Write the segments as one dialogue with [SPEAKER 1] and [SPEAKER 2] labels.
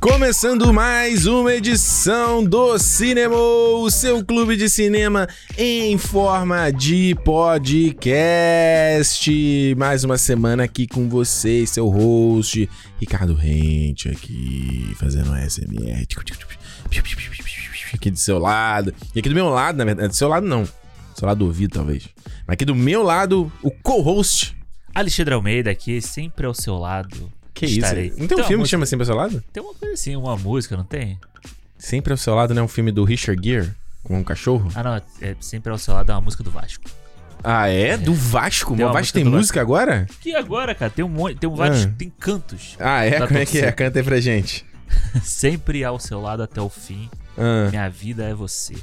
[SPEAKER 1] Começando mais uma edição do Cinema, o seu clube de cinema em forma de podcast. Mais uma semana aqui com vocês, seu host, Ricardo Rente, aqui fazendo um SMR. Aqui do seu lado. E aqui do meu lado, na verdade. Do seu lado, não. Do seu lado do ouvido, talvez. Mas aqui do meu lado, o co-host.
[SPEAKER 2] Alexandre Almeida aqui, sempre ao seu lado.
[SPEAKER 1] Que
[SPEAKER 2] Estarei.
[SPEAKER 1] isso? Não tem um filme
[SPEAKER 2] Então,
[SPEAKER 1] que
[SPEAKER 2] música.
[SPEAKER 1] chama Sempre ao seu lado?
[SPEAKER 2] Tem uma coisa assim, uma música, não tem?
[SPEAKER 1] Sempre ao seu lado, né? Um filme do Richard Gere com um cachorro.
[SPEAKER 2] Ah, não, é sempre ao seu lado é uma música do Vasco.
[SPEAKER 1] Ah, é? Do Vasco?
[SPEAKER 2] Tem
[SPEAKER 1] o
[SPEAKER 2] uma
[SPEAKER 1] Vasco
[SPEAKER 2] música
[SPEAKER 1] tem
[SPEAKER 2] do
[SPEAKER 1] música agora?
[SPEAKER 2] Que agora, cara, tem um monte, tem um vários,
[SPEAKER 1] Ah.
[SPEAKER 2] tem cantos.
[SPEAKER 1] Ah, é?
[SPEAKER 2] Da
[SPEAKER 1] Como é que é?
[SPEAKER 2] torcida.
[SPEAKER 1] Canta aí pra gente.
[SPEAKER 2] Sempre ao seu lado até o fim.
[SPEAKER 1] Ah.
[SPEAKER 2] Minha vida é você.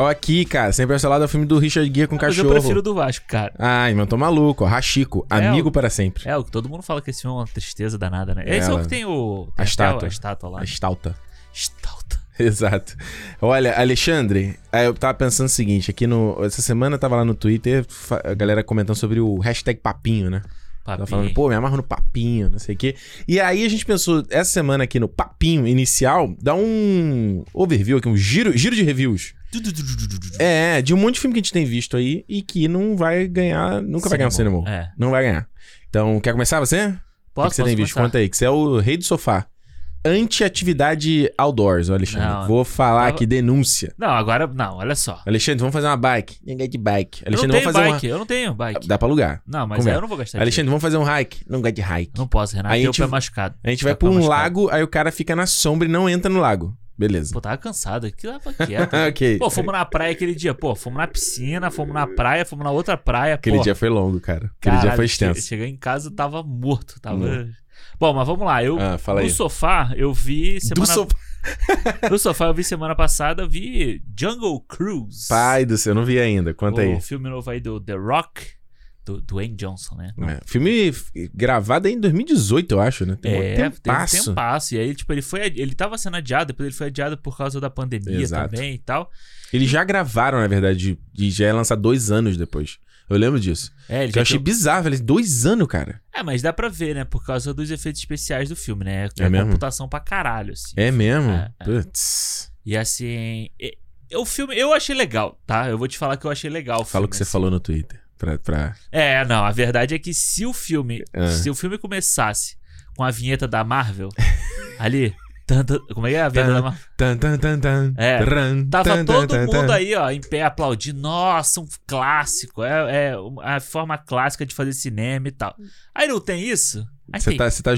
[SPEAKER 1] Ó, aqui, cara, sempre ao seu lado é o filme do Richard Gere com
[SPEAKER 2] Mas
[SPEAKER 1] cachorro.
[SPEAKER 2] eu prefiro o do Vasco, cara.
[SPEAKER 1] Ai, meu, tô maluco. ó. Rachico,
[SPEAKER 2] É,
[SPEAKER 1] amigo
[SPEAKER 2] o-
[SPEAKER 1] para sempre.
[SPEAKER 2] É, o que todo mundo fala que esse filme é uma tristeza danada, né?
[SPEAKER 1] É,
[SPEAKER 2] Esse é o
[SPEAKER 1] ela-
[SPEAKER 2] que tem o. Tem
[SPEAKER 1] a
[SPEAKER 2] até
[SPEAKER 1] estátua.
[SPEAKER 2] A estátua lá.
[SPEAKER 1] A Stalta.
[SPEAKER 2] Estalta.
[SPEAKER 1] Exato. Olha, Alexandre, aí eu tava pensando o seguinte, aqui no... Essa semana eu tava lá no Twitter, fa- a galera comentando sobre o hashtag papinho, né? Tava falando,
[SPEAKER 2] Papinho.
[SPEAKER 1] pô, me amarro no papinho, não sei o quê. E aí a gente pensou, essa semana aqui no papinho inicial, dá um overview aqui, um giro, giro de reviews.
[SPEAKER 2] Du, du, du, du, du, du, du.
[SPEAKER 1] É, de um monte de filme que a gente tem visto aí e que não vai ganhar, nunca vai ganhar um cinema.
[SPEAKER 2] É.
[SPEAKER 1] Não vai ganhar. Então, quer começar você? o que
[SPEAKER 2] Posso,
[SPEAKER 1] que você tem
[SPEAKER 2] posso
[SPEAKER 1] visto?
[SPEAKER 2] começar?
[SPEAKER 1] Conta aí, que você é o rei do sofá. Anti-atividade outdoors, ó, Alexandre.
[SPEAKER 2] Não,
[SPEAKER 1] Vou falar
[SPEAKER 2] tava-
[SPEAKER 1] aqui, denúncia.
[SPEAKER 2] Não, agora. Não, olha só.
[SPEAKER 1] Alexandre, vamos fazer uma bike. Ninguém de bike.
[SPEAKER 2] Eu não
[SPEAKER 1] Alexandre,
[SPEAKER 2] tenho
[SPEAKER 1] vamos fazer
[SPEAKER 2] bike, eu não tenho
[SPEAKER 1] uma...
[SPEAKER 2] bike.
[SPEAKER 1] Dá pra alugar.
[SPEAKER 2] Não, mas
[SPEAKER 1] Conversa.
[SPEAKER 2] aí eu não vou gastar dinheiro.
[SPEAKER 1] é? Alexandre, vamos fazer um hike. Não gosta de hike.
[SPEAKER 2] Não posso, Renato.
[SPEAKER 1] Aí
[SPEAKER 2] Aí
[SPEAKER 1] a
[SPEAKER 2] eu
[SPEAKER 1] gente-
[SPEAKER 2] pé machucado.
[SPEAKER 1] A gente vai
[SPEAKER 2] Tá
[SPEAKER 1] pra um
[SPEAKER 2] machucado.
[SPEAKER 1] lago, aí o cara fica na sombra e não entra no lago. Beleza.
[SPEAKER 2] Pô, tava cansado. Aqui tava quieto.
[SPEAKER 1] ok.
[SPEAKER 2] Pô, fomos na praia aquele dia. Pô, fomos na piscina, fomos na praia, fomos na outra praia.
[SPEAKER 1] Aquele
[SPEAKER 2] pô,
[SPEAKER 1] dia foi longo, cara. Aquele dia
[SPEAKER 2] caralho,
[SPEAKER 1] foi
[SPEAKER 2] che-
[SPEAKER 1] extenso. Hum.
[SPEAKER 2] Cheguei em casa, tava morto. Tava... Bom, mas vamos lá. Eu,
[SPEAKER 1] Ah, fala aí.
[SPEAKER 2] no sofá, eu vi
[SPEAKER 1] Do
[SPEAKER 2] semana...
[SPEAKER 1] sofá.
[SPEAKER 2] no sofá, eu vi semana passada, vi Jungle Cruise.
[SPEAKER 1] Pai do céu, eu não vi ainda. Conta aí.
[SPEAKER 2] O filme novo aí do The Rock, do Dwayne Johnson, né?
[SPEAKER 1] É, filme f- gravado aí em 2018, eu acho, né? Tem um
[SPEAKER 2] é,
[SPEAKER 1] tempasso.
[SPEAKER 2] teve um tempasso. E aí, tipo, ele foi. Ele tava sendo adiado, depois ele foi adiado por causa da pandemia
[SPEAKER 1] Exato.
[SPEAKER 2] também e tal.
[SPEAKER 1] Eles já gravaram, na verdade, e já ia lançar dois anos depois. Eu lembro disso.
[SPEAKER 2] É, ele
[SPEAKER 1] Que eu
[SPEAKER 2] já
[SPEAKER 1] achei
[SPEAKER 2] tinha-
[SPEAKER 1] bizarro. Falei, dois anos, cara.
[SPEAKER 2] É, mas dá pra ver, né? Por causa dos efeitos especiais do filme, né? É,
[SPEAKER 1] mesmo?
[SPEAKER 2] computação pra caralho, assim.
[SPEAKER 1] É mesmo?
[SPEAKER 2] É, é.
[SPEAKER 1] Putz.
[SPEAKER 2] E assim. e- e o filme eu achei legal, tá? Eu vou te falar que eu achei legal. o
[SPEAKER 1] Fala o
[SPEAKER 2] filme,
[SPEAKER 1] que você
[SPEAKER 2] assim.
[SPEAKER 1] falou no Twitter. Pra, pra...
[SPEAKER 2] É, não. A verdade é que se o filme.
[SPEAKER 1] É.
[SPEAKER 2] Se o filme começasse com a vinheta da Marvel, ali. tanto- como é que é a vinheta
[SPEAKER 1] Tan,
[SPEAKER 2] da Marvel?
[SPEAKER 1] Tan, tan, tan, tan,
[SPEAKER 2] É,
[SPEAKER 1] taran,
[SPEAKER 2] Tava
[SPEAKER 1] tan,
[SPEAKER 2] todo
[SPEAKER 1] tan, tan,
[SPEAKER 2] mundo
[SPEAKER 1] tan.
[SPEAKER 2] aí, ó, em pé aplaudindo. Nossa, um clássico. É, é a forma clássica de fazer cinema e tal. Aí não tem isso? Aí
[SPEAKER 1] Você
[SPEAKER 2] tem.
[SPEAKER 1] tá, você tá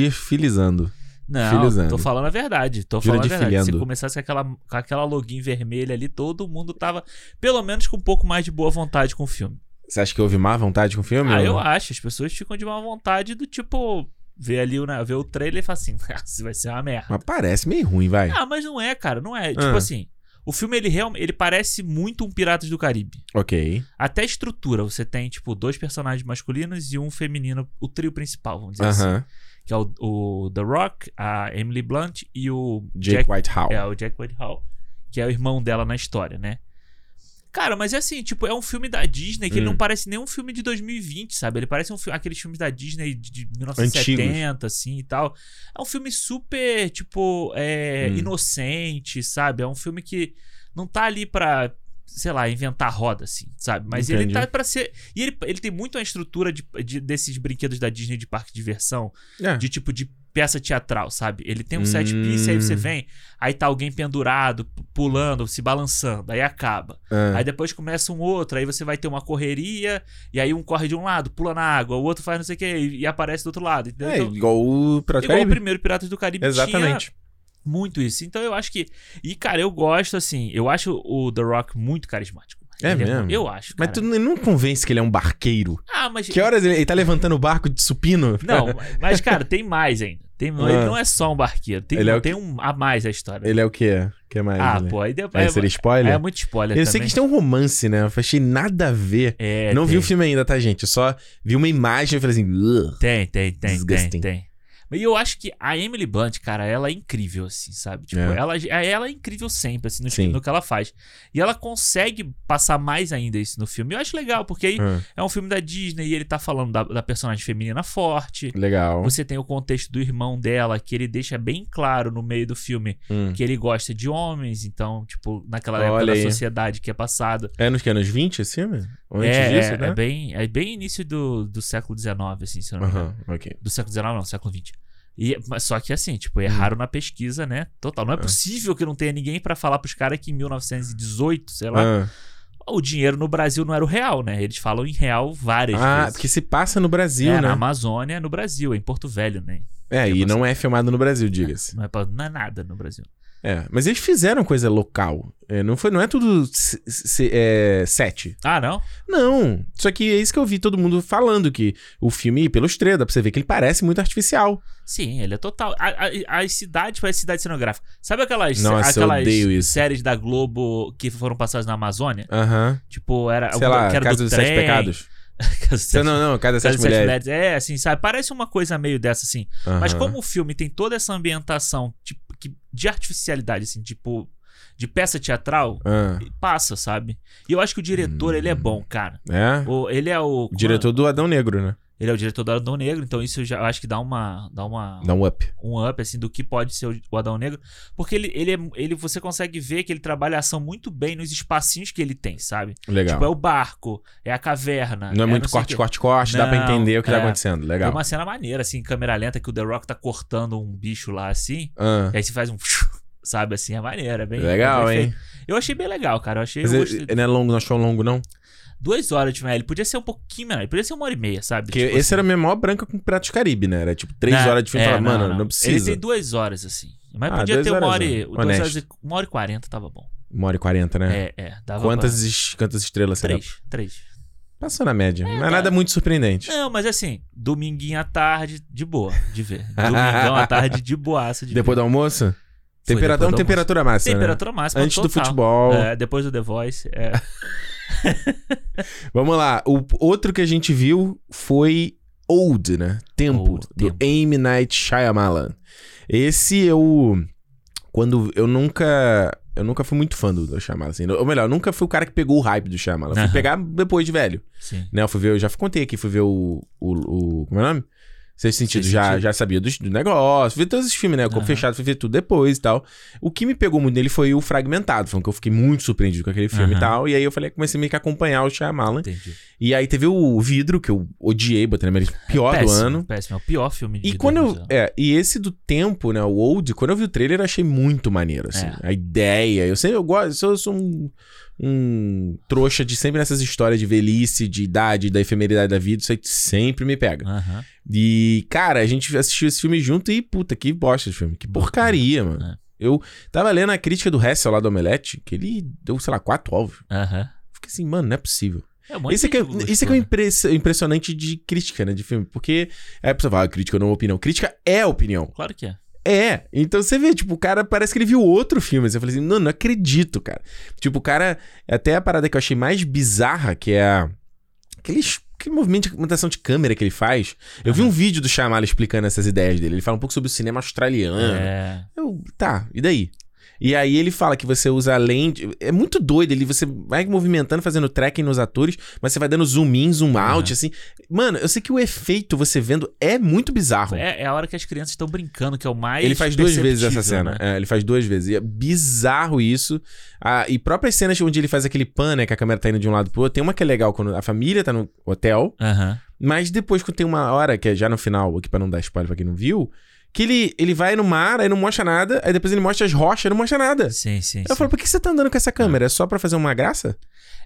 [SPEAKER 1] jurandirfilizando.
[SPEAKER 2] Não,
[SPEAKER 1] Filizando.
[SPEAKER 2] tô falando a verdade. Tô
[SPEAKER 1] Jura
[SPEAKER 2] falando a
[SPEAKER 1] de
[SPEAKER 2] verdade.
[SPEAKER 1] filhando.
[SPEAKER 2] Se começasse com aquela, com aquela login vermelha ali, todo mundo tava, pelo menos, com um pouco mais de boa vontade com o filme.
[SPEAKER 1] Você acha que houve má vontade com o filme?
[SPEAKER 2] ah,
[SPEAKER 1] ou
[SPEAKER 2] eu
[SPEAKER 1] não?
[SPEAKER 2] acho. As pessoas ficam de má vontade do tipo, ver ali o, na- ver o trailer e falar assim, "Ah, isso vai ser uma merda.
[SPEAKER 1] Mas parece meio ruim, vai.
[SPEAKER 2] Ah, mas não é, cara, não é. Tipo
[SPEAKER 1] Ah.
[SPEAKER 2] assim, o filme ele realmente ele parece muito um Piratas do Caribe.
[SPEAKER 1] Ok.
[SPEAKER 2] Até a estrutura, você tem, tipo, dois personagens masculinos e um feminino, o trio principal, vamos dizer assim.
[SPEAKER 1] Aham.
[SPEAKER 2] Que é o, o The Rock, a Emily Blunt e o
[SPEAKER 1] Jake Whitehall.
[SPEAKER 2] É, o Jack Whitehall, que é o irmão dela na história, né? Cara, mas é assim, tipo, é um filme da Disney que ele
[SPEAKER 1] Hum.
[SPEAKER 2] não parece nenhum filme de 2020, sabe? Ele parece um fi aqueles filmes da Disney de de 1970, assim, e tal. É um filme super, tipo, é,
[SPEAKER 1] Hum.
[SPEAKER 2] inocente, sabe? É um filme que não tá ali pra, sei lá, inventar roda, assim, sabe? Mas ele
[SPEAKER 1] Entendi.
[SPEAKER 2] tá pra ser... E ele, ele tem muito a estrutura de- de- desses brinquedos da Disney de parque de diversão,
[SPEAKER 1] É.
[SPEAKER 2] de tipo de peça teatral, sabe? Ele tem um
[SPEAKER 1] Hum.
[SPEAKER 2] set piece, aí você vem, aí tá alguém pendurado, p- pulando, se balançando, aí acaba.
[SPEAKER 1] Ah,
[SPEAKER 2] Aí depois começa um outro, aí você vai ter uma correria, e aí um corre de um lado, pula na água, o outro faz não sei o que, e e aparece do outro lado. Entendeu?
[SPEAKER 1] é
[SPEAKER 2] Então,
[SPEAKER 1] igual o Pirata do
[SPEAKER 2] igual o
[SPEAKER 1] Caribe.
[SPEAKER 2] primeiro Piratas do Caribe tinha
[SPEAKER 1] Exatamente.
[SPEAKER 2] muito isso. Então eu acho que. E, cara, eu gosto, assim, eu acho o The Rock muito carismático.
[SPEAKER 1] É
[SPEAKER 2] Ele
[SPEAKER 1] mesmo?
[SPEAKER 2] eu acho.
[SPEAKER 1] Mas tu
[SPEAKER 2] cara.
[SPEAKER 1] n- não convence que ele é um barqueiro.
[SPEAKER 2] Ah, mas.
[SPEAKER 1] Que horas ele, ele tá levantando o barco de supino?
[SPEAKER 2] Não, mas, cara, tem mais ainda. Tem,
[SPEAKER 1] Ah.
[SPEAKER 2] Ele não é só um barqueiro. Tem,
[SPEAKER 1] Ele é o
[SPEAKER 2] tem um a mais a história.
[SPEAKER 1] Ele é o quê? O que mais?
[SPEAKER 2] Ah,
[SPEAKER 1] né?
[SPEAKER 2] pô, aí depois.
[SPEAKER 1] Aí
[SPEAKER 2] É,
[SPEAKER 1] seria
[SPEAKER 2] é,
[SPEAKER 1] spoiler?
[SPEAKER 2] muito spoiler.
[SPEAKER 1] eu
[SPEAKER 2] também.
[SPEAKER 1] sei que eles têm um romance, né? Eu achei nada a ver.
[SPEAKER 2] É,
[SPEAKER 1] não vi
[SPEAKER 2] tem,
[SPEAKER 1] o filme ainda, tá, gente? Eu só vi uma imagem e falei assim... "Ugh".
[SPEAKER 2] Tem, tem, tem,
[SPEAKER 1] Disgusting.
[SPEAKER 2] tem, tem. E eu acho que a Emily Blunt, cara, ela é incrível, assim, sabe? Tipo,
[SPEAKER 1] É.
[SPEAKER 2] ela, ela é incrível sempre, assim, no,
[SPEAKER 1] Sim.
[SPEAKER 2] no que ela faz. E ela consegue passar mais ainda isso no filme. Eu acho legal, porque aí
[SPEAKER 1] Ah,
[SPEAKER 2] é um filme da Disney e ele tá falando da, da personagem feminina forte.
[SPEAKER 1] legal.
[SPEAKER 2] Você tem o contexto do irmão dela, que ele deixa bem claro no meio do filme
[SPEAKER 1] Hum.
[SPEAKER 2] que ele gosta de homens, então, tipo, naquela
[SPEAKER 1] Olha
[SPEAKER 2] época
[SPEAKER 1] aí.
[SPEAKER 2] da sociedade que é passada.
[SPEAKER 1] É nos que? Anos 20, assim? né? Ou Antes
[SPEAKER 2] é,
[SPEAKER 1] disso,
[SPEAKER 2] é,
[SPEAKER 1] né?
[SPEAKER 2] é bem, é bem início do, do século XIX, assim, se eu não me engano.
[SPEAKER 1] Aham, ok.
[SPEAKER 2] Do século XIX, não, do século XX. E, mas só que assim,
[SPEAKER 1] Hum.
[SPEAKER 2] tipo, erraram na pesquisa, né? Total. Não é possível que não tenha ninguém pra falar pros caras que em 1918, sei lá,
[SPEAKER 1] Ah,
[SPEAKER 2] o dinheiro no Brasil não era o real, né? Eles falam em real várias
[SPEAKER 1] Ah,
[SPEAKER 2] vezes.
[SPEAKER 1] porque se passa no Brasil,
[SPEAKER 2] é, na
[SPEAKER 1] né?
[SPEAKER 2] Amazônia, no Brasil, em Porto Velho, né?
[SPEAKER 1] É, e
[SPEAKER 2] Tipo
[SPEAKER 1] não é filmado no Brasil, diga-se.
[SPEAKER 2] Não é, pra- não é nada no Brasil.
[SPEAKER 1] É, mas eles fizeram coisa local. É, não, foi, não é tudo se- se- é, set.
[SPEAKER 2] Ah, não?
[SPEAKER 1] Não. Só que é isso que eu vi todo mundo falando, que o filme, pelos três, dá pra você ver que ele parece muito artificial.
[SPEAKER 2] Sim, ele é total. A- a- As cidades parecem cidade cenográfica. Sabe aquelas,
[SPEAKER 1] Nossa, eu
[SPEAKER 2] aquelas
[SPEAKER 1] odeio isso.
[SPEAKER 2] séries da Globo que foram passadas na Amazônia?
[SPEAKER 1] Aham.
[SPEAKER 2] Tipo, era
[SPEAKER 1] Sei lá,
[SPEAKER 2] que era
[SPEAKER 1] Casa
[SPEAKER 2] do
[SPEAKER 1] dos
[SPEAKER 2] trem,
[SPEAKER 1] Sete Pecados.
[SPEAKER 2] Casa dos Sete
[SPEAKER 1] Não, não, Casa das Sete
[SPEAKER 2] Casa das Sete
[SPEAKER 1] Mulheres.
[SPEAKER 2] Mulheres. É, assim, sabe? Parece uma coisa meio dessa, assim. Mas
[SPEAKER 1] Aham.
[SPEAKER 2] como o filme tem toda essa ambientação tipo, que- de artificialidade, assim, tipo, de peça teatral,
[SPEAKER 1] Ah,
[SPEAKER 2] passa, sabe? E eu acho que o diretor, ele é bom, cara.
[SPEAKER 1] é?
[SPEAKER 2] O, ele é o.
[SPEAKER 1] O Hum. diretor do Adão Negro, né?
[SPEAKER 2] Ele é o diretor do Adão Negro, então isso eu já eu acho que dá uma. Dá uma
[SPEAKER 1] Dá um up.
[SPEAKER 2] um up, assim, do que pode ser o- o Adão Negro. Porque ele, ele, é- ele você consegue ver que ele trabalha a ação muito bem nos espacinhos que ele tem, sabe?
[SPEAKER 1] Legal.
[SPEAKER 2] Tipo, é o barco, é a caverna.
[SPEAKER 1] não é muito
[SPEAKER 2] sei o
[SPEAKER 1] corte,
[SPEAKER 2] quê.
[SPEAKER 1] corte, corte, dá pra
[SPEAKER 2] Não,
[SPEAKER 1] entender o que tá
[SPEAKER 2] é.
[SPEAKER 1] acontecendo. Legal.
[SPEAKER 2] Tem uma cena maneira, assim, em câmera lenta, que o The Rock tá cortando um bicho lá, assim.
[SPEAKER 1] Ah,
[SPEAKER 2] E aí você faz um... Sabe, assim, é maneira. é Bem,
[SPEAKER 1] legal,
[SPEAKER 2] bem
[SPEAKER 1] hein?
[SPEAKER 2] feito. Eu achei bem legal, cara. Eu achei...
[SPEAKER 1] Mas
[SPEAKER 2] eu
[SPEAKER 1] é-
[SPEAKER 2] gostei.
[SPEAKER 1] não é longo, não achou longo, não?
[SPEAKER 2] Duas horas, tipo, ele podia ser um pouquinho menor. Ele podia ser uma hora e meia, sabe?
[SPEAKER 1] Porque esse era a minha maior branca com Piratas do Caribe, né? Era tipo três horas de filme e
[SPEAKER 2] Tipo assim. é,
[SPEAKER 1] falava, mano, não,
[SPEAKER 2] Ele
[SPEAKER 1] precisa.
[SPEAKER 2] tem duas horas, assim. Mas
[SPEAKER 1] Ah,
[SPEAKER 2] podia
[SPEAKER 1] duas
[SPEAKER 2] ter uma
[SPEAKER 1] horas,
[SPEAKER 2] hora e...
[SPEAKER 1] né?
[SPEAKER 2] duas
[SPEAKER 1] Honesto.
[SPEAKER 2] horas e- uma hora e quarenta tava bom.
[SPEAKER 1] Uma hora e quarenta, né?
[SPEAKER 2] É, é. dava
[SPEAKER 1] Quantas, né? es- quantas estrelas
[SPEAKER 2] pra-
[SPEAKER 1] será?
[SPEAKER 2] Três, três.
[SPEAKER 1] Passou na média. não é
[SPEAKER 2] tá.
[SPEAKER 1] nada muito surpreendente.
[SPEAKER 2] Não, mas assim, dominguinho à tarde, de boa, de ver. Domingão à tarde, de boaça, de
[SPEAKER 1] Depois
[SPEAKER 2] ver.
[SPEAKER 1] do almoço?
[SPEAKER 2] Foi
[SPEAKER 1] Tempera-
[SPEAKER 2] depois do
[SPEAKER 1] não,
[SPEAKER 2] almoço.
[SPEAKER 1] temperatura máxima. né?
[SPEAKER 2] Temperatura máxima
[SPEAKER 1] Antes do
[SPEAKER 2] total.
[SPEAKER 1] futebol.
[SPEAKER 2] É, depois do The Voice. É.
[SPEAKER 1] Vamos lá. O outro que a gente viu foi Old, né? Tempo,
[SPEAKER 2] Old,
[SPEAKER 1] do
[SPEAKER 2] Tempo.
[SPEAKER 1] M. Night Shyamalan. Esse eu... Quando... Eu nunca... Eu nunca fui muito fã do, do Shyamalan, assim. Ou melhor, eu nunca fui o cara que pegou o hype do Shyamalan. Eu Fui
[SPEAKER 2] Aham.
[SPEAKER 1] pegar depois de velho,
[SPEAKER 2] Sim.
[SPEAKER 1] né? Eu fui ver... Eu já contei aqui. Fui ver o... o, o- como é o nome? Sexto Sentido.
[SPEAKER 2] Sexto
[SPEAKER 1] já,
[SPEAKER 2] Sentido.
[SPEAKER 1] já sabia do, do negócio. Vi todos esses filmes, né? Corpo
[SPEAKER 2] Aham.
[SPEAKER 1] Fechado. Fui ver tudo depois e tal. O que me pegou muito nele foi o Fragmentado. Foi um que eu fiquei muito surpreendido com aquele filme e
[SPEAKER 2] Aham.
[SPEAKER 1] tal. E aí eu falei... Comecei meio que a acompanhar o Shyamalan.
[SPEAKER 2] Entendi.
[SPEAKER 1] E aí teve o vidro, que eu odiei, botei na minha lista, pior do
[SPEAKER 2] péssimo,
[SPEAKER 1] ano.
[SPEAKER 2] Péssimo, é o pior filme de
[SPEAKER 1] E quando eu.
[SPEAKER 2] 2019.
[SPEAKER 1] É, e esse do tempo, né? O Old, quando eu vi o trailer, eu achei muito maneiro, assim.
[SPEAKER 2] É.
[SPEAKER 1] A ideia. Eu sempre eu gosto. Eu sou um, um trouxa de sempre nessas histórias de velhice, de idade, da efemeridade da vida. Isso aí sempre me pega.
[SPEAKER 2] Aham.
[SPEAKER 1] E, cara, a gente assistiu esse filme junto e, puta, que bosta de filme. Que porcaria, mano.
[SPEAKER 2] É.
[SPEAKER 1] Eu tava lendo a crítica do Hessel lá do Omelete, que ele deu, sei lá, quatro ovos.
[SPEAKER 2] Aham.
[SPEAKER 1] Fiquei assim, mano, não é possível.
[SPEAKER 2] É um monte
[SPEAKER 1] Isso é,
[SPEAKER 2] de
[SPEAKER 1] que é,
[SPEAKER 2] gente
[SPEAKER 1] isso é que é o
[SPEAKER 2] gostou, né?
[SPEAKER 1] impress- impressionante de crítica, né? De filme. Porque aí a pessoa fala, ah, crítica não é opinião. Crítica é opinião.
[SPEAKER 2] Claro que é.
[SPEAKER 1] É. Então você vê, tipo, o cara parece que ele viu outro filme. Você fala assim, não, não acredito, cara. Tipo, o cara. Até a parada que eu achei mais bizarra, que é a. Aqueles. Que movimento de movimentação de câmera que ele faz. Eu vi um vídeo do Shyamalan explicando essas ideias dele. Ele fala um pouco sobre o cinema australiano.
[SPEAKER 2] É.
[SPEAKER 1] Eu, tá, e daí? E aí ele fala que você usa a lente. É muito doido, ele você vai movimentando, fazendo tracking nos atores, mas você vai dando zoom in, zoom out,
[SPEAKER 2] Aham.
[SPEAKER 1] assim. Mano, eu sei que o efeito você vendo é muito bizarro.
[SPEAKER 2] É, é a hora que as crianças estão brincando, que é o mais.
[SPEAKER 1] Ele faz duas vezes essa
[SPEAKER 2] perceptível,
[SPEAKER 1] cena.
[SPEAKER 2] né?
[SPEAKER 1] É, ele faz duas vezes. E é bizarro isso. Ah, e próprias cenas onde ele faz aquele pan, né? Que a câmera tá indo de um lado pro outro. Tem uma que é legal quando a família tá no hotel.
[SPEAKER 2] Aham.
[SPEAKER 1] Mas depois que tem uma hora, que é já no final, aqui pra não dar spoiler pra quem não viu, que ele, ele vai no mar, aí não mostra nada, aí depois ele mostra as rochas, não mostra nada.
[SPEAKER 2] Sim, sim.
[SPEAKER 1] É. Eu
[SPEAKER 2] sim.
[SPEAKER 1] falo, por que você tá andando com essa câmera? É só pra fazer uma graça?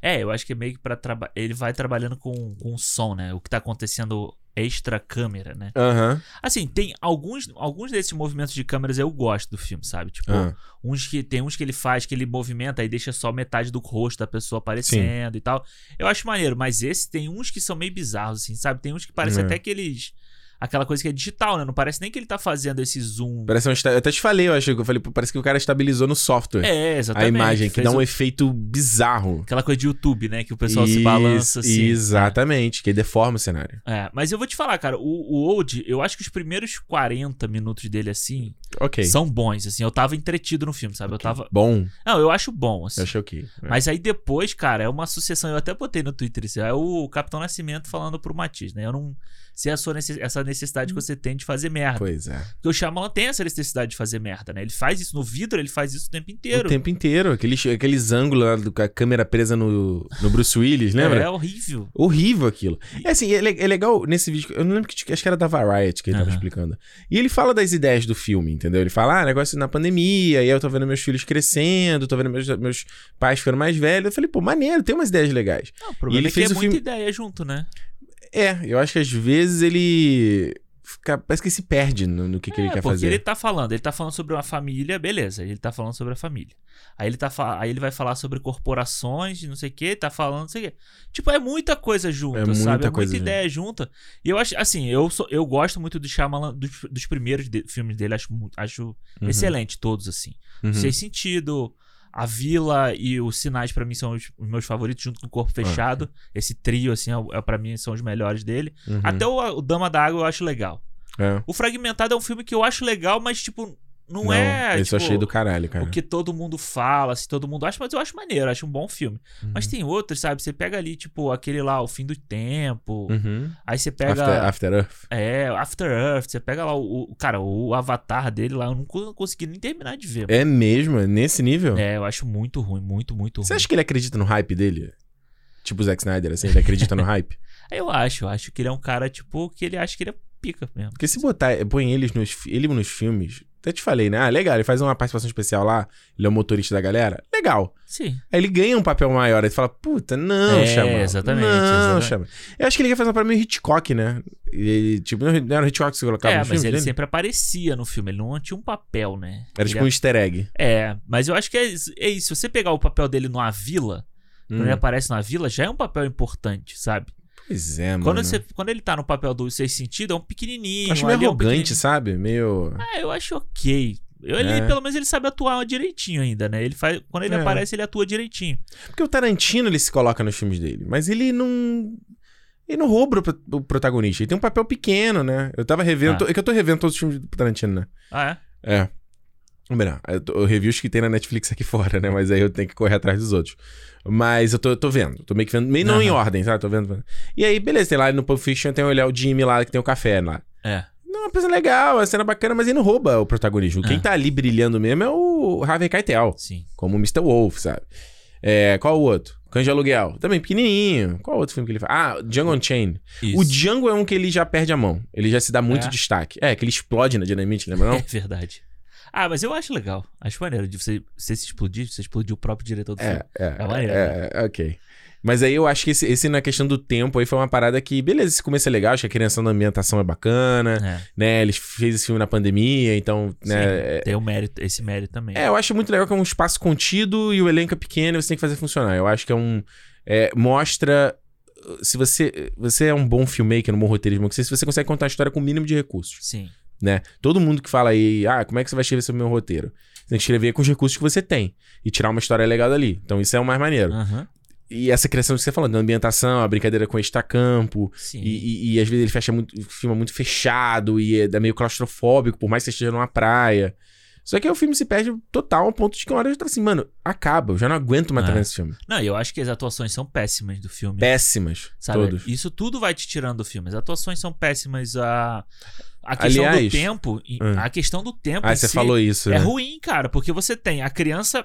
[SPEAKER 2] É, eu acho que é meio que pra trabalhar. Ele vai trabalhando com, com o som, né? O que tá acontecendo extra câmera, né?
[SPEAKER 1] Aham.
[SPEAKER 2] Assim, tem alguns, alguns desses movimentos de câmeras eu gosto do filme, sabe? Tipo,
[SPEAKER 1] Ah.
[SPEAKER 2] uns que tem uns que ele faz que ele movimenta e deixa só metade do rosto da pessoa aparecendo e tal. Eu acho maneiro, mas esse tem uns que são meio bizarros assim, sabe? Tem uns que parecem
[SPEAKER 1] É.
[SPEAKER 2] até aqueles aquela coisa que é digital, né? Não parece nem que ele tá fazendo esse zoom.
[SPEAKER 1] Parece um, esta- eu até te falei, eu acho que eu falei, pô, parece que o cara estabilizou no software
[SPEAKER 2] É,
[SPEAKER 1] a
[SPEAKER 2] exatamente.
[SPEAKER 1] imagem, que
[SPEAKER 2] Fez
[SPEAKER 1] dá um
[SPEAKER 2] o-
[SPEAKER 1] efeito bizarro.
[SPEAKER 2] Aquela coisa de YouTube, né? Que o pessoal se balança assim.
[SPEAKER 1] Exatamente, que deforma o cenário.
[SPEAKER 2] É, mas eu vou te falar, cara, o, o Old, eu acho que os primeiros 40 minutos dele, assim,
[SPEAKER 1] Ok.
[SPEAKER 2] são bons, assim. Eu tava entretido no filme, sabe? Eu tava.
[SPEAKER 1] Bom,
[SPEAKER 2] Não, eu acho bom, assim.
[SPEAKER 1] eu achei ok.
[SPEAKER 2] Mas aí depois, cara, é uma sucessão. Eu até botei no Twitter isso. É o Capitão Nascimento falando pro Matiz, né? Eu não sei a sua necess- essa necessidade que você tem de fazer merda.
[SPEAKER 1] Pois é.
[SPEAKER 2] Porque o Shyamalan tem essa necessidade de fazer merda, né? Ele faz isso no vidro, ele faz isso o tempo inteiro.
[SPEAKER 1] O tempo inteiro. Aqueles, aqueles ângulos lá do, com a câmera presa no, no Bruce Willis, lembra?
[SPEAKER 2] É horrível.
[SPEAKER 1] Horrível aquilo. É assim, é, le- é legal nesse vídeo. que- Eu não lembro que acho que era da Variety que ele tava
[SPEAKER 2] Aham.
[SPEAKER 1] explicando. E ele fala das ideias do filme, entendeu? Ele fala, ah, negócio na pandemia, e aí eu tô vendo meus filhos crescendo, tô vendo meus, meus pais ficando mais velhos. Eu falei, pô, maneiro, tem umas ideias legais.
[SPEAKER 2] Não, o problema
[SPEAKER 1] ele
[SPEAKER 2] é que
[SPEAKER 1] fez
[SPEAKER 2] é
[SPEAKER 1] o
[SPEAKER 2] muita
[SPEAKER 1] filme-
[SPEAKER 2] ideia junto, né?
[SPEAKER 1] É, eu acho que às vezes ele. fica- parece que ele se perde no, no que, que
[SPEAKER 2] é,
[SPEAKER 1] ele quer
[SPEAKER 2] porque
[SPEAKER 1] fazer.
[SPEAKER 2] ele tá falando, ele tá falando sobre uma família, beleza, ele tá falando sobre a família. Aí ele, tá fa- aí ele vai falar sobre corporações, não sei o que, tá falando, não sei o que. Tipo, é muita coisa junta,
[SPEAKER 1] É muita
[SPEAKER 2] sabe? É
[SPEAKER 1] coisa
[SPEAKER 2] muita ideia junta. E eu acho, assim, eu, sou, eu gosto muito do Shyamalan, dos, dos primeiros de- filmes dele, acho, mu- acho
[SPEAKER 1] Uhum,
[SPEAKER 2] é excelente todos, assim.
[SPEAKER 1] uhum.
[SPEAKER 2] Sem sentido, A Vila e os Sinais pra mim são os, os meus favoritos, junto com o
[SPEAKER 1] Ah,
[SPEAKER 2] Corpo Fechado. Esse trio, assim, é, é, para mim são os melhores dele.
[SPEAKER 1] Uhum.
[SPEAKER 2] Até o, o Dama da Água eu acho legal.
[SPEAKER 1] É.
[SPEAKER 2] O Fragmentado é um filme que eu acho legal, mas, tipo, não,
[SPEAKER 1] Não,
[SPEAKER 2] é.
[SPEAKER 1] Eu
[SPEAKER 2] tipo,
[SPEAKER 1] só achei do né? caralho, cara.
[SPEAKER 2] O que todo mundo fala, se todo mundo acha, mas eu acho maneiro, eu acho um bom filme.
[SPEAKER 1] Uhum.
[SPEAKER 2] Mas tem outros, sabe? Você pega ali, tipo, aquele lá, O Fim do Tempo.
[SPEAKER 1] Uhum.
[SPEAKER 2] Aí você pega.
[SPEAKER 1] After, After Earth.
[SPEAKER 2] É, After Earth. Você pega lá o. o- Cara, o avatar dele lá, eu não co- consegui nem terminar de ver.
[SPEAKER 1] É mesmo? É Nesse nível?
[SPEAKER 2] É, eu acho muito ruim, muito, muito ruim.
[SPEAKER 1] Você acha que ele acredita no hype dele? Tipo o Zack Snyder, assim, ele acredita no hype?
[SPEAKER 2] Eu acho, eu acho que ele é um cara, tipo, que ele acha que ele é pica mesmo.
[SPEAKER 1] Porque se botar, põe eles nos, fi- ele nos filmes, até te falei, né? Ah, legal, ele faz uma participação especial lá, ele é o motorista da galera, legal.
[SPEAKER 2] Sim.
[SPEAKER 1] Aí ele ganha um papel maior, aí tu fala, puta, não,
[SPEAKER 2] É,
[SPEAKER 1] chama.
[SPEAKER 2] exatamente,
[SPEAKER 1] Não,
[SPEAKER 2] exatamente.
[SPEAKER 1] chama. Eu acho que ele quer fazer uma parada meio Hitchcock, né? Ele, tipo, não não era o Hitchcock que você colocava
[SPEAKER 2] é,
[SPEAKER 1] nos
[SPEAKER 2] mas
[SPEAKER 1] filmes
[SPEAKER 2] ele
[SPEAKER 1] dele?
[SPEAKER 2] sempre aparecia no filme, ele não tinha um papel, né?
[SPEAKER 1] Era
[SPEAKER 2] Ele
[SPEAKER 1] tipo um easter egg.
[SPEAKER 2] É, mas eu acho que é isso. É isso. Se você pegar o papel dele numa vila, quando ele
[SPEAKER 1] Hum.
[SPEAKER 2] aparece na vila, já é um papel importante, sabe?
[SPEAKER 1] Pois é, mano.
[SPEAKER 2] Quando, você, quando ele tá no papel do Seis Sentido, é um pequenininho.
[SPEAKER 1] Acho meio
[SPEAKER 2] ali é um
[SPEAKER 1] arrogante,
[SPEAKER 2] pequenininho.
[SPEAKER 1] sabe? Meio...
[SPEAKER 2] Ah, eu acho ok. Eu- ele-
[SPEAKER 1] É.
[SPEAKER 2] pelo menos ele sabe atuar direitinho ainda, né? Ele faz, quando ele
[SPEAKER 1] É.
[SPEAKER 2] aparece, ele atua direitinho.
[SPEAKER 1] Porque o Tarantino ele se coloca nos filmes dele, mas ele não. Ele não rouba o pro- o protagonista. Ele tem um papel pequeno, né? Eu tava revendo.
[SPEAKER 2] Ah.
[SPEAKER 1] to- É que eu tô revendo todos os filmes do Tarantino, né?
[SPEAKER 2] Ah, é?
[SPEAKER 1] É. Vamos ver, não, Eu, tô- eu revi os que tem na Netflix aqui fora, né? Mas aí eu tenho que correr atrás dos outros. Mas eu tô, eu tô vendo. Tô meio que vendo. Meio não em
[SPEAKER 2] Aham.
[SPEAKER 1] ordem, sabe? Tô vendo. vendo. E aí, beleza, tem lá no Pulp Fiction tem olhar o Jimmy lá que tem o café lá.
[SPEAKER 2] É.
[SPEAKER 1] Não, é uma coisa legal, é uma cena bacana, mas ele não rouba o protagonismo. Quem
[SPEAKER 2] Ah.
[SPEAKER 1] tá ali brilhando mesmo é o Harvey Keitel.
[SPEAKER 2] Sim.
[SPEAKER 1] Como o Mr. Wolf, sabe? É, qual o outro? Cães de Aluguel. Também pequenininho. Qual outro filme que ele faz? Ah, Django Unchained. O
[SPEAKER 2] Isso.
[SPEAKER 1] Django é um que ele já perde a mão. Ele já se dá muito
[SPEAKER 2] É?
[SPEAKER 1] destaque. É, que ele explode na dinamite, lembra
[SPEAKER 2] É
[SPEAKER 1] não?
[SPEAKER 2] verdade. Ah, mas eu acho legal. Acho maneiro de você, você se explodir, você explodir o próprio diretor do
[SPEAKER 1] É,
[SPEAKER 2] filme.
[SPEAKER 1] é.
[SPEAKER 2] É maneiro,
[SPEAKER 1] É, é, ok. Mas aí eu acho que esse, esse na questão do tempo aí foi uma parada que, beleza, esse começo é legal, acho que a criação da ambientação é bacana,
[SPEAKER 2] É.
[SPEAKER 1] né? Ele fez esse filme na pandemia, então, né?
[SPEAKER 2] Sim, tem o mérito, esse mérito também.
[SPEAKER 1] É, eu acho muito legal que é um espaço contido e o elenco é pequeno e você tem que fazer funcionar. Eu acho que é um. é, mostra. uh, Se você, você é um bom filmmaker, um bom roteirismo, que você- se você consegue contar a história com o mínimo de recursos,
[SPEAKER 2] Sim.
[SPEAKER 1] né? Todo mundo que fala aí, ah, como é que você vai escrever seu meu roteiro? Você tem que escrever com os recursos que você tem e tirar uma história legal dali. Então isso é o mais maneiro.
[SPEAKER 2] Aham.
[SPEAKER 1] E essa criação que você falando, da ambientação, a brincadeira com estacampo,
[SPEAKER 2] Sim.
[SPEAKER 1] e, e, e às vezes ele fecha muito, filma muito fechado e é dá meio claustrofóbico, por mais que você esteja numa praia. Só que aí o filme se perde total, a ponto de que uma hora eu tô assim, mano, acaba, eu já não aguento mais
[SPEAKER 2] É.
[SPEAKER 1] estar vendo esse filme.
[SPEAKER 2] Não, eu acho que as atuações são péssimas do filme.
[SPEAKER 1] Péssimas,
[SPEAKER 2] sabe?
[SPEAKER 1] todos.
[SPEAKER 2] Isso tudo vai te tirando do filme. As atuações são péssimas. A, a questão
[SPEAKER 1] Aliás-
[SPEAKER 2] do tempo. em-
[SPEAKER 1] Hum.
[SPEAKER 2] A questão do tempo.
[SPEAKER 1] Ah,
[SPEAKER 2] em
[SPEAKER 1] você
[SPEAKER 2] si
[SPEAKER 1] falou isso.
[SPEAKER 2] É
[SPEAKER 1] né?
[SPEAKER 2] ruim, cara, porque você tem a criança.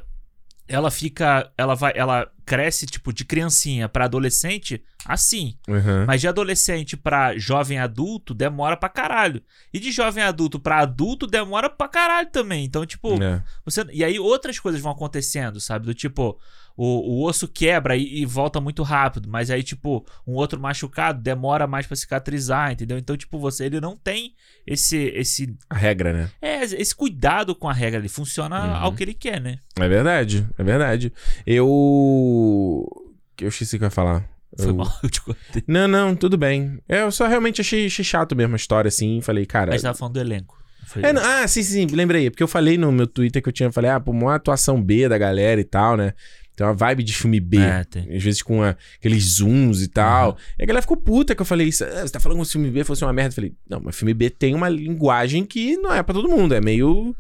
[SPEAKER 2] Ela fica. Ela vai. Ela cresce, tipo, de criancinha pra adolescente, assim.
[SPEAKER 1] Uhum.
[SPEAKER 2] Mas de adolescente pra jovem adulto, demora pra caralho. E de jovem adulto pra adulto, demora pra caralho também. Então, tipo,
[SPEAKER 1] É.
[SPEAKER 2] você- e aí outras coisas vão acontecendo, sabe? Do tipo, o, o osso quebra e, e volta muito rápido, mas aí, tipo, um outro machucado demora mais pra cicatrizar, entendeu? Então, tipo, você ele não tem esse esse,
[SPEAKER 1] A regra, né?
[SPEAKER 2] é, esse cuidado com a regra, ele funciona
[SPEAKER 1] Uhum.
[SPEAKER 2] ao que ele quer, né?
[SPEAKER 1] É verdade, é verdade. Eu. Eu esqueci o que eu ia falar.
[SPEAKER 2] Foi
[SPEAKER 1] Eu-
[SPEAKER 2] mal, eu te cortei.
[SPEAKER 1] Não, não, tudo bem. Eu só realmente achei, achei chato mesmo a história, assim. Falei, cara.
[SPEAKER 2] Mas tava falando do elenco. Foi
[SPEAKER 1] É, não, ah, sim, sim, lembrei. Porque eu falei no meu Twitter que eu tinha, falei, ah, pô, uma atuação B da galera e tal, né? Tem uma vibe de filme B.
[SPEAKER 2] É, tem.
[SPEAKER 1] Às vezes com a- aqueles zooms e tal. E a galera ficou puta que eu falei isso. Ah, você tá falando que o filme B fosse uma merda. Eu falei, não, mas filme B tem uma linguagem que não é pra todo mundo. É meio.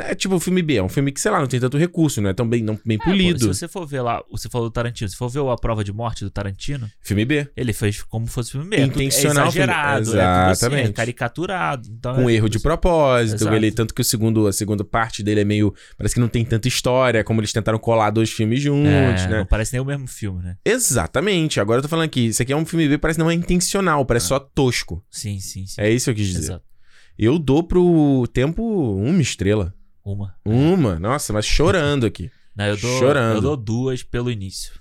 [SPEAKER 1] É tipo o filme B. É um filme que, sei lá, não tem tanto recurso, não é tão bem, não, bem
[SPEAKER 2] É, pô,
[SPEAKER 1] polido.
[SPEAKER 2] se você for ver lá, você falou do Tarantino, se for ver o A Prova de Morte do Tarantino,
[SPEAKER 1] Filme B.
[SPEAKER 2] ele fez como fosse filme mesmo.
[SPEAKER 1] Intencional,
[SPEAKER 2] É exagerado,
[SPEAKER 1] filho.
[SPEAKER 2] é, tudo assim,
[SPEAKER 1] Exatamente.
[SPEAKER 2] é caricaturado. Então
[SPEAKER 1] Com
[SPEAKER 2] é
[SPEAKER 1] erro de
[SPEAKER 2] tudo assim.
[SPEAKER 1] propósito.
[SPEAKER 2] Exato.
[SPEAKER 1] Ele, tanto que o segundo, a segunda parte dele é meio. Parece que não tem tanta história, como eles tentaram colar dois filmes juntos,
[SPEAKER 2] É,
[SPEAKER 1] né?
[SPEAKER 2] Não parece nem o mesmo filme, né?
[SPEAKER 1] Exatamente. Agora eu tô falando aqui. Isso aqui é um filme B, parece que não é intencional, parece só tosco.
[SPEAKER 2] Sim, sim, sim.
[SPEAKER 1] É isso que eu quis dizer.
[SPEAKER 2] Exato.
[SPEAKER 1] Eu dou pro tempo uma estrela.
[SPEAKER 2] Uma.
[SPEAKER 1] Uma. Nossa, mas chorando aqui.
[SPEAKER 2] Não, eu dou,
[SPEAKER 1] Chorando.
[SPEAKER 2] Eu dou duas pelo início.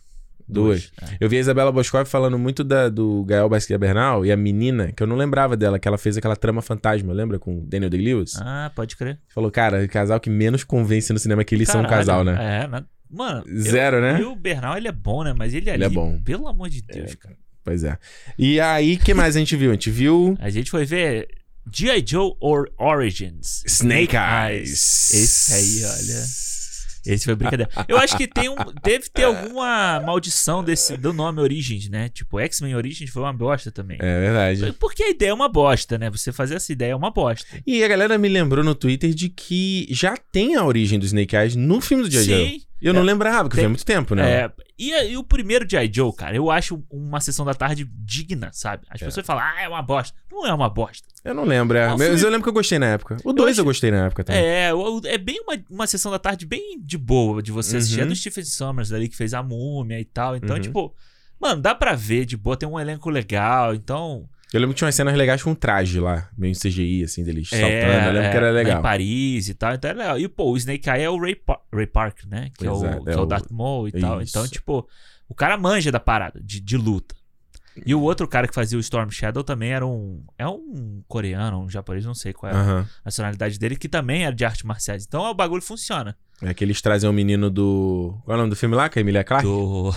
[SPEAKER 1] Duas.
[SPEAKER 2] É.
[SPEAKER 1] Eu vi a Isabela Boscov falando muito da- do Gael Basquiat Bernal e a menina, que eu não lembrava dela, que ela fez aquela trama fantasma, lembra? Com o Daniel Day-Lewis.
[SPEAKER 2] Ah, pode crer.
[SPEAKER 1] Falou, cara, o casal que menos convence no cinema é que eles são um
[SPEAKER 2] Caralho.
[SPEAKER 1] casal, né?
[SPEAKER 2] É, na- mano. eu-
[SPEAKER 1] Zero, né?
[SPEAKER 2] E o Bernal, ele é bom, né? Mas ele ali,
[SPEAKER 1] Ele é bom.
[SPEAKER 2] pelo amor de Deus, cara.
[SPEAKER 1] Pois é. E aí, que mais a gente viu? A gente viu...
[SPEAKER 2] A gente foi ver G.I. Joe or Origins.
[SPEAKER 1] Snake Eyes.
[SPEAKER 2] Esse aí, olha. Esse foi brincadeira. Eu acho que tem um, deve
[SPEAKER 1] É.
[SPEAKER 2] ter alguma maldição desse, do nome Origins, né? Tipo, X-Men Origins foi uma bosta também.
[SPEAKER 1] É verdade.
[SPEAKER 2] Porque a ideia é uma bosta, né? Você fazer essa ideia é uma bosta.
[SPEAKER 1] E a galera me lembrou no Twitter de que já tem a origem do Snake Eyes no filme do J.J. Joe.
[SPEAKER 2] Sim. É.
[SPEAKER 1] Eu não lembrava, porque
[SPEAKER 2] Tem-
[SPEAKER 1] foi há muito tempo, né?
[SPEAKER 2] É, e, e o primeiro G.I. Joe, cara, eu acho uma sessão da tarde digna, sabe? As pessoas falam, ah, é uma bosta. Não é uma bosta.
[SPEAKER 1] Eu não lembro. é.
[SPEAKER 2] Ah, o
[SPEAKER 1] Mas
[SPEAKER 2] filme-
[SPEAKER 1] eu lembro que eu gostei na época. O 2 eu,
[SPEAKER 2] achei-
[SPEAKER 1] gostei na época também.
[SPEAKER 2] É, o- o- é bem uma, uma sessão da tarde bem de boa de você assistir. É
[SPEAKER 1] Uhum.
[SPEAKER 2] do Stephen Sommers ali que fez a múmia e tal. Então,
[SPEAKER 1] Uhum.
[SPEAKER 2] tipo, mano, dá pra ver de boa, tem um elenco legal. Então,
[SPEAKER 1] Eu lembro que tinha umas cenas legais com um traje lá, meio CGI, assim, deles
[SPEAKER 2] é,
[SPEAKER 1] saltando. Eu lembro
[SPEAKER 2] é,
[SPEAKER 1] que era
[SPEAKER 2] Em
[SPEAKER 1] legal.
[SPEAKER 2] Paris e tal, então é legal. E, pô, o Snake Eye é o Ray, Pa- Ray Park, né? Que é o,
[SPEAKER 1] Exato,
[SPEAKER 2] que
[SPEAKER 1] é
[SPEAKER 2] é o
[SPEAKER 1] o-
[SPEAKER 2] Darth Maul e tal.
[SPEAKER 1] Isso.
[SPEAKER 2] Então, tipo, o cara manja da parada, de, de luta. E o outro cara que fazia o Storm Shadow também era um. É um coreano, um japonês, não sei qual é a
[SPEAKER 1] Aham.
[SPEAKER 2] nacionalidade dele, que também era de artes marciais. Então o bagulho funciona.
[SPEAKER 1] É que eles trazem o menino do. Qual é o nome do filme lá? Que é a Emilia Clarke?
[SPEAKER 2] Do.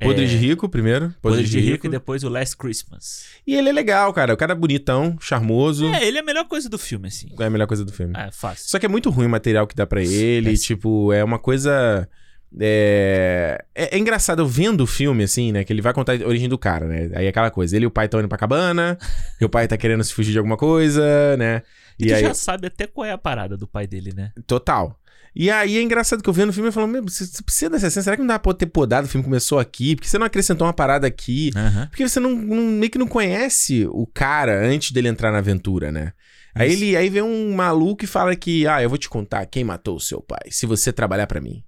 [SPEAKER 1] Podres de
[SPEAKER 2] é,
[SPEAKER 1] Rico, primeiro.
[SPEAKER 2] Poderes de Rico e depois o Last Christmas.
[SPEAKER 1] E ele é legal, cara. O cara é bonitão, charmoso.
[SPEAKER 2] É, ele é a melhor coisa do filme, assim.
[SPEAKER 1] É a melhor coisa do filme.
[SPEAKER 2] É, fácil.
[SPEAKER 1] Hum. Só que é muito ruim o material que dá pra ele.
[SPEAKER 2] Péssimo.
[SPEAKER 1] Tipo, é uma coisa. É... é- é engraçado eu vendo o filme, assim, né? Que ele vai contar a origem do cara, né? Aí é aquela coisa: ele e o pai estão indo pra cabana, e o pai tá querendo se fugir de alguma coisa, né?
[SPEAKER 2] E
[SPEAKER 1] E
[SPEAKER 2] tu
[SPEAKER 1] aí.
[SPEAKER 2] já sabe até qual é a parada do pai dele, né?
[SPEAKER 1] Total. E aí é engraçado que eu vendo o filme e falo: Meu, você você precisa dessa cena? Será que não dá pra ter podado? O filme começou aqui? Por que você não acrescentou uma parada aqui?
[SPEAKER 2] Aham.
[SPEAKER 1] Porque você não, não- meio que não conhece o cara antes dele entrar na aventura, né? Aí
[SPEAKER 2] Isso.
[SPEAKER 1] ele aí vem um maluco e fala que, ah, eu vou te contar quem matou o seu pai, se você trabalhar pra mim.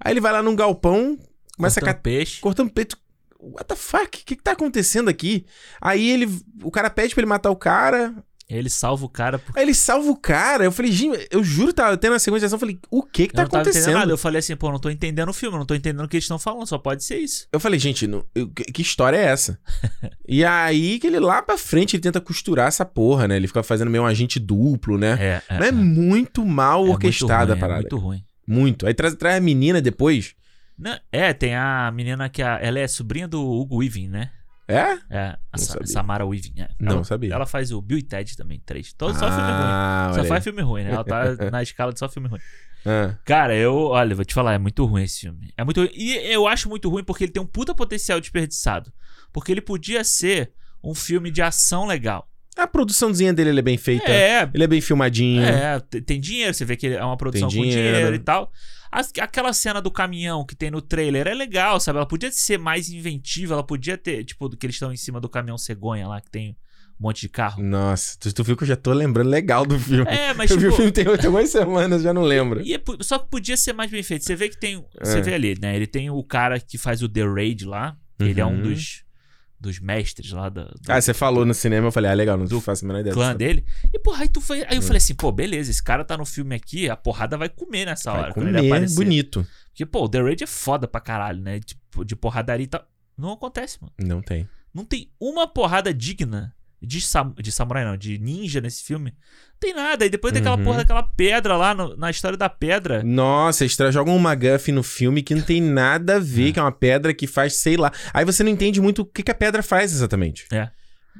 [SPEAKER 1] Aí ele vai lá num galpão, começa a
[SPEAKER 2] Cortando
[SPEAKER 1] cat...
[SPEAKER 2] peixe.
[SPEAKER 1] cortando peito. What the fuck? O que, que tá acontecendo aqui? Aí ele. O cara pede pra ele matar o cara.
[SPEAKER 2] Ele salva o cara porque
[SPEAKER 1] Aí ele salva o cara. Eu falei, gente, eu juro, tava tendo a segunda geração. Eu falei, o que que tá
[SPEAKER 2] eu não tava entendendo
[SPEAKER 1] acontecendo?
[SPEAKER 2] nada. Eu falei assim, pô, não tô entendendo o filme, não tô entendendo o que eles estão falando, só pode ser isso.
[SPEAKER 1] Eu falei, gente, não- eu- que que história é essa? e aí que ele lá pra frente, ele tenta costurar essa porra, né? Ele fica fazendo meio um agente duplo, né?
[SPEAKER 2] É,
[SPEAKER 1] Mas é muito mal
[SPEAKER 2] muito
[SPEAKER 1] orquestrada
[SPEAKER 2] ruim,
[SPEAKER 1] a parada.
[SPEAKER 2] É muito ruim.
[SPEAKER 1] Muito. Aí traz, traz a menina depois.
[SPEAKER 2] Não, é, tem a menina que a- ela é sobrinha do Hugo Weaving, né?
[SPEAKER 1] É?
[SPEAKER 2] É, a Sa-
[SPEAKER 1] sabia.
[SPEAKER 2] Samara Weaving. É.
[SPEAKER 1] Não
[SPEAKER 2] Ela-
[SPEAKER 1] sabia.
[SPEAKER 2] Ela faz o Bill e Ted também, três. Todo, só filme ruim.
[SPEAKER 1] ah,
[SPEAKER 2] Só
[SPEAKER 1] olha
[SPEAKER 2] faz filme ruim, né? Ela tá na escala de só filme ruim.
[SPEAKER 1] aí. Ah,
[SPEAKER 2] Cara, eu, olha, vou te falar, é muito ruim esse filme. É muito ruim. E eu acho muito ruim porque ele tem um puta potencial desperdiçado. Porque ele podia ser um filme de ação legal.
[SPEAKER 1] A produçãozinha dele ele é bem feita.
[SPEAKER 2] É,
[SPEAKER 1] Ele é bem filmadinho.
[SPEAKER 2] é, te- tem dinheiro, você vê que é uma produção
[SPEAKER 1] Tem
[SPEAKER 2] com dinheiro
[SPEAKER 1] dinheiro.
[SPEAKER 2] e tal. As- aquela cena do caminhão que tem no trailer é legal, sabe? Ela podia ser mais inventiva, ela podia ter, tipo, do que eles estão em cima do caminhão cegonha lá, que tem um monte de carro.
[SPEAKER 1] Nossa, tu, tu viu que eu já tô lembrando legal do filme.
[SPEAKER 2] É, mas
[SPEAKER 1] eu vi o
[SPEAKER 2] tipo,
[SPEAKER 1] filme tem oito algumas semanas, já não lembro.
[SPEAKER 2] E é po- só que podia ser mais bem feito. Você vê que tem. Você
[SPEAKER 1] É.
[SPEAKER 2] vê ali, né? Ele tem o cara que faz o The Raid lá. Ele é um
[SPEAKER 1] Uhum.
[SPEAKER 2] dos, dos mestres lá da- do,
[SPEAKER 1] Ah, você falou no cinema, eu falei, ah, legal, não
[SPEAKER 2] Do
[SPEAKER 1] faço a menor ideia.
[SPEAKER 2] clã
[SPEAKER 1] disso.
[SPEAKER 2] dele. E, porra, aí tu foi.
[SPEAKER 1] Uhum.
[SPEAKER 2] Aí eu falei assim, pô, beleza, esse cara tá no filme aqui, a porrada vai comer nessa
[SPEAKER 1] Vai
[SPEAKER 2] hora. quando ele
[SPEAKER 1] comer,
[SPEAKER 2] aparecer.
[SPEAKER 1] bonito.
[SPEAKER 2] Porque, pô, o The Raid é foda pra caralho, né? Tipo, de porradaria e tal. Não acontece, mano.
[SPEAKER 1] Não tem.
[SPEAKER 2] Não tem uma porrada digna de, sam- de samurai, não, de ninja nesse filme. Não tem nada. E depois tem aquela
[SPEAKER 1] Uhum.
[SPEAKER 2] porra daquela pedra lá no- na história da pedra.
[SPEAKER 1] Nossa, eles tra- jogam um MacGuffin no filme que não tem nada a ver, que é uma pedra que faz, sei lá. Aí você não entende muito o que, que a pedra faz exatamente.
[SPEAKER 2] É.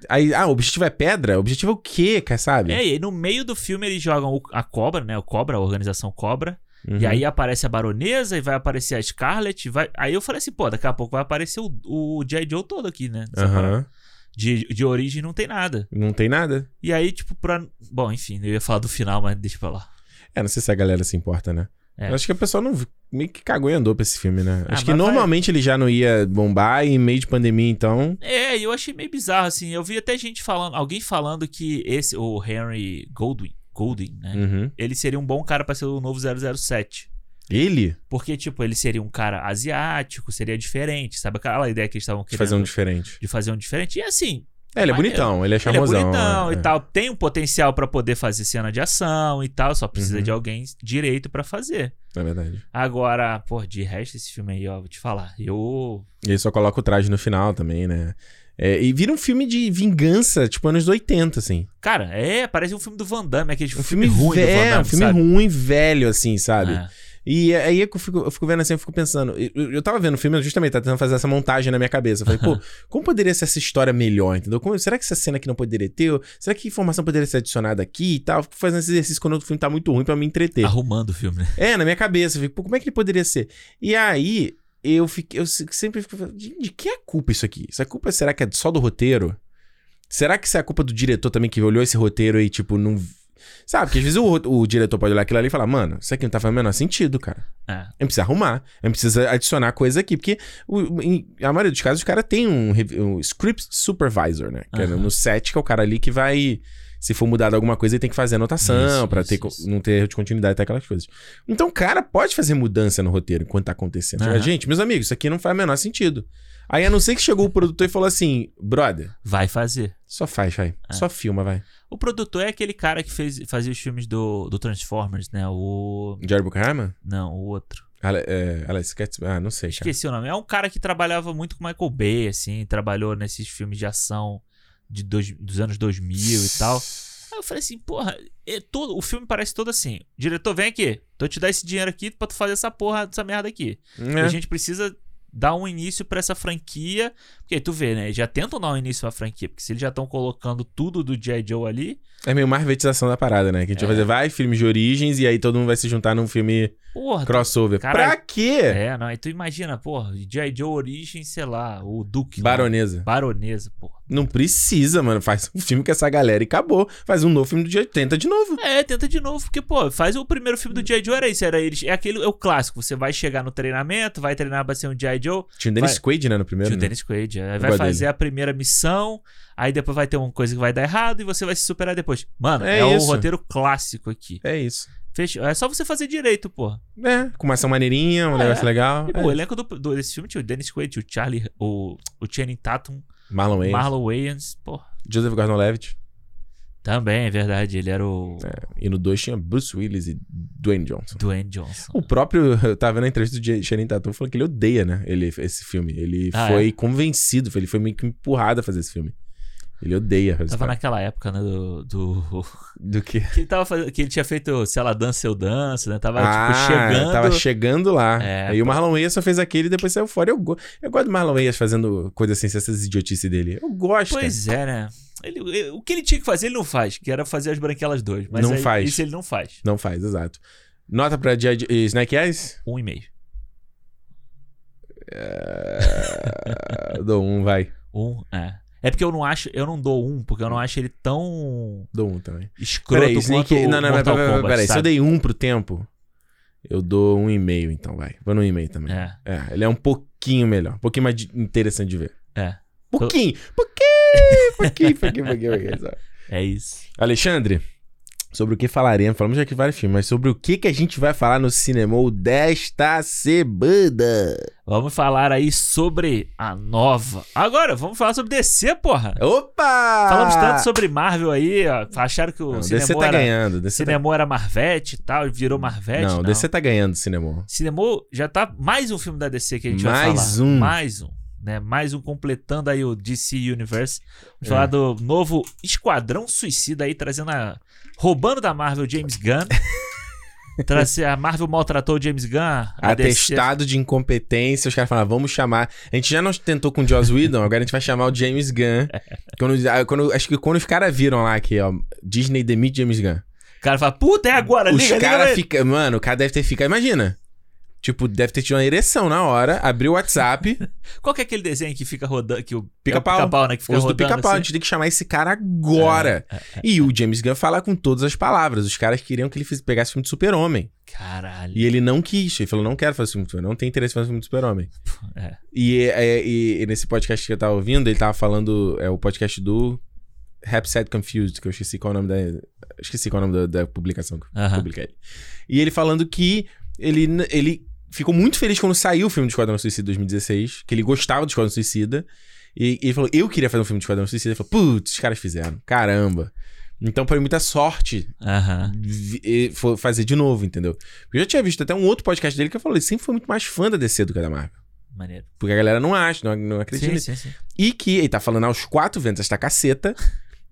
[SPEAKER 1] Aí, ah, o objetivo é pedra? O objetivo é o quê, cara, sabe?
[SPEAKER 2] É, e aí no meio do filme eles jogam o- a cobra, né? O cobra, a organização cobra.
[SPEAKER 1] Uhum.
[SPEAKER 2] E aí aparece a baronesa e vai aparecer a Scarlet. e Vai... Aí eu falei assim, pô, daqui a pouco vai aparecer o, o G.I. Joe todo aqui, né? Essa parada.
[SPEAKER 1] Aham.
[SPEAKER 2] De, de origem não tem nada.
[SPEAKER 1] Não tem nada.
[SPEAKER 2] E aí, tipo, pra. Bom, enfim, eu ia falar do final, mas deixa pra lá.
[SPEAKER 1] É, não sei se a galera se importa, né?
[SPEAKER 2] É.
[SPEAKER 1] Eu acho que a pessoa não meio que cagou e andou pra esse filme, né?
[SPEAKER 2] Ah,
[SPEAKER 1] acho que
[SPEAKER 2] mas vai-
[SPEAKER 1] normalmente ele já não ia bombar e em meio de pandemia, então.
[SPEAKER 2] É, eu achei meio bizarro, assim. Eu vi até gente falando, alguém falando que esse, o Henry Goldwyn, Goldwyn, né?
[SPEAKER 1] Uhum.
[SPEAKER 2] Ele seria um bom cara pra ser o novo 007.
[SPEAKER 1] Ele
[SPEAKER 2] Porque, tipo, ele seria um cara asiático, seria diferente, sabe? Aquela ideia que eles estavam
[SPEAKER 1] de
[SPEAKER 2] querendo
[SPEAKER 1] fazer um diferente.
[SPEAKER 2] de fazer um diferente. E assim,
[SPEAKER 1] É, ele é
[SPEAKER 2] Maneiro.
[SPEAKER 1] bonitão, ele é charmosão.
[SPEAKER 2] ele é bonitão
[SPEAKER 1] é.
[SPEAKER 2] e tal. Tem um potencial pra poder fazer cena de ação e tal. Só precisa
[SPEAKER 1] Uhum.
[SPEAKER 2] de alguém direito pra fazer.
[SPEAKER 1] Na É verdade.
[SPEAKER 2] Agora, pô, de resto, esse filme aí, ó, vou te falar. Eu.
[SPEAKER 1] E ele só coloca o traje no final também, né? É, e vira um filme de vingança, tipo anos 80, assim.
[SPEAKER 2] Cara, é, parece um filme do Van Damme, aquele
[SPEAKER 1] Um filme,
[SPEAKER 2] ruim
[SPEAKER 1] ve-
[SPEAKER 2] do Van
[SPEAKER 1] é,
[SPEAKER 2] Damme.
[SPEAKER 1] um filme
[SPEAKER 2] sabe?
[SPEAKER 1] ruim, velho, assim, sabe?
[SPEAKER 2] É.
[SPEAKER 1] E aí eu fico, eu fico vendo assim, eu fico pensando. Eu, eu tava vendo o filme, eu justamente tava tentando fazer essa montagem na minha cabeça. Eu falei, pô, como poderia ser essa história melhor, entendeu? Como- será que essa cena aqui não poderia ter? Ou Será que informação poderia ser adicionada aqui e tal? Eu fico fazendo esse exercício quando o filme tá muito ruim pra me entreter.
[SPEAKER 2] Arrumando o filme, né?
[SPEAKER 1] É, na minha cabeça. Eu fico, pô, como é que ele poderia ser? E aí, eu fiquei. Eu se- sempre fico. falando, De, de que é a culpa isso aqui? Essa culpa será que é só do roteiro? Será que isso é a culpa do diretor também que olhou esse roteiro e, tipo, não. Sabe, porque às vezes o, ro- o diretor pode olhar aquilo ali e falar, mano, isso aqui não tá fazendo o menor sentido, cara.
[SPEAKER 2] É.
[SPEAKER 1] A gente precisa arrumar, a gente precisa adicionar coisa aqui. Porque o- em- a maioria dos casos o cara tem um, rev- um script supervisor, né? Que é no-
[SPEAKER 2] Aham.
[SPEAKER 1] no set, que é o cara ali que vai. Se for mudado alguma coisa, ele tem que fazer anotação
[SPEAKER 2] Isso,
[SPEAKER 1] pra
[SPEAKER 2] isso,
[SPEAKER 1] ter, co-
[SPEAKER 2] isso.
[SPEAKER 1] não ter erro de continuidade, até aquelas coisas. Então, o cara pode fazer mudança no roteiro enquanto tá acontecendo. Fala,
[SPEAKER 2] Aham.
[SPEAKER 1] Gente, meus amigos, isso aqui não faz o menor sentido. Aí, a não ser que chegou o produtor e falou assim: brother,
[SPEAKER 2] Vai fazer.
[SPEAKER 1] só faz, vai.
[SPEAKER 2] É.
[SPEAKER 1] Só filma, vai.
[SPEAKER 2] O produtor é aquele cara que fez, fazia os filmes do, do Transformers, né? O.
[SPEAKER 1] Jerry Bruckheimer?
[SPEAKER 2] Não, o outro.
[SPEAKER 1] Ale, é, Alex Katz- Ah, não sei, cara.
[SPEAKER 2] Esqueci o nome. É um cara que trabalhava muito com Michael Bay, assim. Trabalhou nesses filmes de ação de dois, dos anos 2000 e tal. Aí eu falei assim, porra, é todo, o filme parece todo assim. Diretor, vem aqui. Tô te dar esse dinheiro aqui pra tu fazer essa porra, essa merda aqui. E a
[SPEAKER 1] É.
[SPEAKER 2] gente precisa dar um início pra essa franquia. Porque aí tu vê, né? Já tentam dar um início pra franquia. Porque se eles já estão colocando tudo do G.I. Joe ali,
[SPEAKER 1] É meio marvetização da parada, né? Que a
[SPEAKER 2] É.
[SPEAKER 1] gente vai fazer vários filmes de origens e aí todo mundo vai se juntar num filme
[SPEAKER 2] porra.
[SPEAKER 1] crossover.
[SPEAKER 2] Caralho.
[SPEAKER 1] Pra quê?
[SPEAKER 2] É, não. Aí tu imagina, porra, G.I. Joe Origem, sei lá, o Duke. lá.
[SPEAKER 1] Baronesa.
[SPEAKER 2] Baronesa, porra.
[SPEAKER 1] Não precisa, mano. Faz um filme com essa galera e acabou. Faz um novo filme do dia 80 de novo.
[SPEAKER 2] É, tenta de novo, porque, pô, faz o primeiro filme
[SPEAKER 1] Hum.
[SPEAKER 2] do G.I. Joe, era isso, era eles. É aquele, é o clássico. Você vai chegar no treinamento, vai treinar pra ser um G.I. Joe,
[SPEAKER 1] Tinha o Dennis
[SPEAKER 2] Vai.
[SPEAKER 1] Quaid, né, no primeiro?
[SPEAKER 2] Tio
[SPEAKER 1] né?
[SPEAKER 2] Dennis Quaid. Aí
[SPEAKER 1] Eu
[SPEAKER 2] vai
[SPEAKER 1] gosto
[SPEAKER 2] fazer a primeira missão, aí depois vai ter uma coisa que vai dar errado e você vai se superar depois. Mano,
[SPEAKER 1] É
[SPEAKER 2] é, o
[SPEAKER 1] isso.
[SPEAKER 2] roteiro clássico aqui.
[SPEAKER 1] É isso.
[SPEAKER 2] Fechou? É só você fazer direito, pô.
[SPEAKER 1] É, com uma ação maneirinha, um
[SPEAKER 2] É.
[SPEAKER 1] negócio legal.
[SPEAKER 2] E,
[SPEAKER 1] É.
[SPEAKER 2] pô, o elenco do, do- desse filme tinha o Dennis Quaid, tinha o Charlie, o, o Channing Tatum,
[SPEAKER 1] Marlon Wayans,
[SPEAKER 2] Marlon Wayans, pô.
[SPEAKER 1] Joseph Gordon-Levitt.
[SPEAKER 2] Também, é verdade, ele era o
[SPEAKER 1] E no 2 tinha Bruce Willis e Dwayne Johnson.
[SPEAKER 2] Dwayne Johnson.
[SPEAKER 1] O próprio, eu tava vendo a entrevista do Shannon Tatum falando que ele odeia, né, ele, esse filme. Ele
[SPEAKER 2] Ah,
[SPEAKER 1] foi convencido, ele foi meio que empurrado a fazer esse filme. Ele odeia. fazer
[SPEAKER 2] Tava
[SPEAKER 1] esse
[SPEAKER 2] naquela época, né, do... do-
[SPEAKER 1] filme. Do que?
[SPEAKER 2] que, ele tava fazendo, que ele tinha feito Se Ela Dança, Eu Danço, né? Tava,
[SPEAKER 1] ah,
[SPEAKER 2] tipo, chegando...
[SPEAKER 1] tava chegando lá.
[SPEAKER 2] É,
[SPEAKER 1] e o Marlon Wayans só fez aquele e depois saiu fora. Eu, go- eu gosto do Marlon Wayans fazendo coisa assim, essas idiotices dele. Eu gosto. cara.
[SPEAKER 2] Pois é, né? Ele, ele- o que ele tinha que fazer, ele não faz, que era fazer as branquelas 2. Mas
[SPEAKER 1] Não
[SPEAKER 2] aí-
[SPEAKER 1] faz.
[SPEAKER 2] isso ele não faz.
[SPEAKER 1] Não faz, exato. Nota pra G.I. Joe- eh, Snake Eyes?
[SPEAKER 2] Um e meio.
[SPEAKER 1] Eu dou um, vai.
[SPEAKER 2] Um, é. É porque eu não acho, eu não dou um, porque eu não acho ele tão
[SPEAKER 1] Dou um também.
[SPEAKER 2] escroto
[SPEAKER 1] Peraí,
[SPEAKER 2] quanto
[SPEAKER 1] Snake... Não, não, não,
[SPEAKER 2] Mortal
[SPEAKER 1] peraí, peraí,
[SPEAKER 2] Kombat,
[SPEAKER 1] peraí. Se eu
[SPEAKER 2] sabe?
[SPEAKER 1] dei um pro tempo, eu dou um e meio, então, vai. Vou no e meio também. É.
[SPEAKER 2] É.
[SPEAKER 1] ele é um pouquinho melhor. Um pouquinho mais de- interessante de ver.
[SPEAKER 2] É.
[SPEAKER 1] Pouquinho, pouquinho, pouquinho, pouquinho, pouquinho. pouquinho sabe?
[SPEAKER 2] É isso.
[SPEAKER 1] Alexandre, sobre o que falaremos? Falamos já que vários filmes, mas sobre o que, que a gente vai falar no cinema desta semana?
[SPEAKER 2] Vamos falar aí sobre a nova. Agora, vamos falar sobre DC, porra.
[SPEAKER 1] Opa!
[SPEAKER 2] Falamos tanto sobre Marvel aí, ó. Acharam que o
[SPEAKER 1] Ah. Não,
[SPEAKER 2] cinema,
[SPEAKER 1] DC tá
[SPEAKER 2] era,
[SPEAKER 1] ganhando. DC tá...
[SPEAKER 2] cinema era Marvete e tal, e virou Marvete.
[SPEAKER 1] Não,
[SPEAKER 2] Não,
[SPEAKER 1] DC tá ganhando cinema.
[SPEAKER 2] Cinema já tá mais um filme da DC que a gente vai falar.
[SPEAKER 1] Mais um.
[SPEAKER 2] Mais um. né? Mais um completando aí o DC Universe. Vamos
[SPEAKER 1] É.
[SPEAKER 2] falar do novo Esquadrão Suicida aí, trazendo a. roubando da Marvel James Gunn. Trazer, a Marvel maltratou o James Gunn. a DC
[SPEAKER 1] Atestado de incompetência, os caras falaram, vhamos chamar. A gente já não tentou com o Joss Whedon, agora a gente vai chamar o James Gunn. Quando, ah, quando- acho que quando os caras viram lá que, ó, Disney demite James Gunn.
[SPEAKER 2] O cara fala, puta, é agora,
[SPEAKER 1] os
[SPEAKER 2] liga, liga,
[SPEAKER 1] caras
[SPEAKER 2] liga.
[SPEAKER 1] ficam. Mano, o cara deve ter ficado. Imagina. Tipo, deve ter tido uma ereção na hora, abriu o WhatsApp,
[SPEAKER 2] Qual que é aquele desenho que fica rodando, que o
[SPEAKER 1] Pica-pau.
[SPEAKER 2] é o pica-pau, né? Que fica
[SPEAKER 1] uso do
[SPEAKER 2] rodando
[SPEAKER 1] pica-pau. A
[SPEAKER 2] assim? É,
[SPEAKER 1] gente tem que chamar esse cara agora. E o James Gunn fala com todas as palavras. Os caras queriam que ele fiz- pegasse filme de super-homem.
[SPEAKER 2] Caralho.
[SPEAKER 1] E ele não quis. Ele falou: não quero fazer filme de super-homem, não tem interesse em fazer filme de super-homem.
[SPEAKER 2] É.
[SPEAKER 1] E, é, e- e nesse podcast que eu tava ouvindo, ele tava falando. É o podcast do Hapside Confused, que eu esqueci qual é o nome da. Esqueci qual é o nome da, da publicação que eu
[SPEAKER 2] Aham.
[SPEAKER 1] publiquei. E ele falando que ele, n- ele ficou muito feliz quando saiu o filme de Esquadrão Suicida 2016, que ele gostava do Esquadrão Suicida. E e ele falou, eu queria fazer um filme de Esquadrão Suicida. Ele falou, putz, os caras fizeram. Caramba. Então, foi muita sorte
[SPEAKER 2] Aham.
[SPEAKER 1] vi- e fo- fazer de novo, entendeu? Eu já tinha visto até um outro podcast dele que eu falei, ele sempre foi muito mais fã da DC do que da Marvel.
[SPEAKER 2] Maneiro.
[SPEAKER 1] Porque a galera não acha, não, não acredita.
[SPEAKER 2] Sim, sim, sim.
[SPEAKER 1] E que ele tá falando aos quatro ventos esta caceta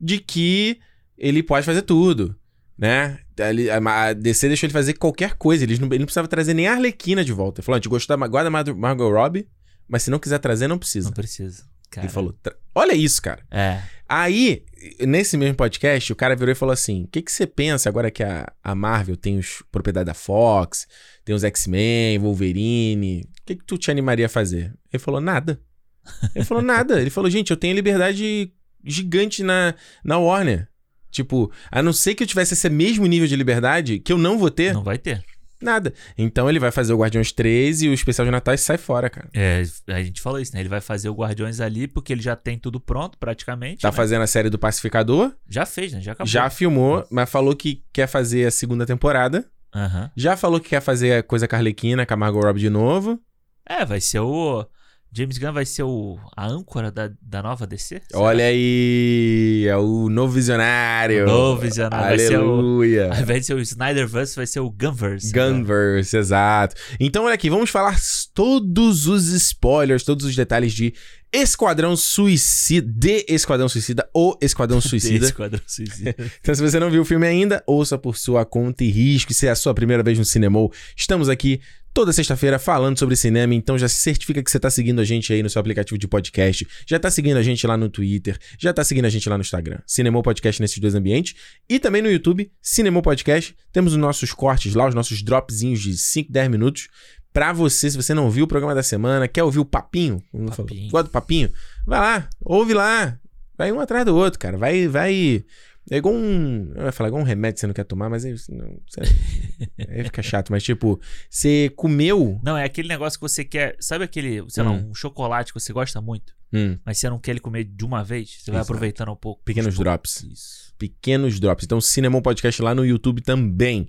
[SPEAKER 1] de que ele pode fazer tudo, né? Ele- a Ma- a DC deixou ele fazer qualquer coisa. Eles não, ele não precisava trazer nem a Arlequina de volta. Ele falou, a gente gostou da Ma- guarda Mar Margot Robbie, mas se não quiser trazer, não precisa.
[SPEAKER 2] Não precisa. Cara.
[SPEAKER 1] ele falou, "Tra- olha isso, cara.
[SPEAKER 2] É.
[SPEAKER 1] Aí, nesse mesmo podcast, o cara virou e falou assim: o que, que você pensa agora que a, a Marvel tem os propriedade da Fox, tem os X-Men, Wolverine? O que, que tu te animaria a fazer? Ele falou, nada. Ele falou, nada. Ele falou, gente, eu tenho liberdade gigante na, na Warner. Tipo, a não ser que eu tivesse esse mesmo nível de liberdade, que eu não vou ter,
[SPEAKER 2] Não vai ter.
[SPEAKER 1] nada. Então ele vai fazer o Guardiões 3 e o especial de Natal e sai fora, cara.
[SPEAKER 2] É, a gente falou isso, né? Ele vai fazer o Guardiões ali porque ele já tem tudo pronto, praticamente.
[SPEAKER 1] Tá
[SPEAKER 2] né?
[SPEAKER 1] fazendo a série do Pacificador,
[SPEAKER 2] Já fez, né? Já acabou.
[SPEAKER 1] já filmou, mas falou que quer fazer a segunda temporada.
[SPEAKER 2] Aham.
[SPEAKER 1] Já falou que quer fazer a coisa carlequina com a Margot Robbie de novo.
[SPEAKER 2] É, vai ser o. James Gunn vai ser o... a âncora da, da nova DC? será?
[SPEAKER 1] Olha aí, é o novo visionário.
[SPEAKER 2] Novo visionário. Vai ser o.
[SPEAKER 1] Aleluia.
[SPEAKER 2] Ao invés de ser o Snyderverse, vai ser o Gunverse. né?
[SPEAKER 1] Gunverse, exato. Então, olha aqui, vamos falar s- todos os spoilers, todos os detalhes de Esquadrão Suicida, de Esquadrão Suicida ou Esquadrão Suicida.
[SPEAKER 2] Esquadrão Suicida.
[SPEAKER 1] Então, se você não viu o filme ainda, ouça por sua conta e risco. E se é a sua primeira vez no Cinemol, estamos aqui toda sexta-feira falando sobre cinema. Então, já se certifica que você está seguindo a gente aí no seu aplicativo de podcast. Já está seguindo a gente lá no Twitter. Já está seguindo a gente lá no Instagram. Cinemol Podcast nesses dois ambientes. E também no YouTube, Cinemol Podcast. Temos os nossos cortes lá, os nossos dropzinhos de 5, 10 minutos. Pra você, se você não viu o programa da semana, quer ouvir o papinho, como eu falo,
[SPEAKER 2] Papinho.
[SPEAKER 1] gosta do papinho, vai lá, ouve lá. Vai um atrás do outro, cara. Vai, vai... É igual um. Eu ia falar, igual um remédio que você não quer tomar, mas aí. Não, sei lá. aí fica chato. Mas, tipo, você comeu.
[SPEAKER 2] Não, é aquele negócio que você quer. Sabe aquele, sei lá,
[SPEAKER 1] Hum.
[SPEAKER 2] um chocolate que você gosta muito,
[SPEAKER 1] Hum,
[SPEAKER 2] mas você não quer ele comer de uma vez? Você vai
[SPEAKER 1] Exato.
[SPEAKER 2] aproveitando um pouco.
[SPEAKER 1] pequenos
[SPEAKER 2] Tipo,
[SPEAKER 1] drops.
[SPEAKER 2] Isso.
[SPEAKER 1] Pequenos drops. Então, Cinemon Podcast lá no YouTube também.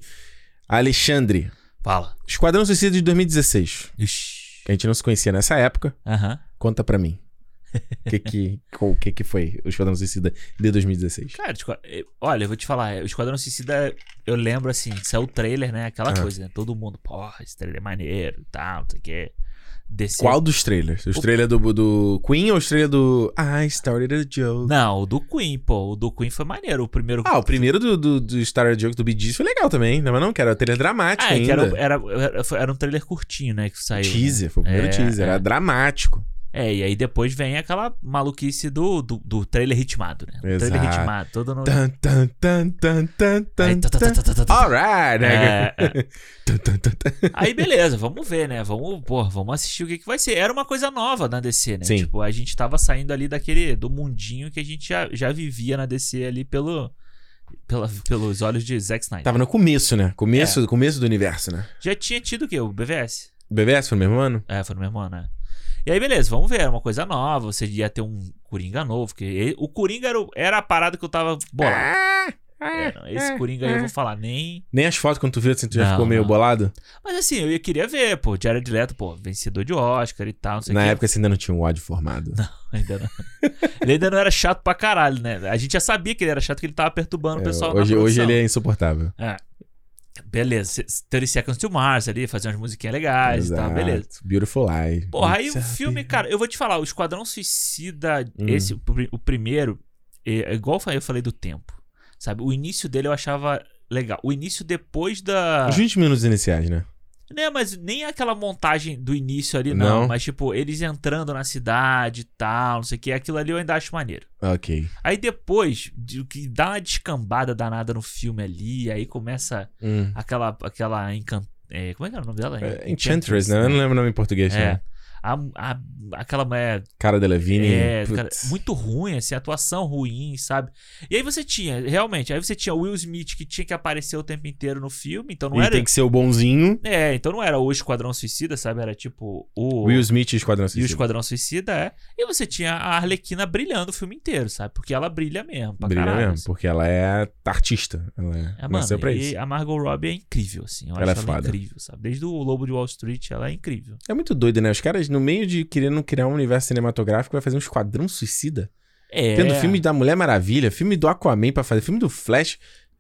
[SPEAKER 1] Alexandre.
[SPEAKER 2] Fala.
[SPEAKER 1] Esquadrão Suicida de 2016.
[SPEAKER 2] Ixi.
[SPEAKER 1] A gente não se conhecia nessa época.
[SPEAKER 2] Aham.
[SPEAKER 1] Conta pra mim. O que que, qual- que que foi o Esquadrão Suicida de 2016?
[SPEAKER 2] Cara, Esqua- eh, olha, eu vou te falar, eh, o Esquadrão Suicida, eu lembro assim, saiu o trailer, né? Aquela
[SPEAKER 1] Ah.
[SPEAKER 2] coisa, né? Todo mundo, porra, esse trailer é maneiro e tal, não sei o quê. Desceu.
[SPEAKER 1] Qual dos trailers? Os
[SPEAKER 2] O-
[SPEAKER 1] trailers do, do Queen ou os trailers do. I started a joke.
[SPEAKER 2] Não, o do Queen, pô. O do Queen foi maneiro. O primeiro.
[SPEAKER 1] Ah, o primeiro do, do, do Star Joke do Bee Gees foi legal também, né? Mas não, que era trailer dramático
[SPEAKER 2] Ah, é que
[SPEAKER 1] ainda.
[SPEAKER 2] era, era, era, foi- era um trailer curtinho, né? Que saiu. né?
[SPEAKER 1] Teaser, foi o primeiro
[SPEAKER 2] É,
[SPEAKER 1] teaser,
[SPEAKER 2] é.
[SPEAKER 1] era dramático.
[SPEAKER 2] É, e aí depois vem aquela maluquice do, do, do trailer ritmado, né? O Trailer
[SPEAKER 1] Exato.
[SPEAKER 2] ritmado, todo no.
[SPEAKER 1] Tan, tan, tan, tan, tan,
[SPEAKER 2] Aí,
[SPEAKER 1] tan,
[SPEAKER 2] tá, tá,
[SPEAKER 1] tan.
[SPEAKER 2] tá, tá, tá, tá.
[SPEAKER 1] Alright, né?
[SPEAKER 2] É, é.
[SPEAKER 1] Tan, tan, tan, tan.
[SPEAKER 2] Aí beleza, vamos ver, né? Vamos, porra, vamos assistir o que, que vai ser. Era uma coisa nova na DC, né?
[SPEAKER 1] Sim.
[SPEAKER 2] Tipo, a gente tava saindo ali daquele do mundinho que a gente já, já vivia na DC ali pelo pela- pelos olhos de Zack Snyder.
[SPEAKER 1] Tava no começo, né? Começo,
[SPEAKER 2] É.
[SPEAKER 1] começo do universo, né?
[SPEAKER 2] Já tinha tido o quê? O BVS?
[SPEAKER 1] O BBS foi no mesmo ano?
[SPEAKER 2] É, foi no mesmo ano, né? E aí, beleza, vamos ver, era uma coisa nova, você ia ter um Coringa novo, que ele- o Coringa era, o- era a parada que eu tava bolado.
[SPEAKER 1] Ah, ah,
[SPEAKER 2] Era, esse
[SPEAKER 1] ah.
[SPEAKER 2] Coringa aí eu vou falar nem...
[SPEAKER 1] Nem as fotos quando tu viu, assim, tu já
[SPEAKER 2] Não,
[SPEAKER 1] ficou meio
[SPEAKER 2] não.
[SPEAKER 1] bolado?
[SPEAKER 2] Mas assim, eu queria ver, pô, Jared Leto, pô, vencedor de Oscar e tal, não sei o
[SPEAKER 1] Na
[SPEAKER 2] quê.
[SPEAKER 1] época você ainda não tinha um ódio formado.
[SPEAKER 2] Ainda é não. ele ainda não era chato pra caralho, né? A gente já sabia que ele era chato, que ele tava perturbando o
[SPEAKER 1] É,
[SPEAKER 2] pessoal na
[SPEAKER 1] hoje, hoje
[SPEAKER 2] produção.
[SPEAKER 1] ele é insuportável.
[SPEAKER 2] Beleza, se- se- 30 Seconds to Mars ali, fazer umas musiquinhas legais e tal, Ah, tá, beleza.
[SPEAKER 1] Beautiful Lie.
[SPEAKER 2] Porra, aí o
[SPEAKER 1] It's a
[SPEAKER 2] filme,
[SPEAKER 1] big-
[SPEAKER 2] cara, eu vou te falar, o Esquadrão Suicida,
[SPEAKER 1] Hum.
[SPEAKER 2] esse, o, pri- o primeiro, é, é igual eu falei- eu falei do tempo, sabe? O início dele eu achava legal. O início depois da...
[SPEAKER 1] Os 20 minutos iniciais, né?
[SPEAKER 2] Né, mas nem aquela montagem do início ali, não.
[SPEAKER 1] Não.
[SPEAKER 2] Mas, tipo, eles entrando na cidade e tal, não sei o que. Aquilo ali eu ainda acho maneiro.
[SPEAKER 1] Ok.
[SPEAKER 2] Aí depois, de- o que dá uma descambada danada no filme ali, aí começa
[SPEAKER 1] Hum.
[SPEAKER 2] aquela. aquela encan... é, como é que era o nome dela?
[SPEAKER 1] É, Enchantress, né? Eu não lembro o nome em português,
[SPEAKER 2] É.
[SPEAKER 1] né?
[SPEAKER 2] A, a- aquela mulher.
[SPEAKER 1] Cara Delevingne.
[SPEAKER 2] É,
[SPEAKER 1] putz.
[SPEAKER 2] cara, muito ruim, assim, atuação ruim, sabe? E aí você tinha, realmente, aí você tinha o Will Smith que tinha que aparecer o tempo inteiro no filme, então não
[SPEAKER 1] e
[SPEAKER 2] era.
[SPEAKER 1] tem que ser o bonzinho.
[SPEAKER 2] É, então não era o Esquadrão Suicida, sabe? Era tipo o.
[SPEAKER 1] Will Smith e o Esquadrão
[SPEAKER 2] E o
[SPEAKER 1] Suicida.
[SPEAKER 2] Esquadrão Suicida é. E você tinha a Arlequina brilhando o filme inteiro, sabe? Porque ela brilha mesmo. Pra
[SPEAKER 1] Brilha
[SPEAKER 2] caralho,
[SPEAKER 1] mesmo,
[SPEAKER 2] assim.
[SPEAKER 1] porque ela é artista. Ela é-
[SPEAKER 2] É,
[SPEAKER 1] nasceu
[SPEAKER 2] mano,
[SPEAKER 1] pra
[SPEAKER 2] e
[SPEAKER 1] isso.
[SPEAKER 2] a Margot Robbie é incrível, assim. Eu
[SPEAKER 1] Ela é
[SPEAKER 2] acho ela
[SPEAKER 1] foda.
[SPEAKER 2] incrível, sabe? Desde o Lobo de Wall Street, ela é incrível.
[SPEAKER 1] É muito doido, né? Os caras, no meio de querendo criar um universo cinematográfico, vai fazer um Esquadrão Suicida.
[SPEAKER 2] É.
[SPEAKER 1] Tendo filme da Mulher Maravilha, filme do Aquaman pra fazer, filme do Flash.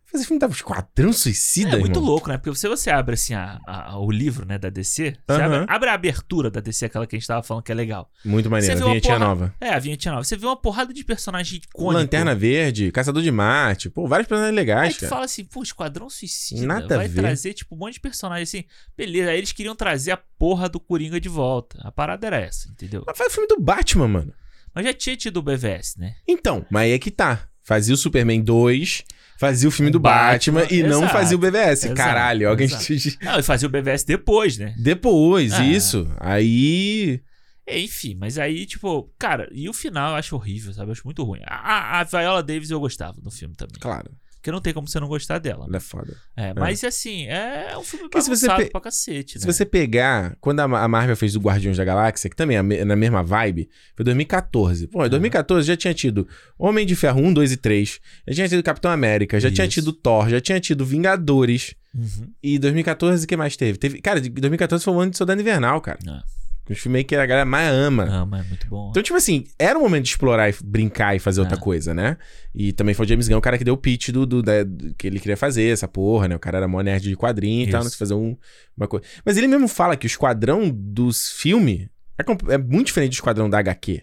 [SPEAKER 1] Fazer filme da Esquadrão Suicida,
[SPEAKER 2] É muito
[SPEAKER 1] irmão.
[SPEAKER 2] louco, né? Porque se você abre, assim, a- a- o livro, né, da DC, você
[SPEAKER 1] Aham.
[SPEAKER 2] abre, abre a abertura da DC, aquela que a gente tava falando que é legal.
[SPEAKER 1] Muito maneiro.
[SPEAKER 2] Você
[SPEAKER 1] A
[SPEAKER 2] viu a
[SPEAKER 1] vinhetinha
[SPEAKER 2] porra-
[SPEAKER 1] nova.
[SPEAKER 2] É, a vinheta nova. Você vê uma porrada de personagem icônico.
[SPEAKER 1] Lanterna Verde, Caçador de Marte. Pô, vários personagens
[SPEAKER 2] Aí
[SPEAKER 1] legais,
[SPEAKER 2] tu
[SPEAKER 1] cara.
[SPEAKER 2] fala assim, pô, Esquadrão Suicida
[SPEAKER 1] Nada a
[SPEAKER 2] vai
[SPEAKER 1] ver.
[SPEAKER 2] trazer, tipo, um monte de personagem assim. Beleza, aí eles queriam trazer a porra do Coringa de volta. A parada era essa, entendeu?
[SPEAKER 1] Mas faz o filme do Batman, mano.
[SPEAKER 2] Mas já tinha tido o BVS, né?
[SPEAKER 1] Então, mas é que tá. Fazia o Superman 2, fazia o filme do
[SPEAKER 2] Batman,
[SPEAKER 1] Batman, e não
[SPEAKER 2] exato,
[SPEAKER 1] fazia o BVS.
[SPEAKER 2] exato,
[SPEAKER 1] Caralho, alguém.
[SPEAKER 2] exato. Não, e fazia o BVS depois, né?
[SPEAKER 1] Depois,
[SPEAKER 2] É.
[SPEAKER 1] isso. Aí.
[SPEAKER 2] É, Enfim, mas aí, tipo, cara, e o final eu acho horrível, sabe? Eu acho muito ruim. A, a- a Viola Davis eu gostava no filme também.
[SPEAKER 1] Claro,
[SPEAKER 2] Porque não tem como você não gostar dela. né?
[SPEAKER 1] ela é foda.
[SPEAKER 2] É, mas assim, é um filme
[SPEAKER 1] Porque se você
[SPEAKER 2] bagunçado
[SPEAKER 1] pe-
[SPEAKER 2] pra cacete, né?
[SPEAKER 1] Se você pegar, quando a Ma- a Marvel fez o Guardiões da Galáxia, que também é a me- na mesma vibe, foi 2014. Pô,
[SPEAKER 2] É.
[SPEAKER 1] em 2014 já tinha tido Homem de Ferro 1, 2 e 3, já tinha tido Capitão América, já tinha
[SPEAKER 2] Isso.
[SPEAKER 1] tido Thor, já tinha tido Vingadores.
[SPEAKER 2] Uhum.
[SPEAKER 1] E 2014, o que mais teve? teve cara, de- 2014 foi o ano de Soldado Invernal, cara.
[SPEAKER 2] É.
[SPEAKER 1] Um filme aí que a galera mais ama.
[SPEAKER 2] Ah, mas é muito bom.
[SPEAKER 1] Então, tipo assim, era o momento de explorar e brincar e fazer outra
[SPEAKER 2] É.
[SPEAKER 1] coisa, né? E também foi o James Gunn o cara que deu o pitch do, do- da- do- que ele queria fazer, essa porra, né? O cara era mó nerd de quadrinho e tal,
[SPEAKER 2] Isso.
[SPEAKER 1] não sei fazer um- uma coisa. Mas ele mesmo fala que o esquadrão dos filme é, comp- é muito diferente do esquadrão da HQ.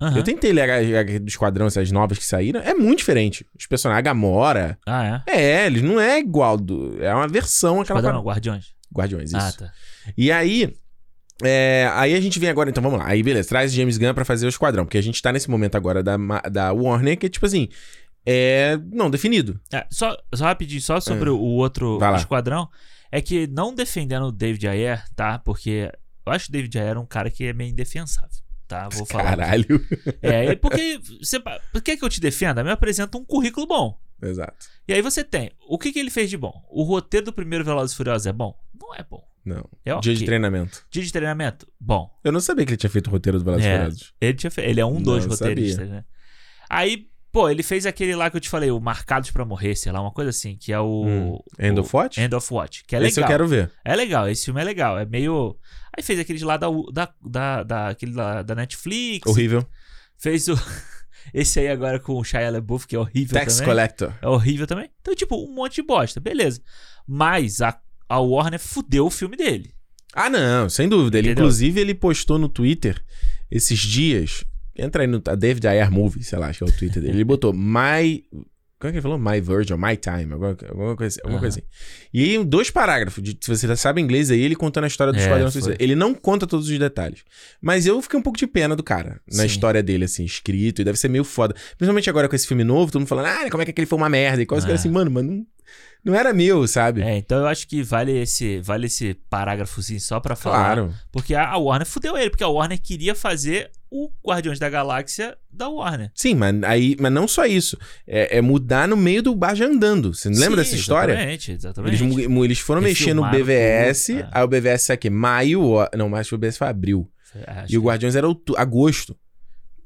[SPEAKER 2] né? Aham.
[SPEAKER 1] Eu tentei ler a HQ do esquadrão, essas novas que saíram, é muito diferente. Os personagens, a Gamora,
[SPEAKER 2] Ah, é?
[SPEAKER 1] é, eles não é igual, do, é uma versão aquela...
[SPEAKER 2] Esquadrão,
[SPEAKER 1] parada-
[SPEAKER 2] Guardiões.
[SPEAKER 1] Guardiões, isso.
[SPEAKER 2] Ah, tá.
[SPEAKER 1] E aí. é, aí a gente vem agora, então vamos lá. Aí beleza, traz James Gunn pra fazer o esquadrão, porque a gente tá nesse momento agora da, Ma- da Warner, que é tipo assim. É. Não, definido.
[SPEAKER 2] É, só, só rapidinho, só sobre o outro
[SPEAKER 1] É. Vai lá.
[SPEAKER 2] esquadrão. É que não defendendo o David Ayer, tá? Porque eu acho o David Ayer um cara que é meio indefensável, tá? Vou falar.
[SPEAKER 1] Caralho.
[SPEAKER 2] É, e porque. Você, por que, que eu te defenda? Me apresenta um currículo bom.
[SPEAKER 1] Exato.
[SPEAKER 2] E aí você tem. O que, que ele fez de bom? O roteiro do primeiro Velozes e Furiosos é bom? Não é bom.
[SPEAKER 1] Não.
[SPEAKER 2] É ok.
[SPEAKER 1] Dia de treinamento.
[SPEAKER 2] Dia de treinamento? Bom.
[SPEAKER 1] Eu não sabia que ele tinha feito o roteiro do Velozes e
[SPEAKER 2] É.
[SPEAKER 1] Furiosos.
[SPEAKER 2] Ele, tinha fe- ele é um
[SPEAKER 1] Não,
[SPEAKER 2] dos
[SPEAKER 1] eu
[SPEAKER 2] roteiristas, né? Aí, pô, ele fez aquele lá que eu te falei, o Marcados pra Morrer, sei lá, uma coisa assim, que é o.
[SPEAKER 1] Hum. End
[SPEAKER 2] o
[SPEAKER 1] of Watch?
[SPEAKER 2] End of Watch, que é
[SPEAKER 1] Esse eu
[SPEAKER 2] legal.
[SPEAKER 1] quero ver.
[SPEAKER 2] É legal, esse filme é legal. É meio. Aí fez aqueles lá da, da, da, da- aquele lá da Netflix.
[SPEAKER 1] Horrível.
[SPEAKER 2] Fez o. Esse aí agora com o Shia LaBeouf, que é horrível
[SPEAKER 1] Tax
[SPEAKER 2] também.
[SPEAKER 1] Collector.
[SPEAKER 2] É horrível também. Então, tipo, um monte de bosta. Beleza. Mas a, a Warner fudeu o filme dele.
[SPEAKER 1] Ah, não, sem dúvida. Ele,
[SPEAKER 2] Entendeu?
[SPEAKER 1] inclusive, ele postou no Twitter esses dias. Entra aí no a David Ayer Movie, sei lá, acho que é o Twitter dele. Ele botou My. Como é que ele falou? My Virgin, My Time, alguma, alguma coisa, alguma
[SPEAKER 2] Aham.
[SPEAKER 1] coisa assim. E aí, dois parágrafos, de- se você já sabe inglês, aí ele contando a história do
[SPEAKER 2] É,
[SPEAKER 1] Esquadrão
[SPEAKER 2] foi.
[SPEAKER 1] Suicida. Ele não conta todos os detalhes. Mas eu fiquei um pouco de pena do cara, na
[SPEAKER 2] Sim.
[SPEAKER 1] história dele, assim, escrito, e deve ser meio foda. Principalmente agora com esse filme novo, todo mundo falando, ah, como é que aquele foi uma merda, e quase
[SPEAKER 2] É.
[SPEAKER 1] que assim, mano, mas não, não era meu, sabe?
[SPEAKER 2] É, então eu acho que vale esse, vale esse parágrafozinho só pra falar.
[SPEAKER 1] claro.
[SPEAKER 2] Porque a, a Warner fudeu ele, porque a Warner queria fazer o Guardiões da Galáxia da Warner.
[SPEAKER 1] Sim, mas, aí, mas não só isso. É, é mudar no meio do bar já andando. Você não lembra
[SPEAKER 2] Sim,
[SPEAKER 1] dessa história?
[SPEAKER 2] Exatamente, exatamente.
[SPEAKER 1] Eles, mu- eles foram
[SPEAKER 2] Eles
[SPEAKER 1] mexer no
[SPEAKER 2] filmaram
[SPEAKER 1] BVS,
[SPEAKER 2] tudo, é.
[SPEAKER 1] aí o BVS saiu aqui, maio, ó, não, mas o BVS foi abril.
[SPEAKER 2] Acho
[SPEAKER 1] e o
[SPEAKER 2] que- é.
[SPEAKER 1] Guardiões era outu- agosto.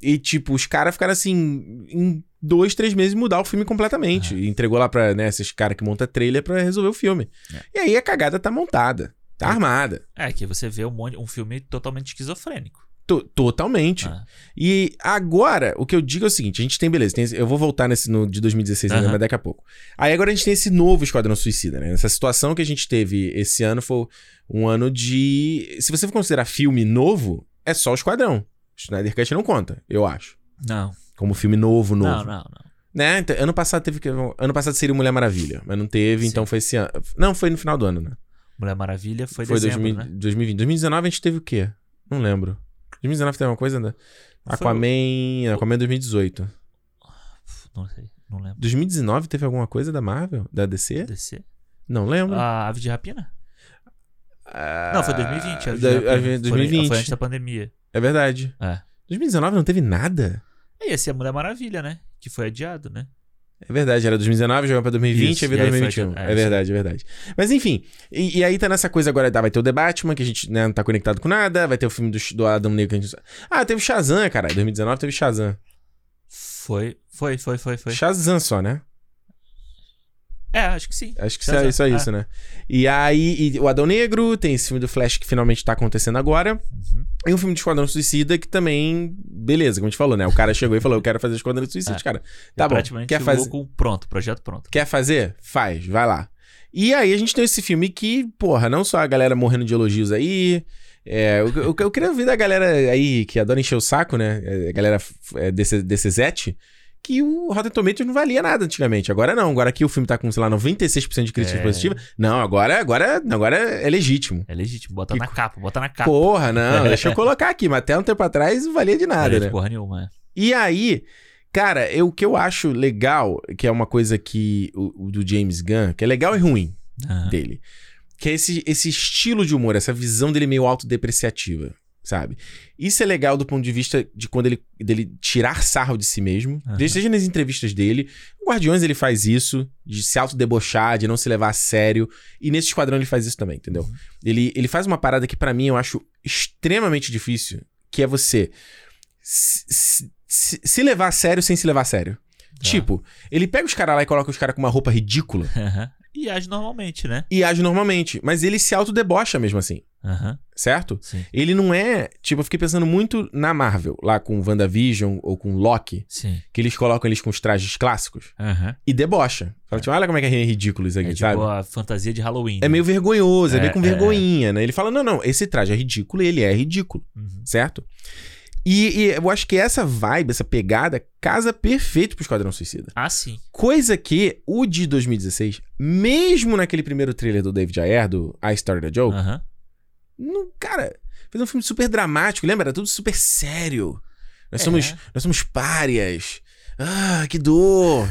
[SPEAKER 1] E, tipo, os caras ficaram assim, em dois, três meses mudar o filme completamente.
[SPEAKER 2] É.
[SPEAKER 1] E entregou lá pra né, esses caras que montam trailer pra resolver o filme. E aí a cagada tá montada, tá
[SPEAKER 2] É.
[SPEAKER 1] armada.
[SPEAKER 2] É, que você vê um, monte, um filme totalmente esquizofrênico.
[SPEAKER 1] To- totalmente.
[SPEAKER 2] Ah.
[SPEAKER 1] E agora, o que eu digo é o seguinte: a gente tem, beleza, tem esse- eu vou voltar nesse no, de 2016 ainda,
[SPEAKER 2] Aham.
[SPEAKER 1] né, mas daqui a pouco. Aí agora a gente tem esse novo Esquadrão Suicida, né? Essa situação que a gente teve esse ano foi um ano de. Se você for considerar filme novo, é só o Esquadrão. Snyder Cut não conta, eu acho.
[SPEAKER 2] Não,
[SPEAKER 1] Como filme novo, novo.
[SPEAKER 2] não, não, não.
[SPEAKER 1] Né? Então, Ano passado teve que. Ano passado seria Mulher Maravilha, mas não teve,
[SPEAKER 2] Sim.
[SPEAKER 1] então foi esse ano. Não, foi no final do ano, né?
[SPEAKER 2] Mulher Maravilha foi, dezembro,
[SPEAKER 1] 2000
[SPEAKER 2] né?
[SPEAKER 1] 2020. 2019 a gente teve o quê? Não lembro. 2019 teve uma coisa, né?
[SPEAKER 2] Não foi
[SPEAKER 1] Aquaman. Aquaman 2018.
[SPEAKER 2] Pff, Não sei, não lembro.
[SPEAKER 1] 2019 teve alguma coisa da Marvel? Da DC?
[SPEAKER 2] DC?
[SPEAKER 1] Não lembro.
[SPEAKER 2] A Ave de Rapina? Ah. não, foi 2020. A Ave de
[SPEAKER 1] Ah, Da-
[SPEAKER 2] Rapina.
[SPEAKER 1] a Ave-
[SPEAKER 2] Foi-
[SPEAKER 1] 2020.
[SPEAKER 2] Foi antes da pandemia.
[SPEAKER 1] É verdade.
[SPEAKER 2] É.
[SPEAKER 1] 2019 não teve nada?
[SPEAKER 2] Aí ia ser a Mulher Maravilha, né? Que foi adiado, né?
[SPEAKER 1] É verdade, era 2019, jogava pra 2020
[SPEAKER 2] Isso,
[SPEAKER 1] e veio
[SPEAKER 2] e aí foi
[SPEAKER 1] 2021.
[SPEAKER 2] aquilo. É,
[SPEAKER 1] É,
[SPEAKER 2] isso.
[SPEAKER 1] verdade, é verdade. Mas enfim, e, e aí tá nessa coisa agora, tá, vai ter o The Batman, que a gente né, não tá conectado com nada, vai ter o filme do, do Adam Negro que a gente... não sabe. Ah, teve Shazam, cara. 2019 teve Shazam.
[SPEAKER 2] Foi, foi, foi, foi, foi.
[SPEAKER 1] Shazam só, né?
[SPEAKER 2] É, acho que sim.
[SPEAKER 1] Acho que
[SPEAKER 2] Shazam,
[SPEAKER 1] só, só
[SPEAKER 2] é.
[SPEAKER 1] isso, né? E aí, e o Adão Negro, tem esse filme do Flash que finalmente tá acontecendo agora.
[SPEAKER 2] Uhum.
[SPEAKER 1] E um filme de Esquadrão Suicida que também, beleza, como a gente falou, né? O cara chegou e falou: Eu quero fazer Esquadrão Suicida,
[SPEAKER 2] É.
[SPEAKER 1] cara.
[SPEAKER 2] Eu
[SPEAKER 1] Tá bom.
[SPEAKER 2] praticamente
[SPEAKER 1] Quer,
[SPEAKER 2] vou
[SPEAKER 1] faz...
[SPEAKER 2] com pronto, projeto pronto.
[SPEAKER 1] quer fazer? Faz, vai lá. E aí a gente tem esse filme que, porra, não só a galera morrendo de elogios aí. é, eu, eu- eu queria ouvir da galera aí que adora encher o saco, né? É, A galera é, desse, desse Zete. Que o Rotten Tomatoes não valia nada antigamente. Agora não. Agora que o filme tá com, sei lá, 96% de crítica
[SPEAKER 2] É.
[SPEAKER 1] positiva. Não, agora, agora, agora é legítimo.
[SPEAKER 2] É legítimo, bota
[SPEAKER 1] Que
[SPEAKER 2] na capa, bota na capa.
[SPEAKER 1] Porra, não. deixa eu colocar aqui. Mas até um tempo atrás não valia de nada,
[SPEAKER 2] Não
[SPEAKER 1] né?
[SPEAKER 2] é de porra nenhuma, é.
[SPEAKER 1] E aí, cara, eu, o que eu acho legal, que é uma coisa que o, o do James Gunn, que é legal e ruim
[SPEAKER 2] Ah,
[SPEAKER 1] dele, que é esse, esse estilo de humor, essa visão dele meio autodepreciativa, sabe? Isso é legal do ponto de vista de quando ele dele tirar sarro de si mesmo,
[SPEAKER 2] Aham.
[SPEAKER 1] desde seja nas entrevistas dele. O Guardiões ele faz isso, de se autodebochar, de não se levar a sério, e nesse esquadrão ele faz isso também, entendeu?
[SPEAKER 2] Uhum.
[SPEAKER 1] Ele, ele faz uma parada que pra mim eu acho extremamente difícil, que é você se- se, se- se levar a sério sem se levar a sério.
[SPEAKER 2] tá.
[SPEAKER 1] Tipo, ele pega os caras lá e coloca os caras com uma roupa ridícula
[SPEAKER 2] Aham. E age normalmente, né?
[SPEAKER 1] e age normalmente, mas ele se autodebocha mesmo assim,
[SPEAKER 2] Aham,
[SPEAKER 1] certo?
[SPEAKER 2] sim.
[SPEAKER 1] Ele não é. Tipo, eu fiquei pensando muito na Marvel, lá com WandaVision ou com Loki,
[SPEAKER 2] Sim.
[SPEAKER 1] que eles colocam eles com os trajes clássicos
[SPEAKER 2] Aham.
[SPEAKER 1] e debocha. Fala, tipo, olha como é que é ridículo isso
[SPEAKER 2] É
[SPEAKER 1] aqui,
[SPEAKER 2] tipo
[SPEAKER 1] sabe?
[SPEAKER 2] a fantasia de Halloween.
[SPEAKER 1] É
[SPEAKER 2] né?
[SPEAKER 1] meio vergonhoso, é, meio com
[SPEAKER 2] É, é.
[SPEAKER 1] vergonhinha, né? Ele fala: não, não, esse traje é ridículo e ele é ridículo,
[SPEAKER 2] Uhum.
[SPEAKER 1] certo? E, e eu acho que essa vibe, essa pegada, casa perfeito pro Esquadrão Suicida.
[SPEAKER 2] Ah, sim.
[SPEAKER 1] Coisa que o de 2016, mesmo naquele primeiro trailer do David Ayer, do I Started a Joke,
[SPEAKER 2] Aham.
[SPEAKER 1] Não, cara, fez um filme super dramático, lembra? Era tudo super sério. Nós
[SPEAKER 2] É.
[SPEAKER 1] somos, nós somos párias. Ah, que dor.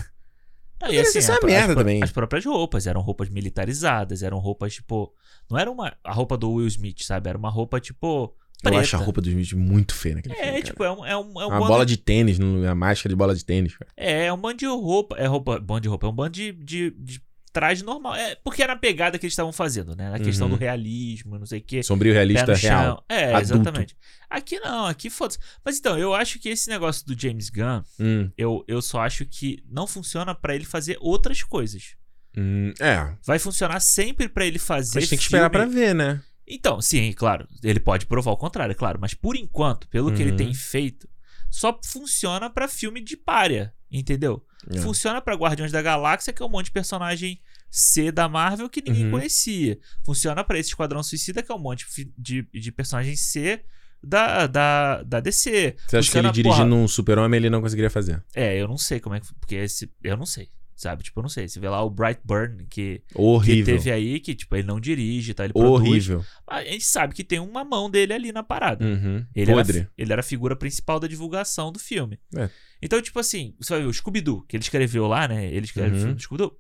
[SPEAKER 2] Não,
[SPEAKER 1] Mas isso é uma
[SPEAKER 2] pro-
[SPEAKER 1] merda
[SPEAKER 2] pro-
[SPEAKER 1] também.
[SPEAKER 2] assim, As próprias roupas eram roupas militarizadas, eram roupas tipo. Não era uma. A roupa do Will Smith, sabe? Era uma roupa tipo. Preta.
[SPEAKER 1] Eu acho a roupa do Smith muito feia naquele
[SPEAKER 2] É,
[SPEAKER 1] filme. cara.
[SPEAKER 2] tipo, é um. É um, é
[SPEAKER 1] uma
[SPEAKER 2] um bando-
[SPEAKER 1] bola de tênis, no lugar, máscara de bola de tênis. cara.
[SPEAKER 2] É, é um bando de roupa. É roupa. Bando de roupa. É um bando de. de, de traje normal. É, porque era a pegada que eles estavam fazendo, né? Na questão
[SPEAKER 1] Uhum.
[SPEAKER 2] do realismo, não sei o quê.
[SPEAKER 1] Sombrio realista
[SPEAKER 2] pé no
[SPEAKER 1] real.
[SPEAKER 2] chão. É,
[SPEAKER 1] adulto.
[SPEAKER 2] exatamente. Aqui não, aqui foda-se. Mas então, eu acho que esse negócio do James Gunn,
[SPEAKER 1] Hum,
[SPEAKER 2] eu, eu só acho que não funciona pra ele fazer outras coisas.
[SPEAKER 1] hum, é.
[SPEAKER 2] Vai funcionar sempre pra ele fazer.
[SPEAKER 1] A gente tem que esperar pra
[SPEAKER 2] filme.
[SPEAKER 1] ver, né?
[SPEAKER 2] Então, sim, claro. Ele pode provar o contrário, é claro. Mas por enquanto, pelo que ele
[SPEAKER 1] Uhum.
[SPEAKER 2] tem feito, só funciona pra filme de párea, entendeu?
[SPEAKER 1] É.
[SPEAKER 2] Funciona pra Guardiões da Galáxia, que é um monte de personagem C da Marvel que ninguém
[SPEAKER 1] Uhum.
[SPEAKER 2] conhecia. Funciona pra esse Esquadrão Suicida, que é um monte fi- de, de personagem C da, da, da DC.
[SPEAKER 1] Você acha que ele
[SPEAKER 2] Funciona, porra.
[SPEAKER 1] dirigindo um super-homem ele não conseguiria fazer?
[SPEAKER 2] É, eu não sei como é que. Porque esse. Eu não sei. Sabe? Tipo, eu não sei. Você vê lá o Bright Burn, que, que
[SPEAKER 1] Horrível.
[SPEAKER 2] teve aí, que, tipo, ele não dirige, tá? Ele produz.
[SPEAKER 1] Horrível.
[SPEAKER 2] A gente sabe que tem uma mão dele ali na parada.
[SPEAKER 1] Uhum.
[SPEAKER 2] Ele
[SPEAKER 1] Podre.
[SPEAKER 2] Era, ele era a figura principal da divulgação do filme.
[SPEAKER 1] É.
[SPEAKER 2] Então, tipo assim, você vai ver o Scooby-Doo, que ele escreveu lá, né? Ele escreveu
[SPEAKER 1] Uhum.
[SPEAKER 2] o filme do Scooby-Doo.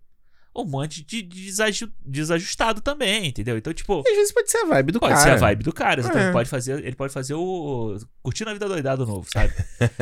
[SPEAKER 2] Um monte de desaju- desajustado também, entendeu? Então, tipo,
[SPEAKER 1] Às vezes pode ser a vibe do
[SPEAKER 2] pode
[SPEAKER 1] cara.
[SPEAKER 2] ser a vibe do cara. Então,
[SPEAKER 1] É.
[SPEAKER 2] ele, pode fazer, ele pode fazer o. Curtindo a vida doidado novo, sabe?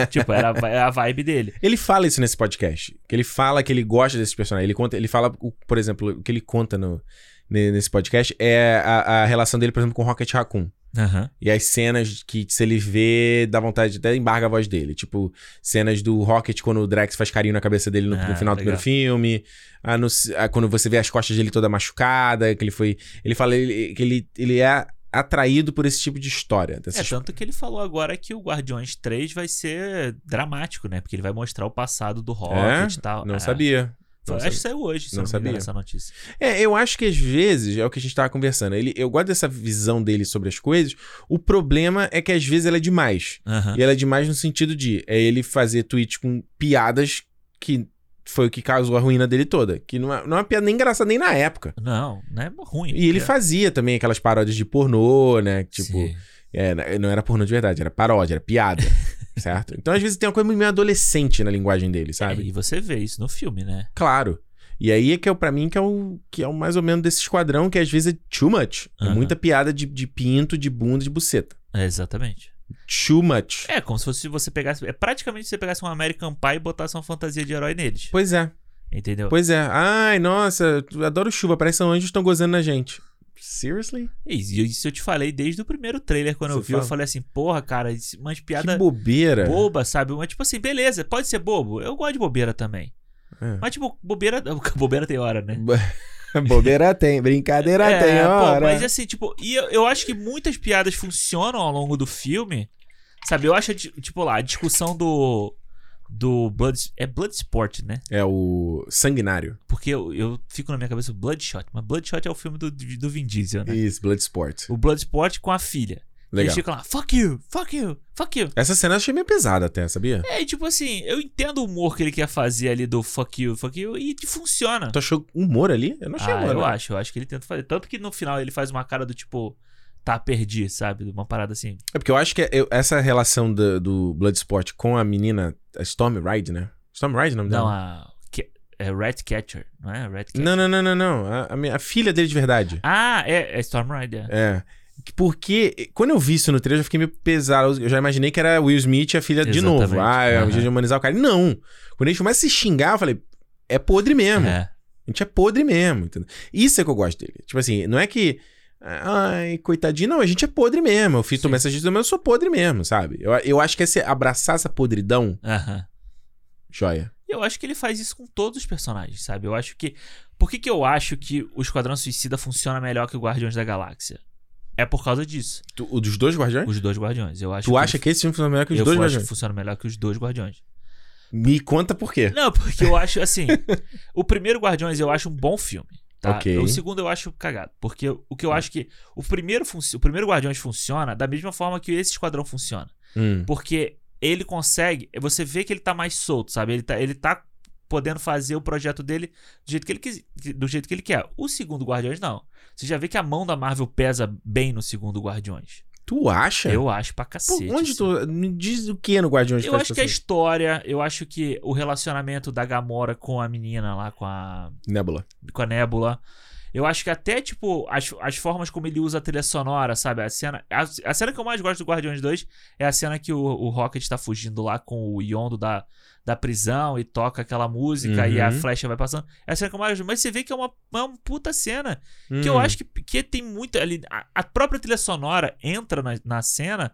[SPEAKER 2] tipo, era a vi- a vibe dele.
[SPEAKER 1] Ele fala isso nesse podcast. Que ele fala que ele gosta desses personagens. Ele conta, ele fala, o- por exemplo, o que ele conta no, ne- nesse podcast é a, a relação dele, por exemplo, com Rocket Raccoon.
[SPEAKER 2] Aham.
[SPEAKER 1] E as cenas que, se ele vê, dá vontade, de- até embarga a voz dele. Tipo, cenas do Rocket quando o Drax faz carinho na cabeça dele no,
[SPEAKER 2] Ah,
[SPEAKER 1] no final do
[SPEAKER 2] legal.
[SPEAKER 1] primeiro filme. Ah, no- ah, quando você vê as costas dele toda machucada, que ele foi. Ele fala ele- que ele, ele é atraído por esse tipo de história.
[SPEAKER 2] É,
[SPEAKER 1] dessas-
[SPEAKER 2] tanto que ele falou agora que o Guardiões 3 vai ser dramático, né? Porque ele vai mostrar o passado do
[SPEAKER 1] É?
[SPEAKER 2] Rocket e tal.
[SPEAKER 1] Não
[SPEAKER 2] É.
[SPEAKER 1] sabia.
[SPEAKER 2] Foi-
[SPEAKER 1] Não
[SPEAKER 2] acho que
[SPEAKER 1] sabia.
[SPEAKER 2] saiu hoje, se
[SPEAKER 1] Não
[SPEAKER 2] eu não me engano,
[SPEAKER 1] sabia.
[SPEAKER 2] essa notícia.
[SPEAKER 1] É, eu acho que às vezes, é o que a gente tava conversando, ele, eu gosto dessa visão dele sobre as coisas, o problema é que às vezes ela é demais.
[SPEAKER 2] Aham.
[SPEAKER 1] E ela é demais no sentido de, é ele fazer tweets com piadas que foi o que causou a ruína dele toda. Que não é, não é uma piada nem engraçada nem na época.
[SPEAKER 2] Não, não é ruim.
[SPEAKER 1] E ele
[SPEAKER 2] É.
[SPEAKER 1] fazia também aquelas paródias de pornô, né? Tipo,
[SPEAKER 2] Sim.
[SPEAKER 1] é, n- não era pornô de verdade, era paródia, era piada, certo? Então às vezes tem uma coisa meio adolescente na linguagem dele, sabe?
[SPEAKER 2] É, e você vê isso no filme, né?
[SPEAKER 1] Claro. E aí é que é o- pra mim que é o que é o mais ou menos desse esquadrão que às vezes é too much. É
[SPEAKER 2] Aham.
[SPEAKER 1] muita piada de, de pinto, de bunda, de buceta.
[SPEAKER 2] É, exatamente.
[SPEAKER 1] Too much.
[SPEAKER 2] É, como se fosse você pegasse. É praticamente você pegasse um American Pie e botasse uma fantasia de herói neles.
[SPEAKER 1] Pois é,
[SPEAKER 2] Entendeu?
[SPEAKER 1] pois é. Ai, nossa, eu adoro chuva, parece que são anjos estão gozando na gente. Seriously?
[SPEAKER 2] E isso eu te falei desde o primeiro trailer, quando eu
[SPEAKER 1] Você
[SPEAKER 2] vi, eu
[SPEAKER 1] fala?
[SPEAKER 2] falei assim, porra, cara, isso- umas
[SPEAKER 1] Que É.
[SPEAKER 2] piadas
[SPEAKER 1] bobeira.
[SPEAKER 2] boba, sabe? Mas tipo assim, beleza, pode ser bobo. Eu gosto de bobeira também.
[SPEAKER 1] É.
[SPEAKER 2] Mas tipo, bobeira. Bobeira tem hora, né?
[SPEAKER 1] bobeira tem, brincadeira
[SPEAKER 2] É, pô, mas assim, tipo, e eu, eu acho que muitas piadas funcionam ao longo do filme. Sabe, eu acho, di- tipo lá, a discussão do. Do Blood. É Bloodsport, né?
[SPEAKER 1] É o sanguinário.
[SPEAKER 2] Porque eu, eu fico na minha cabeça o Bloodshot. Mas Bloodshot é o filme do, do Vin Diesel, né?
[SPEAKER 1] Isso, Bloodsport.
[SPEAKER 2] O Bloodsport com a filha. Eles
[SPEAKER 1] Legal.
[SPEAKER 2] ficam lá, fuck you, fuck you, fuck you.
[SPEAKER 1] Essa cena eu achei meio pesada até, sabia?
[SPEAKER 2] É, e tipo assim, eu entendo o humor que ele quer fazer ali do fuck you, fuck you, e que funciona.
[SPEAKER 1] Tu achou humor ali? Então, Eu não achei
[SPEAKER 2] ah,
[SPEAKER 1] humor.
[SPEAKER 2] eu
[SPEAKER 1] né?
[SPEAKER 2] acho, eu acho que ele tenta fazer. Tanto que no final ele faz uma cara do tipo, tá, perdi, sabe? Uma parada assim.
[SPEAKER 1] É porque eu acho que eu- essa relação do, do Bloodsport com a menina, a Storm Ride, né? Storm Ride é o nome
[SPEAKER 2] Não,
[SPEAKER 1] dela?
[SPEAKER 2] a. que- É Ratcatcher, não é? Ratcatcher.
[SPEAKER 1] Não, não, não, não, não. A, a minha- a filha dele de verdade.
[SPEAKER 2] Ah, é, é Storm Rider.
[SPEAKER 1] É. Porque quando eu vi isso no trailer, eu fiquei meio pesado. Eu já imaginei que era Will Smith e a filha de
[SPEAKER 2] Exatamente.
[SPEAKER 1] novo. Ah, é um
[SPEAKER 2] Aham.
[SPEAKER 1] jeito de humanizar o cara. Não! Quando eles começam a se xingar, eu falei, é podre mesmo.
[SPEAKER 2] É.
[SPEAKER 1] A gente é podre mesmo, entendeu? Isso é que eu gosto dele. Tipo assim, não é que. Ai, coitadinho, não, a gente é podre mesmo. Eu fiz
[SPEAKER 2] Sim.
[SPEAKER 1] tomar essa gente, mas eu sou podre mesmo, sabe? Eu, eu acho que esse abraçar essa podridão,
[SPEAKER 2] Aham.
[SPEAKER 1] joia.
[SPEAKER 2] E eu acho que ele faz isso com todos os personagens, sabe? Eu acho que. Por que, que eu acho que o Esquadrão Suicida funciona melhor que o Guardiões da Galáxia? É por causa disso.
[SPEAKER 1] Tu- o dos dois guardiões?
[SPEAKER 2] Os dois Guardiões. Eu acho
[SPEAKER 1] É? tu acha
[SPEAKER 2] ele-
[SPEAKER 1] que esse filme foi melhor que os
[SPEAKER 2] eu
[SPEAKER 1] dois
[SPEAKER 2] acho que
[SPEAKER 1] guardiões?
[SPEAKER 2] funciona melhor que os dois Guardiões.
[SPEAKER 1] Me conta por quê.
[SPEAKER 2] Não, porque eu acho assim. o primeiro Guardiões eu acho um bom filme. Tá?
[SPEAKER 1] Ok.
[SPEAKER 2] O segundo eu acho cagado. Porque o que eu acho que. O primeiro, funci- o primeiro Guardiões funciona da mesma forma que esse Esquadrão funciona.
[SPEAKER 1] Hum,
[SPEAKER 2] Porque ele consegue. Você vê que ele tá mais solto, sabe? Ele tá, ele tá podendo fazer o projeto dele do jeito que ele, quis, do jeito que ele quer. O segundo Guardiões, não. Você já vê que a mão da Marvel pesa bem no segundo Guardiões.
[SPEAKER 1] tu acha?
[SPEAKER 2] Eu acho pra
[SPEAKER 1] Pô,
[SPEAKER 2] cacete.
[SPEAKER 1] É. onde
[SPEAKER 2] assim.
[SPEAKER 1] tu. Me diz o que no Guardiões
[SPEAKER 2] Eu
[SPEAKER 1] faz
[SPEAKER 2] acho que a
[SPEAKER 1] isso?
[SPEAKER 2] história, eu acho que o relacionamento da Gamora com a menina lá, com a,
[SPEAKER 1] Nebula.
[SPEAKER 2] com a Nebula. Eu acho que até, tipo, as, as formas como ele usa a trilha sonora, sabe? A cena, a, a cena que eu mais gosto do Guardiões 2 é a cena que o, o Rocket tá fugindo lá com o Yondo da, da prisão e toca aquela música e a
[SPEAKER 1] Uhum.
[SPEAKER 2] flecha vai passando. É a cena que eu mais gosto. Mas você vê que é uma, é uma puta cena. Que
[SPEAKER 1] Hum.
[SPEAKER 2] eu acho que, que tem muito ali. A, a própria trilha sonora entra na, na cena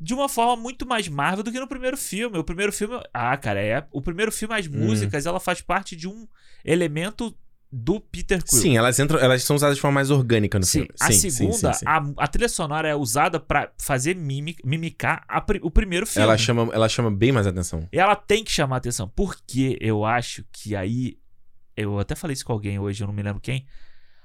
[SPEAKER 2] de uma forma muito mais Marvel do que no primeiro filme. O primeiro filme. Ah, cara, é. O primeiro filme,
[SPEAKER 1] Hum.
[SPEAKER 2] as músicas, ela faz parte de um elemento do Peter Quill.
[SPEAKER 1] Sim, elas, entram, elas são usadas de forma mais orgânica no
[SPEAKER 2] Sim,
[SPEAKER 1] filme.
[SPEAKER 2] a
[SPEAKER 1] sim,
[SPEAKER 2] segunda,
[SPEAKER 1] sim, sim, sim.
[SPEAKER 2] A, a trilha sonora é usada pra fazer mimi- mimicar a pri- o primeiro filme.
[SPEAKER 1] Ela, chama, ela chama bem mais atenção.
[SPEAKER 2] Ela tem que chamar atenção. Porque eu acho que aí. Eu até falei isso com alguém hoje, eu não me lembro quem.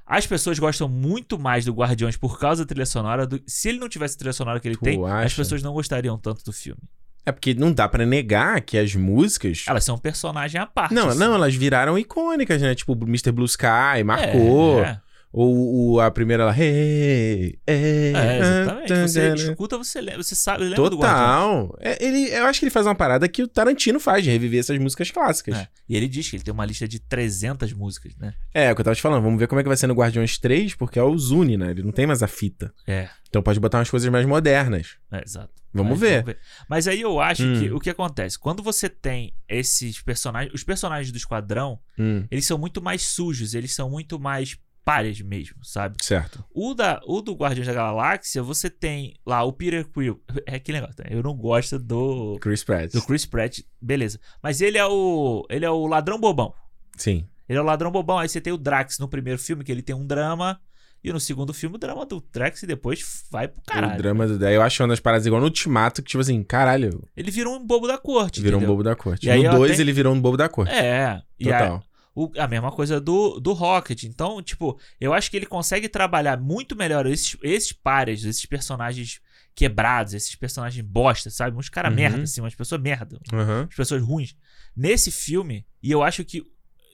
[SPEAKER 2] As pessoas gostam muito mais do Guardiões por causa da trilha sonora. do- se ele não tivesse a trilha sonora que ele
[SPEAKER 1] Tu
[SPEAKER 2] tem, as
[SPEAKER 1] acha?
[SPEAKER 2] pessoas não gostariam tanto do filme.
[SPEAKER 1] É porque não dá pra negar que as músicas.
[SPEAKER 2] Elas são um personagem à parte.
[SPEAKER 1] Não,
[SPEAKER 2] assim.
[SPEAKER 1] não, elas viraram icônicas, né? Tipo, Mr. Blue Sky marcou.
[SPEAKER 2] É,
[SPEAKER 1] Ou, ou a primeira lá. Hey, hey,
[SPEAKER 2] é, é, exatamente.
[SPEAKER 1] ah,
[SPEAKER 2] Você
[SPEAKER 1] tá, né?
[SPEAKER 2] escuta, você lembra, você sabe, lembra do Guardiões.
[SPEAKER 1] Total. É, ele, eu acho que ele faz uma parada que o Tarantino faz, de reviver essas músicas clássicas.
[SPEAKER 2] É. E ele diz que ele tem uma lista de 300 músicas, né?
[SPEAKER 1] É, é o que eu tava te falando. Vamos ver como é que vai ser no Guardiões 3, porque é o Zune, né? Ele não tem mais a fita.
[SPEAKER 2] É,
[SPEAKER 1] Então pode botar umas coisas mais modernas.
[SPEAKER 2] é exato.
[SPEAKER 1] Vamos
[SPEAKER 2] Mas
[SPEAKER 1] ver.
[SPEAKER 2] Mas aí eu acho
[SPEAKER 1] Hum.
[SPEAKER 2] que o que acontece? Quando você tem esses personagens. Os personagens do esquadrão,
[SPEAKER 1] Hum,
[SPEAKER 2] eles são muito mais sujos, eles são muito mais palhas mesmo, sabe?
[SPEAKER 1] certo.
[SPEAKER 2] O, da, o do Guardiões da Galáxia, você tem lá o Peter Quill. É aquele negócio, né? eu não gosto do.
[SPEAKER 1] Chris Pratt.
[SPEAKER 2] Do Chris Pratt, beleza. Mas ele é o. Ele é o ladrão bobão.
[SPEAKER 1] Sim.
[SPEAKER 2] Ele é o ladrão bobão. Aí você tem o Drax no primeiro filme, que ele tem um drama. E no segundo filme, o drama do Drax e depois vai pro
[SPEAKER 1] O
[SPEAKER 2] caralho.
[SPEAKER 1] drama do... Eu acho uma das paradas igual no Ultimato, que tipo assim, caralho,
[SPEAKER 2] Ele virou um bobo da corte.
[SPEAKER 1] virou um
[SPEAKER 2] entendeu?
[SPEAKER 1] bobo da corte.
[SPEAKER 2] E aí
[SPEAKER 1] no
[SPEAKER 2] ela
[SPEAKER 1] 2
[SPEAKER 2] tem-
[SPEAKER 1] ele virou um bobo da corte.
[SPEAKER 2] É. E a,
[SPEAKER 1] Total.
[SPEAKER 2] o- a mesma coisa do, do Rocket. Então, tipo, eu acho que ele consegue trabalhar muito melhor esses, esses pares, esses personagens quebrados, esses personagens bosta, sabe? Uns caras
[SPEAKER 1] Uhum.
[SPEAKER 2] merda, assim, umas pessoas merda,
[SPEAKER 1] Aham.
[SPEAKER 2] as pessoas ruins. Nesse filme, e eu acho que.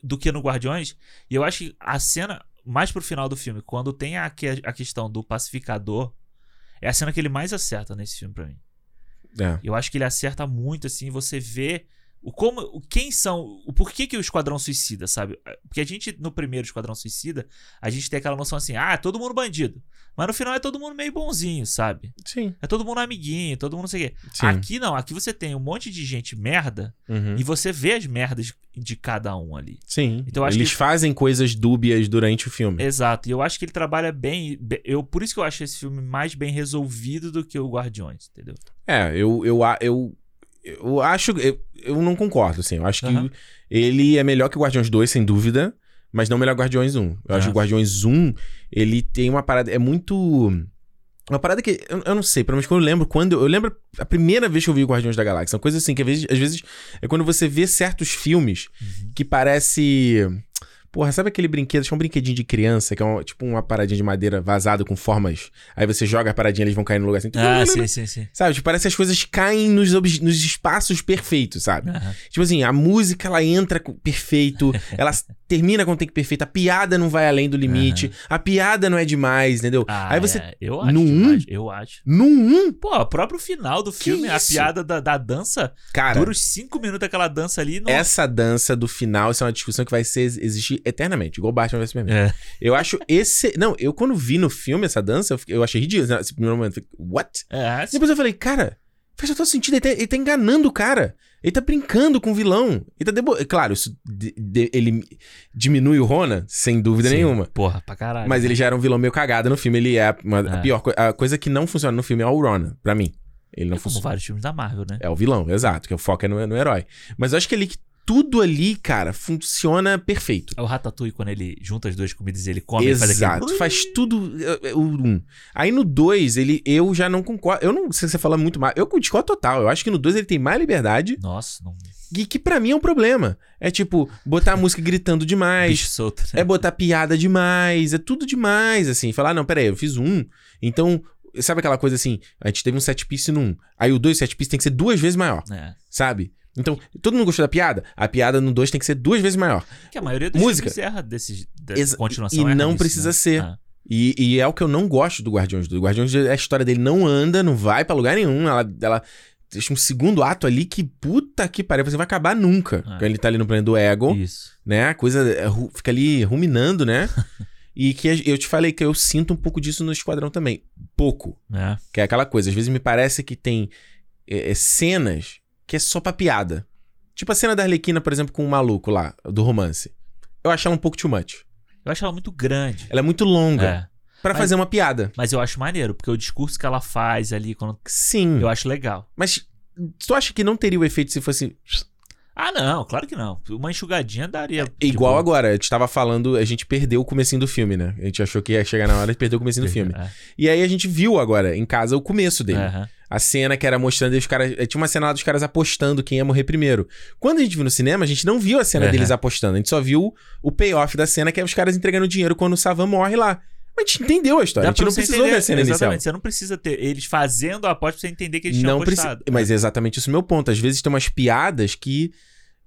[SPEAKER 2] Do que no Guardiões, e eu acho que a cena, mais pro final do filme, quando tem a, que- a questão do pacificador, é a cena que ele mais acerta nesse filme pra mim.
[SPEAKER 1] É.
[SPEAKER 2] Eu acho que ele acerta muito, assim, você vê o como, o quem são, o porquê que o Esquadrão Suicida, sabe? Ah, Porque a gente, no primeiro Esquadrão Suicida, a gente tem aquela noção assim, ah, todo mundo bandido. Mas no final é todo mundo meio bonzinho, sabe?
[SPEAKER 1] Sim.
[SPEAKER 2] É todo mundo amiguinho, todo mundo não sei o quê.
[SPEAKER 1] Sim.
[SPEAKER 2] Aqui não, aqui você tem um monte de gente merda
[SPEAKER 1] Uhum.
[SPEAKER 2] e você vê as merdas de cada um ali.
[SPEAKER 1] Sim.
[SPEAKER 2] Então eu acho
[SPEAKER 1] Eles
[SPEAKER 2] que- É,
[SPEAKER 1] fazem coisas dúbias durante o filme.
[SPEAKER 2] Exato, e eu acho que ele trabalha bem, be- eu por isso que eu acho esse filme mais bem resolvido do que o Guardiões, entendeu?
[SPEAKER 1] É, eu, eu, a- eu, eu acho. Eu, eu não concordo, assim. Eu acho que
[SPEAKER 2] Aham.
[SPEAKER 1] ele é melhor que o Guardiões 2, sem dúvida, mas não melhor que o Guardiões 1. Eu acho que
[SPEAKER 2] É.
[SPEAKER 1] o Guardiões 1, ele tem uma parada. É muito. Uma parada que. Eu, eu não sei, pelo menos quando eu lembro, quando. Eu lembro a primeira vez que eu vi o Guardiões da Galáxia. Uma coisa assim, que às vezes, às vezes é quando você vê certos filmes
[SPEAKER 2] Uhum.
[SPEAKER 1] que parece. Porra, sabe aquele brinquedo? Acho um brinquedinho de criança, que é um- tipo uma paradinha de madeira vazado com formas. Aí você joga a paradinha, eles vão cair no lugar assim.
[SPEAKER 2] Ah, sim, sim, sim.
[SPEAKER 1] Sabe? Tipo, parece que as coisas caem nos, obje- nos espaços perfeitos, sabe?
[SPEAKER 2] Aham.
[SPEAKER 1] Tipo assim, a música ela entra com- perfeito, ela s- termina quando tem que perfeito, a piada não vai além do limite, a piada não é demais, entendeu?
[SPEAKER 2] Ah,
[SPEAKER 1] Aí você.
[SPEAKER 2] é, eu acho,
[SPEAKER 1] no
[SPEAKER 2] eu
[SPEAKER 1] um-
[SPEAKER 2] acho, eu acho.
[SPEAKER 1] No 1, um,
[SPEAKER 2] Pô, o próprio final do filme, a
[SPEAKER 1] isso?
[SPEAKER 2] piada da, da dança,
[SPEAKER 1] cara,
[SPEAKER 2] dura os cinco minutos aquela dança ali. Não...
[SPEAKER 1] essa dança do final, essa é uma discussão que vai ser, existir eternamente, igual Batman vs Superman.
[SPEAKER 2] É.
[SPEAKER 1] Eu acho esse. Não, eu quando vi no filme essa dança, eu, fiquei- eu achei ridículo nesse primeiro momento. eu Fiquei, What?
[SPEAKER 2] É,
[SPEAKER 1] Depois eu falei, cara, faz todo sentido. Ele tá, ele tá enganando o cara. Ele tá brincando com o vilão. Ele tá debo... Claro, isso de- de- ele diminui o Rona, sem dúvida
[SPEAKER 2] Sim.
[SPEAKER 1] nenhuma.
[SPEAKER 2] Porra, pra caralho.
[SPEAKER 1] Mas ele já era um vilão meio cagado no filme. Ele é uma- a
[SPEAKER 2] É.
[SPEAKER 1] pior coisa. A coisa que não funciona no filme é o Rona, pra mim. Ele não
[SPEAKER 2] É como
[SPEAKER 1] funciona.
[SPEAKER 2] vários filmes da Marvel, né?
[SPEAKER 1] É o vilão, exato. Que o foco é no, no herói. Mas eu acho que ele. Tudo ali, cara, funciona perfeito.
[SPEAKER 2] É o Ratatouille quando ele junta as duas comidas e ele come e faz
[SPEAKER 1] Exato,
[SPEAKER 2] aquele...
[SPEAKER 1] faz tudo. é, é, o um. Aí no 2, ele eu já não concordo. Eu não sei se você fala muito mais. Eu discordo total. Eu acho que no 2 ele tem mais liberdade.
[SPEAKER 2] Nossa, não...
[SPEAKER 1] E que pra mim é um problema. É tipo, botar a música gritando demais.
[SPEAKER 2] bicho solto, né?
[SPEAKER 1] É botar piada demais, é tudo demais, assim. Falar, não, peraí, eu fiz um. Então, sabe aquela coisa assim, a gente teve um set piece num. Aí o dois set piece tem que ser duas vezes maior,
[SPEAKER 2] É.
[SPEAKER 1] sabe? Então, todo mundo gostou da piada? A piada no dois tem que ser duas vezes maior.
[SPEAKER 2] Que a maioria dos
[SPEAKER 1] Música.
[SPEAKER 2] filmes erra desses, dessa
[SPEAKER 1] Exa-
[SPEAKER 2] É, continuação.
[SPEAKER 1] e
[SPEAKER 2] erra
[SPEAKER 1] não
[SPEAKER 2] nisso,
[SPEAKER 1] precisa
[SPEAKER 2] né?
[SPEAKER 1] ser.
[SPEAKER 2] Ah.
[SPEAKER 1] E, e é o que eu não gosto do Guardiões do Guardiões, a história dele não anda, não vai pra lugar nenhum. Ela, ela deixa um segundo ato ali que puta que pariu, você vai acabar nunca.
[SPEAKER 2] Ah.
[SPEAKER 1] Ele tá ali no plano do Ego.
[SPEAKER 2] Isso.
[SPEAKER 1] né? A coisa é, ru- fica ali ruminando, né? e que a- eu te falei que eu sinto um pouco disso no Esquadrão também. Pouco.
[SPEAKER 2] né?
[SPEAKER 1] Que é aquela coisa. Às vezes me parece que tem é, é, cenas que é só pra piada. Tipo a cena da Arlequina, por exemplo, com o maluco lá, do romance. Eu acho ela um pouco too much.
[SPEAKER 2] Eu acho ela muito grande.
[SPEAKER 1] Ela é muito longa
[SPEAKER 2] É.
[SPEAKER 1] pra
[SPEAKER 2] mas-
[SPEAKER 1] fazer uma piada.
[SPEAKER 2] Mas eu acho maneiro, porque o discurso que ela faz ali, quando...
[SPEAKER 1] Sim.
[SPEAKER 2] eu acho legal.
[SPEAKER 1] Mas tu acha que não teria o efeito se fosse
[SPEAKER 2] Ah, não, claro que não. Uma enxugadinha daria.
[SPEAKER 1] É igual
[SPEAKER 2] tipo,
[SPEAKER 1] agora? A gente tava falando, a gente perdeu o comecinho do filme, né? A gente achou que ia chegar na hora e perdeu o comecinho do filme.
[SPEAKER 2] É.
[SPEAKER 1] E aí a gente viu agora em casa o começo dele.
[SPEAKER 2] Aham.
[SPEAKER 1] A cena que era mostrando e os caras. eh, Tinha uma cena lá dos caras apostando quem ia morrer primeiro. Quando a gente viu no cinema, a gente não viu a cena
[SPEAKER 2] É.
[SPEAKER 1] deles apostando. A gente só viu o payoff da cena, que é os caras entregando dinheiro quando o Savan morre lá. Mas a gente entendeu a história.
[SPEAKER 2] Dá
[SPEAKER 1] a gente
[SPEAKER 2] pra
[SPEAKER 1] não
[SPEAKER 2] você
[SPEAKER 1] precisou
[SPEAKER 2] entender-
[SPEAKER 1] ver a cena
[SPEAKER 2] Exatamente,
[SPEAKER 1] inicial.
[SPEAKER 2] você não precisa ter eles fazendo a aposta pra você entender que eles tinham Ah,
[SPEAKER 1] Não precisa.
[SPEAKER 2] apostado.
[SPEAKER 1] Mas é exatamente isso o meu ponto. Às vezes tem umas piadas que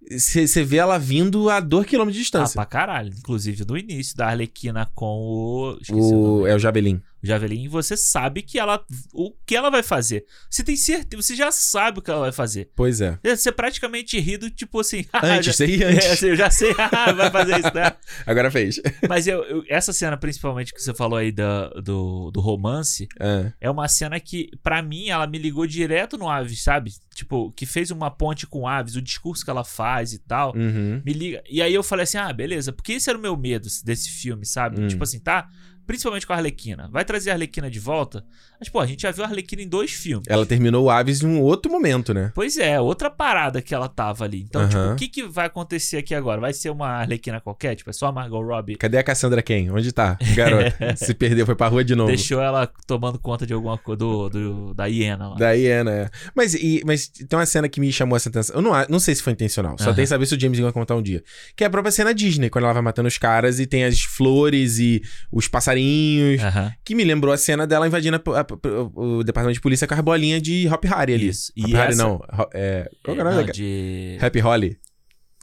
[SPEAKER 1] você vê ela vindo a 2km de
[SPEAKER 2] Ah,
[SPEAKER 1] distância.
[SPEAKER 2] pra caralho. Inclusive, no início da Arlequina com o... Esqueci o, nome.
[SPEAKER 1] o... É o Javelin.
[SPEAKER 2] O Javelin, você sabe que ela... O que ela vai fazer. Você tem certeza, você já sabe o que ela vai fazer.
[SPEAKER 1] Pois é.
[SPEAKER 2] Você praticamente ri do tipo assim... ah,
[SPEAKER 1] Antes, isso
[SPEAKER 2] já-
[SPEAKER 1] aí antes.
[SPEAKER 2] É, eu já sei, ah, vai fazer isso, né?
[SPEAKER 1] Agora fez.
[SPEAKER 2] Mas eu- eu- essa cena, principalmente, que você falou aí da- do, do romance,
[SPEAKER 1] Ah,
[SPEAKER 2] é uma cena que, pra mim, ela me ligou direto no Aves, sabe? Tipo, que fez uma ponte com Aves, o discurso que ela faz e tal.
[SPEAKER 1] uhum.
[SPEAKER 2] Me liga. E aí eu falei assim: ah, beleza, porque esse era o meu medo desse filme, sabe?
[SPEAKER 1] Hum.
[SPEAKER 2] Tipo assim, tá? Principalmente com a Arlequina. Vai trazer a Arlequina de volta? Mas, pô, a gente já viu a Arlequina em dois filmes.
[SPEAKER 1] Ela terminou o Aves em um outro momento, né?
[SPEAKER 2] Pois é, outra parada que ela tava ali. Então, tipo,
[SPEAKER 1] Aham.
[SPEAKER 2] o que, que vai acontecer aqui agora? Vai ser uma Arlequina qualquer? Tipo, é só a Margot Robbie
[SPEAKER 1] Cadê a Cassandra Ken? Onde tá? Garota. Se perdeu, foi pra rua de novo.
[SPEAKER 2] deixou ela tomando conta de alguma coisa do, do- da hiena lá.
[SPEAKER 1] Daí é, né? Mas, e, mas tem uma cena que me chamou essa atenção. Eu não, a- não sei se foi intencional. Só
[SPEAKER 2] Aham.
[SPEAKER 1] tem que saber se o James Gunn vai contar um dia. Que é a própria cena Disney, quando ela vai matando os caras e tem as flores e os passarinhos.
[SPEAKER 2] Aham.
[SPEAKER 1] Que me lembrou a cena dela invadindo a- a- a- o departamento de polícia com as bolinhas de Hop Harry ali.
[SPEAKER 2] Isso. E
[SPEAKER 1] Hop Harry
[SPEAKER 2] essa-
[SPEAKER 1] não. Ho- É, qual que é o
[SPEAKER 2] É,
[SPEAKER 1] nome
[SPEAKER 2] não,
[SPEAKER 1] daquela?
[SPEAKER 2] de...
[SPEAKER 1] Happy Holly.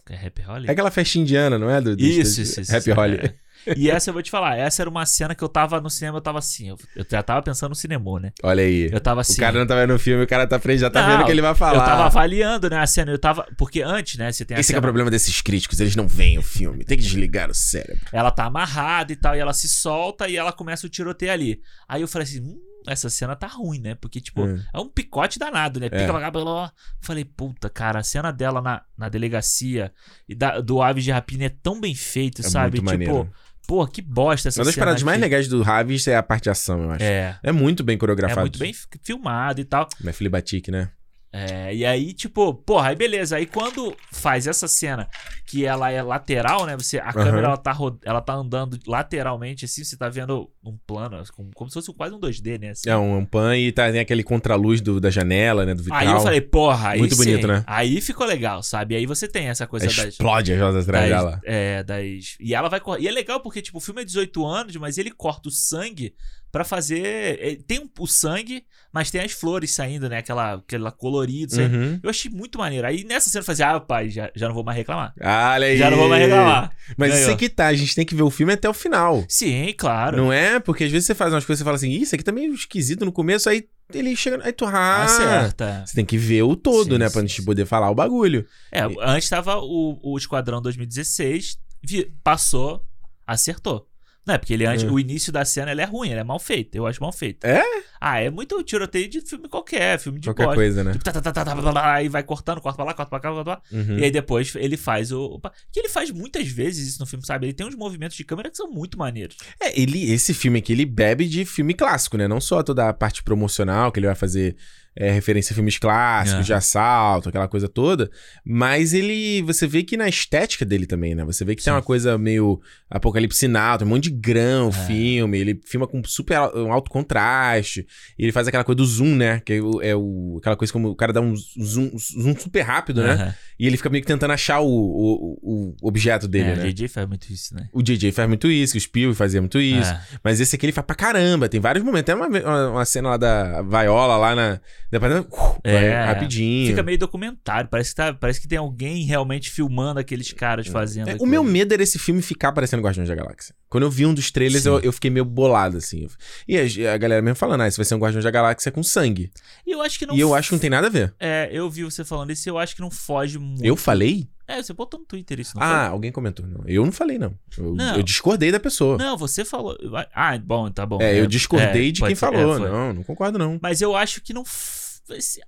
[SPEAKER 2] É Happy Holly?
[SPEAKER 1] É aquela festa indiana, não é? Do, do-
[SPEAKER 2] Isso,
[SPEAKER 1] do-
[SPEAKER 2] isso, isso.
[SPEAKER 1] Happy
[SPEAKER 2] isso,
[SPEAKER 1] Holly.
[SPEAKER 2] é. E essa eu vou te falar, essa era uma cena que eu tava no cinema, eu tava assim, eu, eu já tava pensando no cinema, né?
[SPEAKER 1] Olha aí.
[SPEAKER 2] Eu tava
[SPEAKER 1] O
[SPEAKER 2] assim.
[SPEAKER 1] cara não tá vendo o filme, o cara tá frente, já tá
[SPEAKER 2] Não,
[SPEAKER 1] vendo o que ele vai falar.
[SPEAKER 2] Eu tava avaliando, né, a cena, eu tava. Porque antes, né, você tem a
[SPEAKER 1] Esse que é
[SPEAKER 2] cena,
[SPEAKER 1] o problema desses críticos, eles não veem o filme. Tem que desligar o cérebro.
[SPEAKER 2] ela tá amarrada e tal, e ela se solta e ela começa o tiroteio ali. Aí eu falei assim, hum, essa cena tá ruim, né? Porque, tipo,
[SPEAKER 1] É.
[SPEAKER 2] é um picote danado, né? Pica
[SPEAKER 1] É.
[SPEAKER 2] vagabundo. ó. Falei, puta, cara, a cena dela na, na delegacia e da- do Aves de Rapina é tão bem feito,
[SPEAKER 1] É
[SPEAKER 2] sabe?
[SPEAKER 1] muito maneiro.
[SPEAKER 2] Tipo, pô, que bosta essa
[SPEAKER 1] Uma das
[SPEAKER 2] cena.
[SPEAKER 1] paradas mais
[SPEAKER 2] aqui.
[SPEAKER 1] legais do Ravis é a parte de ação, eu acho. É,
[SPEAKER 2] É.
[SPEAKER 1] muito bem
[SPEAKER 2] É
[SPEAKER 1] coreografado.
[SPEAKER 2] muito bem fi- filmado e tal.
[SPEAKER 1] Não é Filibatic, né?
[SPEAKER 2] É, e aí, tipo, porra, aí beleza. Aí quando faz essa cena que ela é lateral, né? Você, a câmera ela tá, ro- ela tá andando lateralmente, assim, você tá vendo um plano, como, como se fosse quase um 2D, né? assim.
[SPEAKER 1] É um, um pan e tá, tem aquele contraluz do, da janela, né? Do vitral.
[SPEAKER 2] Aí eu falei, porra, aí
[SPEAKER 1] Muito
[SPEAKER 2] sim.
[SPEAKER 1] bonito, né?
[SPEAKER 2] Aí ficou legal, sabe? Aí você tem essa coisa das,
[SPEAKER 1] Explode as rosas atrás
[SPEAKER 2] das-
[SPEAKER 1] dela.
[SPEAKER 2] É, das. E ela vai cor- E é legal porque, tipo, o filme é 18 anos, mas ele corta o sangue pra fazer. é, Tem um- o sangue, mas tem as flores saindo, né? Aquela, aquela colorida. saindo.
[SPEAKER 1] Uhum.
[SPEAKER 2] Eu achei muito maneiro. Aí nessa cena eu falei assim, ah, pai, já, já não vou mais reclamar.
[SPEAKER 1] Olha aí.
[SPEAKER 2] Já não vou mais reclamar.
[SPEAKER 1] Mas
[SPEAKER 2] Ganhou.
[SPEAKER 1] isso aqui tá, a gente tem que ver o filme até o final.
[SPEAKER 2] Sim, claro.
[SPEAKER 1] Não é? Porque às vezes você faz umas coisas e fala assim, "Ih, isso aqui tá meio esquisito no começo, aí ele chega. Aí tu.
[SPEAKER 2] Tá
[SPEAKER 1] Ah,
[SPEAKER 2] Acerta.
[SPEAKER 1] Você tem que ver o todo,
[SPEAKER 2] Sim,
[SPEAKER 1] né?
[SPEAKER 2] sim,
[SPEAKER 1] pra gente
[SPEAKER 2] sim.
[SPEAKER 1] poder falar o bagulho.
[SPEAKER 2] É, antes tava o, o Esquadrão 2016, vi- passou, acertou. Não é, porque ele antes,
[SPEAKER 1] É.
[SPEAKER 2] o início da cena ele é ruim, ele é mal feito. Eu acho mal feito.
[SPEAKER 1] É?
[SPEAKER 2] Ah, é muito tiroteio de filme qualquer, filme de
[SPEAKER 1] Qualquer
[SPEAKER 2] bosta.
[SPEAKER 1] coisa, né?
[SPEAKER 2] Tipo, tá, tá, tá, tá, tá, blá, blá, blá, e vai cortando, corta pra lá, corta pra cá, corta pra lá.
[SPEAKER 1] Uhum.
[SPEAKER 2] E aí depois ele faz o. opa, Que ele faz muitas vezes isso no filme, sabe? Ele tem uns movimentos de câmera que são muito maneiros.
[SPEAKER 1] É, ele, esse filme aqui, ele bebe de filme clássico, né? Não só toda a parte promocional, que ele vai fazer é, referência a filmes clássicos,
[SPEAKER 2] Aham.
[SPEAKER 1] de assalto, aquela coisa toda. Mas ele. Você vê que na estética dele também, né? Você vê que tem
[SPEAKER 2] Sim.
[SPEAKER 1] uma coisa meio apocalipse now, tem um monte de grão o
[SPEAKER 2] É.
[SPEAKER 1] filme. Ele filma com super al- um alto contraste. E ele faz aquela coisa do zoom, né? Que é, o- é o, aquela coisa como o cara dá um zoom, zoom super rápido, né?
[SPEAKER 2] Aham.
[SPEAKER 1] E ele fica meio que tentando achar o, o, o- o objeto dele,
[SPEAKER 2] é,
[SPEAKER 1] né?
[SPEAKER 2] O JJ faz muito isso, né?
[SPEAKER 1] O DJ faz muito isso, que o Spielberg fazia muito isso.
[SPEAKER 2] É.
[SPEAKER 1] Mas esse aqui ele faz pra caramba. Tem vários momentos. Tem uma, ve- uma, uma cena lá da vaiola lá na. Depois, uh,
[SPEAKER 2] É.
[SPEAKER 1] vai rapidinho.
[SPEAKER 2] Fica meio documentário, parece que, tá, parece que tem alguém realmente filmando aqueles caras fazendo.
[SPEAKER 1] É, o
[SPEAKER 2] aquilo.
[SPEAKER 1] meu medo era esse filme ficar parecendo Guardiões da Galáxia. Quando eu vi um dos trailers,
[SPEAKER 2] Sim.
[SPEAKER 1] eu, eu fiquei meio bolado, assim. E a, a galera mesmo falando, ah, isso vai ser um Guardiões da Galáxia com sangue.
[SPEAKER 2] E eu acho que não.
[SPEAKER 1] e eu acho um que não tem nada a ver.
[SPEAKER 2] É, eu vi você falando isso e eu acho que não foge muito.
[SPEAKER 1] Eu falei?
[SPEAKER 2] É, você botou no Twitter isso, não
[SPEAKER 1] ah,
[SPEAKER 2] foi?
[SPEAKER 1] alguém comentou. Não, eu não falei, não. Eu,
[SPEAKER 2] Não.
[SPEAKER 1] eu discordei da pessoa.
[SPEAKER 2] Não, você falou. Ah, bom, tá bom.
[SPEAKER 1] é, eu discordei
[SPEAKER 2] é,
[SPEAKER 1] de
[SPEAKER 2] pode
[SPEAKER 1] quem
[SPEAKER 2] ser,
[SPEAKER 1] falou.
[SPEAKER 2] é, foi.
[SPEAKER 1] não, não concordo, não.
[SPEAKER 2] Mas eu acho que não. f-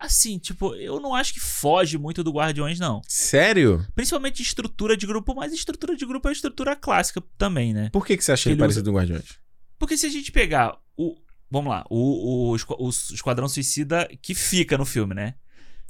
[SPEAKER 2] Assim, tipo, eu não acho que foge muito do Guardiões, não.
[SPEAKER 1] Sério?
[SPEAKER 2] Principalmente estrutura de grupo, mas estrutura de grupo é estrutura clássica também, né?
[SPEAKER 1] Por que, que você acha
[SPEAKER 2] Ele
[SPEAKER 1] ele
[SPEAKER 2] usa-
[SPEAKER 1] parecido com Guardiões?
[SPEAKER 2] Porque se a gente pegar o. Vamos lá, o, o, esqua- o Esquadrão Suicida que fica no filme, né?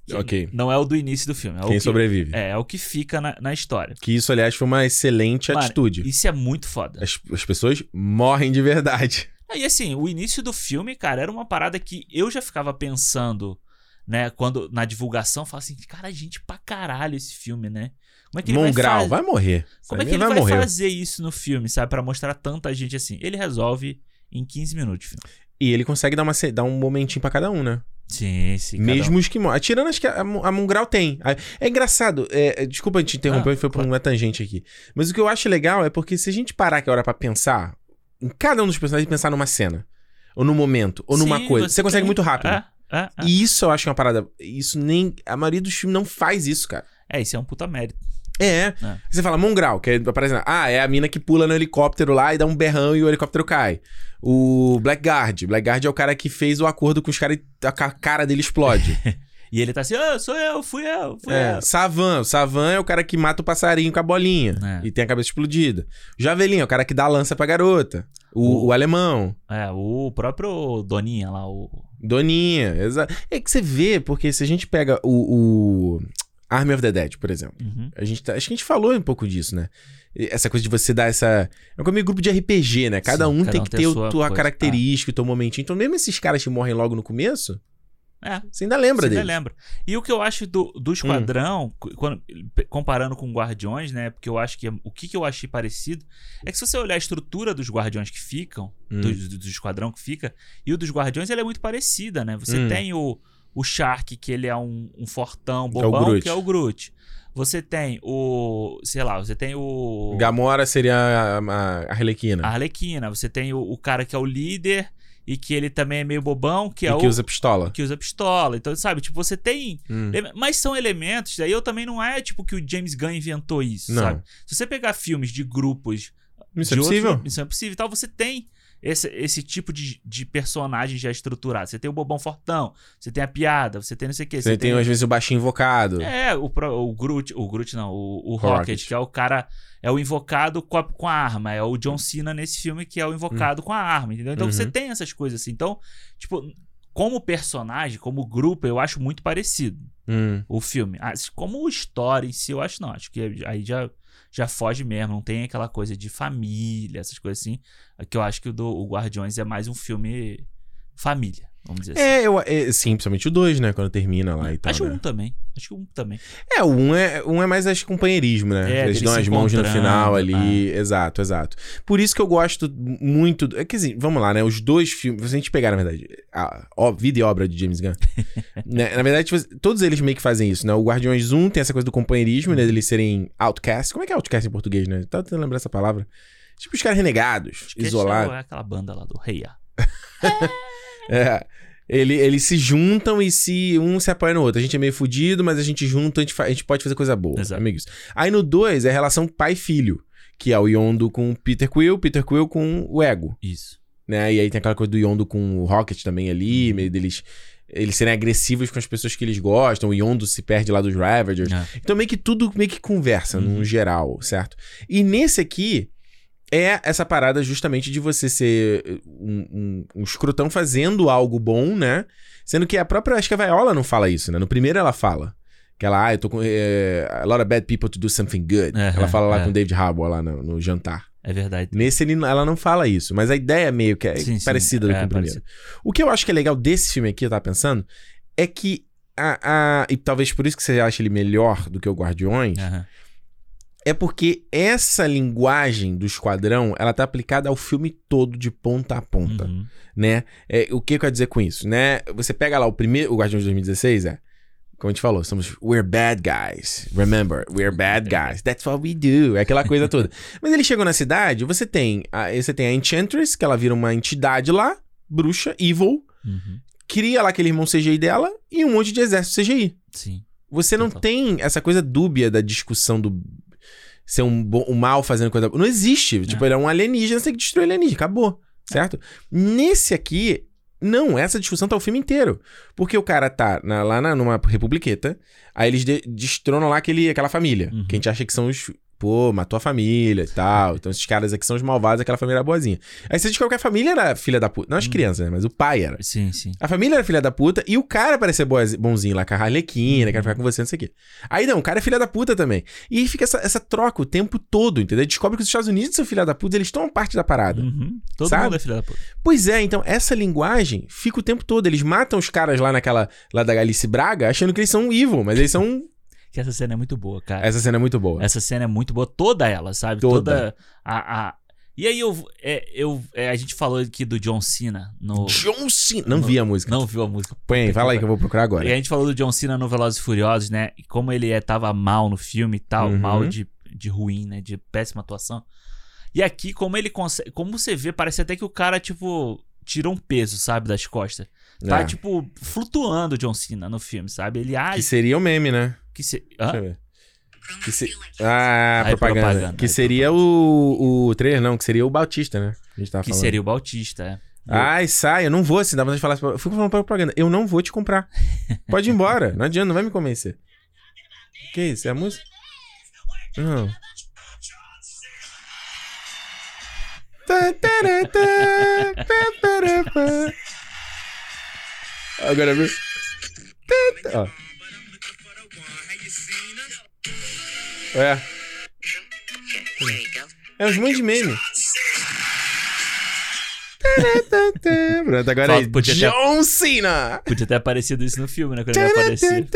[SPEAKER 2] Que
[SPEAKER 1] Ok.
[SPEAKER 2] Não é o do início do filme. É o
[SPEAKER 1] Quem
[SPEAKER 2] que,
[SPEAKER 1] sobrevive?
[SPEAKER 2] É, é o que fica na, na história.
[SPEAKER 1] Que isso, aliás, foi uma excelente
[SPEAKER 2] Mano,
[SPEAKER 1] atitude.
[SPEAKER 2] Isso é muito foda.
[SPEAKER 1] As, as pessoas morrem de verdade.
[SPEAKER 2] Ah, E assim, o início do filme, cara, era uma parada que eu já ficava pensando, né? Quando na divulgação, fala assim, cara, gente pra caralho esse filme, né? Como é que ele vai
[SPEAKER 1] Mongrau,
[SPEAKER 2] faz-
[SPEAKER 1] vai morrer.
[SPEAKER 2] Como é que
[SPEAKER 1] Samir
[SPEAKER 2] ele vai fazer isso no filme, sabe? Pra mostrar tanta gente assim. Ele resolve em 15 minutos, filho.
[SPEAKER 1] E ele consegue dar, uma, ce- dar um momentinho pra cada um, né?
[SPEAKER 2] Sim, sim. cada um.
[SPEAKER 1] Mesmo os que morrem. Tirando as que a, a Mon- a Mongrau tem. A- É engraçado, é, é, desculpa te interromper,
[SPEAKER 2] Ah,
[SPEAKER 1] foi por
[SPEAKER 2] claro.
[SPEAKER 1] uma tangente aqui. Mas o que eu acho legal é porque se a gente parar que é hora pra pensar, em cada um dos personagens pensar numa cena, ou num momento, ou numa
[SPEAKER 2] um. Sim,
[SPEAKER 1] coisa, você consegue
[SPEAKER 2] tem-
[SPEAKER 1] muito rápido.
[SPEAKER 2] É, é, é.
[SPEAKER 1] E isso eu acho que é uma parada. Isso nem. A maioria dos filmes não faz isso, cara.
[SPEAKER 2] É, isso é um puta mérito.
[SPEAKER 1] É. Você fala Mongrau, que é, aparece, ah, é a mina que pula no helicóptero lá e dá um berrão e o helicóptero cai. O Blackguard. Blackguard é o cara que fez o acordo com os caras e a ca- cara dele explode.
[SPEAKER 2] E ele tá assim, ah, sou eu, fui eu, fui
[SPEAKER 1] é.
[SPEAKER 2] eu.
[SPEAKER 1] Savan. O Savan é o cara que mata o passarinho com a bolinha
[SPEAKER 2] É.
[SPEAKER 1] e tem a cabeça explodida. Javelin é o cara que dá a lança pra garota. O,
[SPEAKER 2] O-
[SPEAKER 1] o alemão.
[SPEAKER 2] É, o próprio Doninha lá, o.
[SPEAKER 1] Doninha. Exato. É que você vê, porque se a gente pega o, o Army of the Dead, por exemplo.
[SPEAKER 2] Uhum.
[SPEAKER 1] A gente tá- acho que a gente falou um pouco disso, né? E Essa coisa de você dar essa. É como meio grupo de RPG, né? Cada
[SPEAKER 2] Sim,
[SPEAKER 1] um
[SPEAKER 2] cada
[SPEAKER 1] tem
[SPEAKER 2] um
[SPEAKER 1] que
[SPEAKER 2] tem
[SPEAKER 1] ter
[SPEAKER 2] a
[SPEAKER 1] a
[SPEAKER 2] sua
[SPEAKER 1] tua
[SPEAKER 2] coisa,
[SPEAKER 1] característica, o teu momentinho. Então, mesmo esses caras que morrem logo no começo,
[SPEAKER 2] É.
[SPEAKER 1] você ainda lembra Hum.
[SPEAKER 2] Você
[SPEAKER 1] deles.
[SPEAKER 2] ainda lembra. E o que eu acho do, do Esquadrão, cu- quando- pe- comparando com Guardiões, né? Porque eu acho que. O que, que eu achei parecido é que se você olhar a estrutura dos Guardiões que ficam,
[SPEAKER 1] Hum.
[SPEAKER 2] do, do- do Esquadrão que fica, e o dos Guardiões, ela é muito parecida, né? Você
[SPEAKER 1] Hum.
[SPEAKER 2] tem o, o Shark, que ele é um, um fortão,
[SPEAKER 1] Que é o
[SPEAKER 2] bobão,
[SPEAKER 1] Groot.
[SPEAKER 2] que é o Groot. Você tem o. Sei lá, você tem o.
[SPEAKER 1] Gamora seria a, a, a
[SPEAKER 2] a
[SPEAKER 1] Arlequina.
[SPEAKER 2] Arlequina. Você tem o, o cara que é o líder e que ele também é meio bobão, que
[SPEAKER 1] e
[SPEAKER 2] é o.
[SPEAKER 1] que usa pistola.
[SPEAKER 2] Que usa pistola. Então, sabe, tipo, você tem.
[SPEAKER 1] Hum.
[SPEAKER 2] Ele- Mas são elementos, daí eu também não é tipo que o James Gunn inventou isso,
[SPEAKER 1] Não.
[SPEAKER 2] sabe? Se você pegar filmes de grupos.
[SPEAKER 1] Isso
[SPEAKER 2] de
[SPEAKER 1] é possível?
[SPEAKER 2] Outros, isso é possível e tal, você tem esse, esse tipo de, de personagem já estruturado. Você tem o Bobão Fortão, você tem a piada, você tem não sei o que.
[SPEAKER 1] Você tem, às vezes, o baixinho invocado.
[SPEAKER 2] É, o, pro- o Groot, o Groot não, o, o
[SPEAKER 1] Rocket.
[SPEAKER 2] Rocket, que é o cara, é o invocado com a, com a arma, é o John Cena nesse filme que é o invocado com a arma, entendeu? Então
[SPEAKER 1] Uhum.
[SPEAKER 2] você tem essas coisas assim. Então, tipo, como personagem, como grupo, eu acho muito parecido
[SPEAKER 1] Hum.
[SPEAKER 2] o filme. Ah, se- Como história em si, eu acho não, acho que aí já, já foge mesmo, não tem aquela coisa de família, essas coisas assim, que eu acho que o do o Guardiões é mais um filme família, vamos dizer assim.
[SPEAKER 1] É, eu, é, sim, principalmente o 2, né? Quando termina lá e tal.
[SPEAKER 2] acho que
[SPEAKER 1] né?
[SPEAKER 2] um também. Acho que um também.
[SPEAKER 1] É, o um é, um é mais acho, companheirismo, né?
[SPEAKER 2] É,
[SPEAKER 1] Eles
[SPEAKER 2] deles
[SPEAKER 1] dão
[SPEAKER 2] se
[SPEAKER 1] as mãos no
[SPEAKER 2] encontrando, é.
[SPEAKER 1] final ali. Exato, exato. Por isso que eu gosto muito. do- É que assim, vamos lá, né? Os dois filmes. Se a gente pegar, na verdade, a, ó, vida e obra de James Gunn. né? Na verdade, tipo, todos eles meio que fazem isso, né? O Guardiões 1 tem essa coisa do companheirismo, né? Deles serem outcasts. Como é que é outcast em português, né? Tava tentando lembrar essa palavra. Tipo, os caras renegados,
[SPEAKER 2] Acho que esse é o-
[SPEAKER 1] isolados.
[SPEAKER 2] É aquela banda lá do Reia.
[SPEAKER 1] É. Ele, eles se juntam e se um se apoia no outro. A gente é meio fudido, mas a gente junta, a gente, fa- a gente pode fazer coisa boa.
[SPEAKER 2] Exato.
[SPEAKER 1] Amigos. Aí no 2 é a relação pai-filho, que é o Yondo com o Peter Quill, Peter Quill com o Ego,
[SPEAKER 2] Isso.
[SPEAKER 1] né? E aí tem aquela coisa do Yondo com o Rocket também ali, meio deles eles serem agressivos com as pessoas que eles gostam, o Yondo se perde lá dos Ravagers.
[SPEAKER 2] É.
[SPEAKER 1] Então meio que tudo meio que conversa
[SPEAKER 2] Uhum.
[SPEAKER 1] no geral, certo? E nesse aqui é essa parada justamente de você ser eh, um, um- um escrotão fazendo algo bom, né? Sendo que a própria, acho que a Viola não fala isso, né? No primeiro ela fala. Que ela, ah, eu tô com. eh, a lot of bad people to do something good.
[SPEAKER 2] É,
[SPEAKER 1] ela fala lá
[SPEAKER 2] é.
[SPEAKER 1] com o David Harbour lá no, no jantar.
[SPEAKER 2] É verdade.
[SPEAKER 1] Nesse ele, ela não fala isso, mas a ideia meio que é
[SPEAKER 2] Sim, sim,
[SPEAKER 1] parecida do
[SPEAKER 2] é,
[SPEAKER 1] que o primeiro.
[SPEAKER 2] parecido.
[SPEAKER 1] O que eu acho que é legal desse filme aqui, eu tava pensando, é que a, a- E talvez por isso que você acha ele melhor do que o Guardiões,
[SPEAKER 2] Aham.
[SPEAKER 1] é porque essa linguagem do esquadrão, ela tá aplicada ao filme todo de ponta a ponta,
[SPEAKER 2] Uhum.
[SPEAKER 1] né? É, o que eu quero dizer com isso, né? Você pega lá o primeiro, o Guardiões de 2016, é... Como a gente falou, somos we're bad guys. Remember, we're bad guys. That's what we do. É aquela coisa toda. Mas ele chegou na cidade, você tem a, você tem a Enchantress, que ela vira uma entidade lá, bruxa, evil,
[SPEAKER 2] Uhum.
[SPEAKER 1] cria lá aquele irmão CGI dela e um monte de exército CGI.
[SPEAKER 2] Sim.
[SPEAKER 1] Você não
[SPEAKER 2] Total.
[SPEAKER 1] tem essa coisa dúbia da discussão do ser um, bom, um mal fazendo coisa boa. Não existe. Tipo, ele é um alienígena, você tem que destruir o alienígena. Acabou.
[SPEAKER 2] É.
[SPEAKER 1] Certo? Nesse aqui, não. Essa discussão tá o filme inteiro. Porque o cara tá na- lá na- numa republiqueta, aí eles de- destronam lá aquele, aquela família.
[SPEAKER 2] Uhum.
[SPEAKER 1] Que a gente acha que são os... Pô, matou a família e tal. Então esses caras aqui são os malvados, aquela família era boazinha. Aí você diz que qualquer família era filha da puta. Não as
[SPEAKER 2] Hum.
[SPEAKER 1] crianças, né? Mas o pai era.
[SPEAKER 2] Sim, sim.
[SPEAKER 1] A família era filha da puta e o cara parecia boaz- bonzinho lá, com a Harlequina, quero ficar com você, não sei o quê. Aí não, o cara é filha da puta também. E aí fica essa, essa troca o tempo todo, entendeu? Descobre que os Estados Unidos são filha da puta, eles tomam parte da parada.
[SPEAKER 2] Uhum. Todo
[SPEAKER 1] Sabe?
[SPEAKER 2] mundo é filha da puta.
[SPEAKER 1] Pois é, então essa linguagem fica o tempo todo. Eles matam os caras lá naquela, lá da Galice Braga, achando que eles são evil, mas eles são.
[SPEAKER 2] Que essa cena é muito boa, cara.
[SPEAKER 1] Essa cena é muito boa.
[SPEAKER 2] Essa cena é muito boa, toda ela, sabe?
[SPEAKER 1] Toda.
[SPEAKER 2] a, a- E aí eu, é, eu é, a gente falou aqui do John Cena no
[SPEAKER 1] John Cena. Não vi a música.
[SPEAKER 2] não É. viu a música.
[SPEAKER 1] Põe aí, fala aí que eu vou procurar
[SPEAKER 2] E a
[SPEAKER 1] agora. É.
[SPEAKER 2] gente falou do John Cena no Velozes e Furiosos, né? E como ele é, tava mal no filme e tal,
[SPEAKER 1] Uhum.
[SPEAKER 2] mal de, de ruim, né? De péssima atuação. E aqui, como ele consegue. Como você vê, parece até que o cara, tipo, tirou um peso, sabe, das costas. Tá,
[SPEAKER 1] É.
[SPEAKER 2] tipo, flutuando o John Cena no filme, sabe? Ele
[SPEAKER 1] Que
[SPEAKER 2] age.
[SPEAKER 1] seria o meme, né?
[SPEAKER 2] Que se... Hã?
[SPEAKER 1] Deixa eu ver. Que se- Ah,
[SPEAKER 2] Aí,
[SPEAKER 1] propaganda.
[SPEAKER 2] propaganda,
[SPEAKER 1] Que
[SPEAKER 2] aí,
[SPEAKER 1] seria o, o trailer, não, que seria o Bautista, né? A gente tava
[SPEAKER 2] que
[SPEAKER 1] falando.
[SPEAKER 2] seria o Bautista, é.
[SPEAKER 1] Ai, sai, eu não vou assim, dá vontade de falar. Eu fico falando pra propaganda, eu não vou te comprar. Pode ir embora, não adianta, não vai me convencer. Que isso? É a música? Não. Tá, tará, tá, pá, pará, pá. Agora viu? Tá, tá, ó. É. É uns monte de meme. Tará, tá, tá. Pronto, agora é
[SPEAKER 2] Falta- podia ter-
[SPEAKER 1] John Cena.
[SPEAKER 2] Podia ter aparecido isso no filme, né? Quando ele vai aparecer.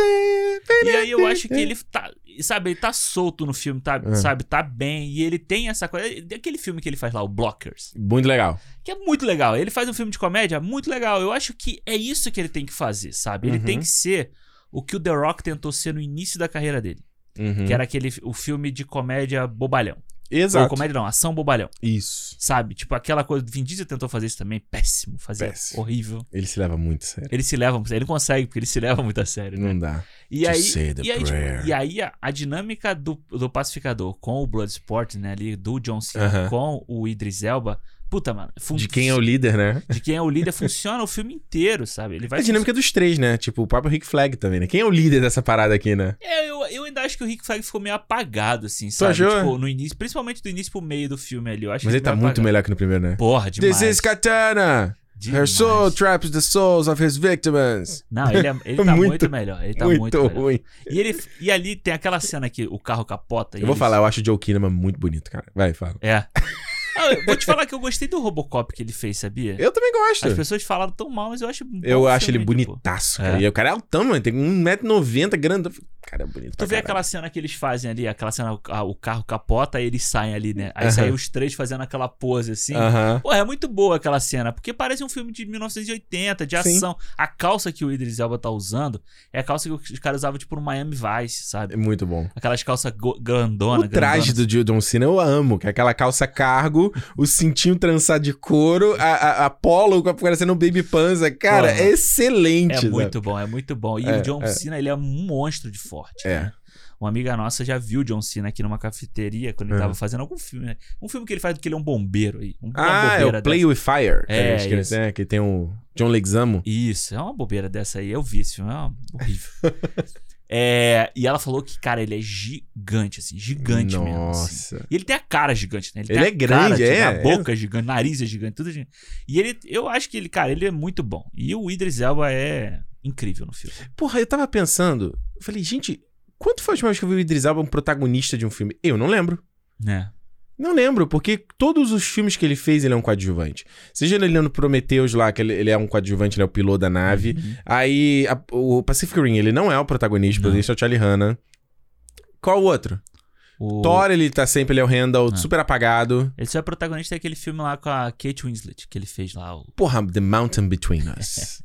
[SPEAKER 2] E aí eu acho que ele tá. Sabe, ele tá solto no filme, tá,
[SPEAKER 1] É.
[SPEAKER 2] sabe? Tá bem. E ele tem essa coisa. Aquele filme que ele faz lá, o Blockers.
[SPEAKER 1] Muito legal.
[SPEAKER 2] Que é muito legal. Ele faz um filme de comédia muito legal. Eu acho que é isso que ele tem que fazer, sabe? Ele
[SPEAKER 1] Uhum.
[SPEAKER 2] tem que ser o que o The Rock tentou ser no início da carreira dele.
[SPEAKER 1] Uhum.
[SPEAKER 2] Que era aquele o filme de comédia bobalhão. Ou
[SPEAKER 1] Exato.
[SPEAKER 2] comédia não, ação bobalhão.
[SPEAKER 1] Isso.
[SPEAKER 2] Sabe? Tipo aquela coisa. Vin Diesel tentou fazer isso também. Péssimo. Fazer
[SPEAKER 1] Péssimo.
[SPEAKER 2] horrível.
[SPEAKER 1] Ele se leva muito a sério.
[SPEAKER 2] Ele se leva. Ele consegue, porque ele se leva muito a sério, né?
[SPEAKER 1] Não dá.
[SPEAKER 2] E
[SPEAKER 1] To
[SPEAKER 2] aí,
[SPEAKER 1] say the
[SPEAKER 2] e aí, tipo,
[SPEAKER 1] prayer.
[SPEAKER 2] e aí a, a dinâmica do, do Pacificador com o Bloodsport, né, ali, do John Cena
[SPEAKER 1] Aham.
[SPEAKER 2] com o Idris Elba, puta, mano, fun-
[SPEAKER 1] De quem é o líder, né?
[SPEAKER 2] de quem é o líder funciona o filme inteiro, sabe? Ele vai
[SPEAKER 1] A dinâmica dos três, né? Tipo, o próprio Rick Flag também, né? Quem é o líder dessa parada aqui, né?
[SPEAKER 2] É, eu, eu ainda acho que o Rick Flag ficou meio apagado, assim, sabe?
[SPEAKER 1] achou?
[SPEAKER 2] Tipo, no início, principalmente do início pro meio do filme ali, eu acho
[SPEAKER 1] Mas
[SPEAKER 2] que
[SPEAKER 1] ele tá muito melhor que no primeiro, né?
[SPEAKER 2] Porra, demais.
[SPEAKER 1] This is Katana! Her
[SPEAKER 2] demais.
[SPEAKER 1] soul tipo, traps the souls of his victims!
[SPEAKER 2] Não, ele, é, ele tá
[SPEAKER 1] Muito-
[SPEAKER 2] muito, melhor. Ele tá muito,
[SPEAKER 1] muito,
[SPEAKER 2] melhor.
[SPEAKER 1] ruim.
[SPEAKER 2] E, ele, e ali tem aquela cena que o carro capota. e
[SPEAKER 1] Eu vou
[SPEAKER 2] ele-
[SPEAKER 1] falar, eu acho o Joe Kinnaman muito bonito, cara. Vai, fala.
[SPEAKER 2] É. Ah, eu vou te falar que eu gostei do Robocop que ele fez, sabia?
[SPEAKER 1] Eu também gosto.
[SPEAKER 2] É. As pessoas falaram tão mal, mas eu acho. bom
[SPEAKER 1] Eu acho ele
[SPEAKER 2] filme, tipo.
[SPEAKER 1] bonitaço, cara.
[SPEAKER 2] É.
[SPEAKER 1] E o cara é altão, mano. Tem 1,90m, grande. Cara, é bonito.
[SPEAKER 2] Tu
[SPEAKER 1] pra
[SPEAKER 2] vê
[SPEAKER 1] caralho.
[SPEAKER 2] aquela cena que eles fazem ali, aquela cena, o ca- o carro capota e eles saem ali, né? Aí
[SPEAKER 1] Aham.
[SPEAKER 2] saem os três fazendo aquela pose assim.
[SPEAKER 1] Aham.
[SPEAKER 2] Pô, é muito boa aquela cena, porque parece um filme de 1980, de
[SPEAKER 1] Sim.
[SPEAKER 2] ação. A calça que o Idris Elba tá usando é a calça que os caras usavam, tipo, no Miami Vice, sabe?
[SPEAKER 1] É muito bom.
[SPEAKER 2] Aquelas calças go- grandona,
[SPEAKER 1] o traje
[SPEAKER 2] grandona.
[SPEAKER 1] do Jill John Cena eu amo, que é aquela calça cargo, o cintinho trançado de couro, a, a, a polo com a- parecendo um baby panza. Cara,
[SPEAKER 2] Porra.
[SPEAKER 1] é excelente.
[SPEAKER 2] É
[SPEAKER 1] sabe?
[SPEAKER 2] muito bom, é muito bom. E
[SPEAKER 1] É,
[SPEAKER 2] o John
[SPEAKER 1] é.
[SPEAKER 2] Cena, ele é um monstro de forte.
[SPEAKER 1] É.
[SPEAKER 2] né? Uma amiga nossa já viu o John Cena aqui numa cafeteria quando ele
[SPEAKER 1] Uhum.
[SPEAKER 2] tava fazendo algum filme, né? Um filme que ele faz que ele é um bombeiro aí. Um, uma
[SPEAKER 1] Ah, é
[SPEAKER 2] bobeira
[SPEAKER 1] o Play
[SPEAKER 2] dessa.
[SPEAKER 1] With Fire. que
[SPEAKER 2] É,
[SPEAKER 1] acho que, ele
[SPEAKER 2] isso.
[SPEAKER 1] tem, né? que tem o John Leguizamo.
[SPEAKER 2] Isso, é uma bobeira dessa aí. Eu vi esse filme, é uma- horrível. É, e ela falou que, cara, ele é gigante, assim, gigante
[SPEAKER 1] Nossa.
[SPEAKER 2] mesmo. assim. E ele tem a cara gigante, né?
[SPEAKER 1] Ele
[SPEAKER 2] tem
[SPEAKER 1] é
[SPEAKER 2] a
[SPEAKER 1] grande,
[SPEAKER 2] cara,
[SPEAKER 1] é,
[SPEAKER 2] A boca é gigante, nariz é gigante, tudo gigante. E ele, eu acho que ele, cara, ele é muito bom. E o Idris Elba é incrível no filme.
[SPEAKER 1] Porra, eu tava pensando. Eu falei, gente, quanto foi a última vez que eu vi o Idris Elba um protagonista de um filme? Eu não lembro.
[SPEAKER 2] Né?
[SPEAKER 1] Não lembro, porque todos os filmes que ele fez, ele é um coadjuvante. Seja ele no Prometheus lá, que ele, ele é um coadjuvante, ele é o piloto da nave.
[SPEAKER 2] Uhum.
[SPEAKER 1] Aí, a- o Pacific Rim, ele não é o protagonista, o
[SPEAKER 2] Não.
[SPEAKER 1] protagonista é o Charlie Hanna. Qual o outro?
[SPEAKER 2] Uhum. O-
[SPEAKER 1] Thor, ele tá sempre, ele é o Randall,
[SPEAKER 2] É.
[SPEAKER 1] super apagado.
[SPEAKER 2] Ele só é protagonista daquele filme lá com a Kate Winslet, que ele fez lá. O...
[SPEAKER 1] Porra, The Mountain Between Us.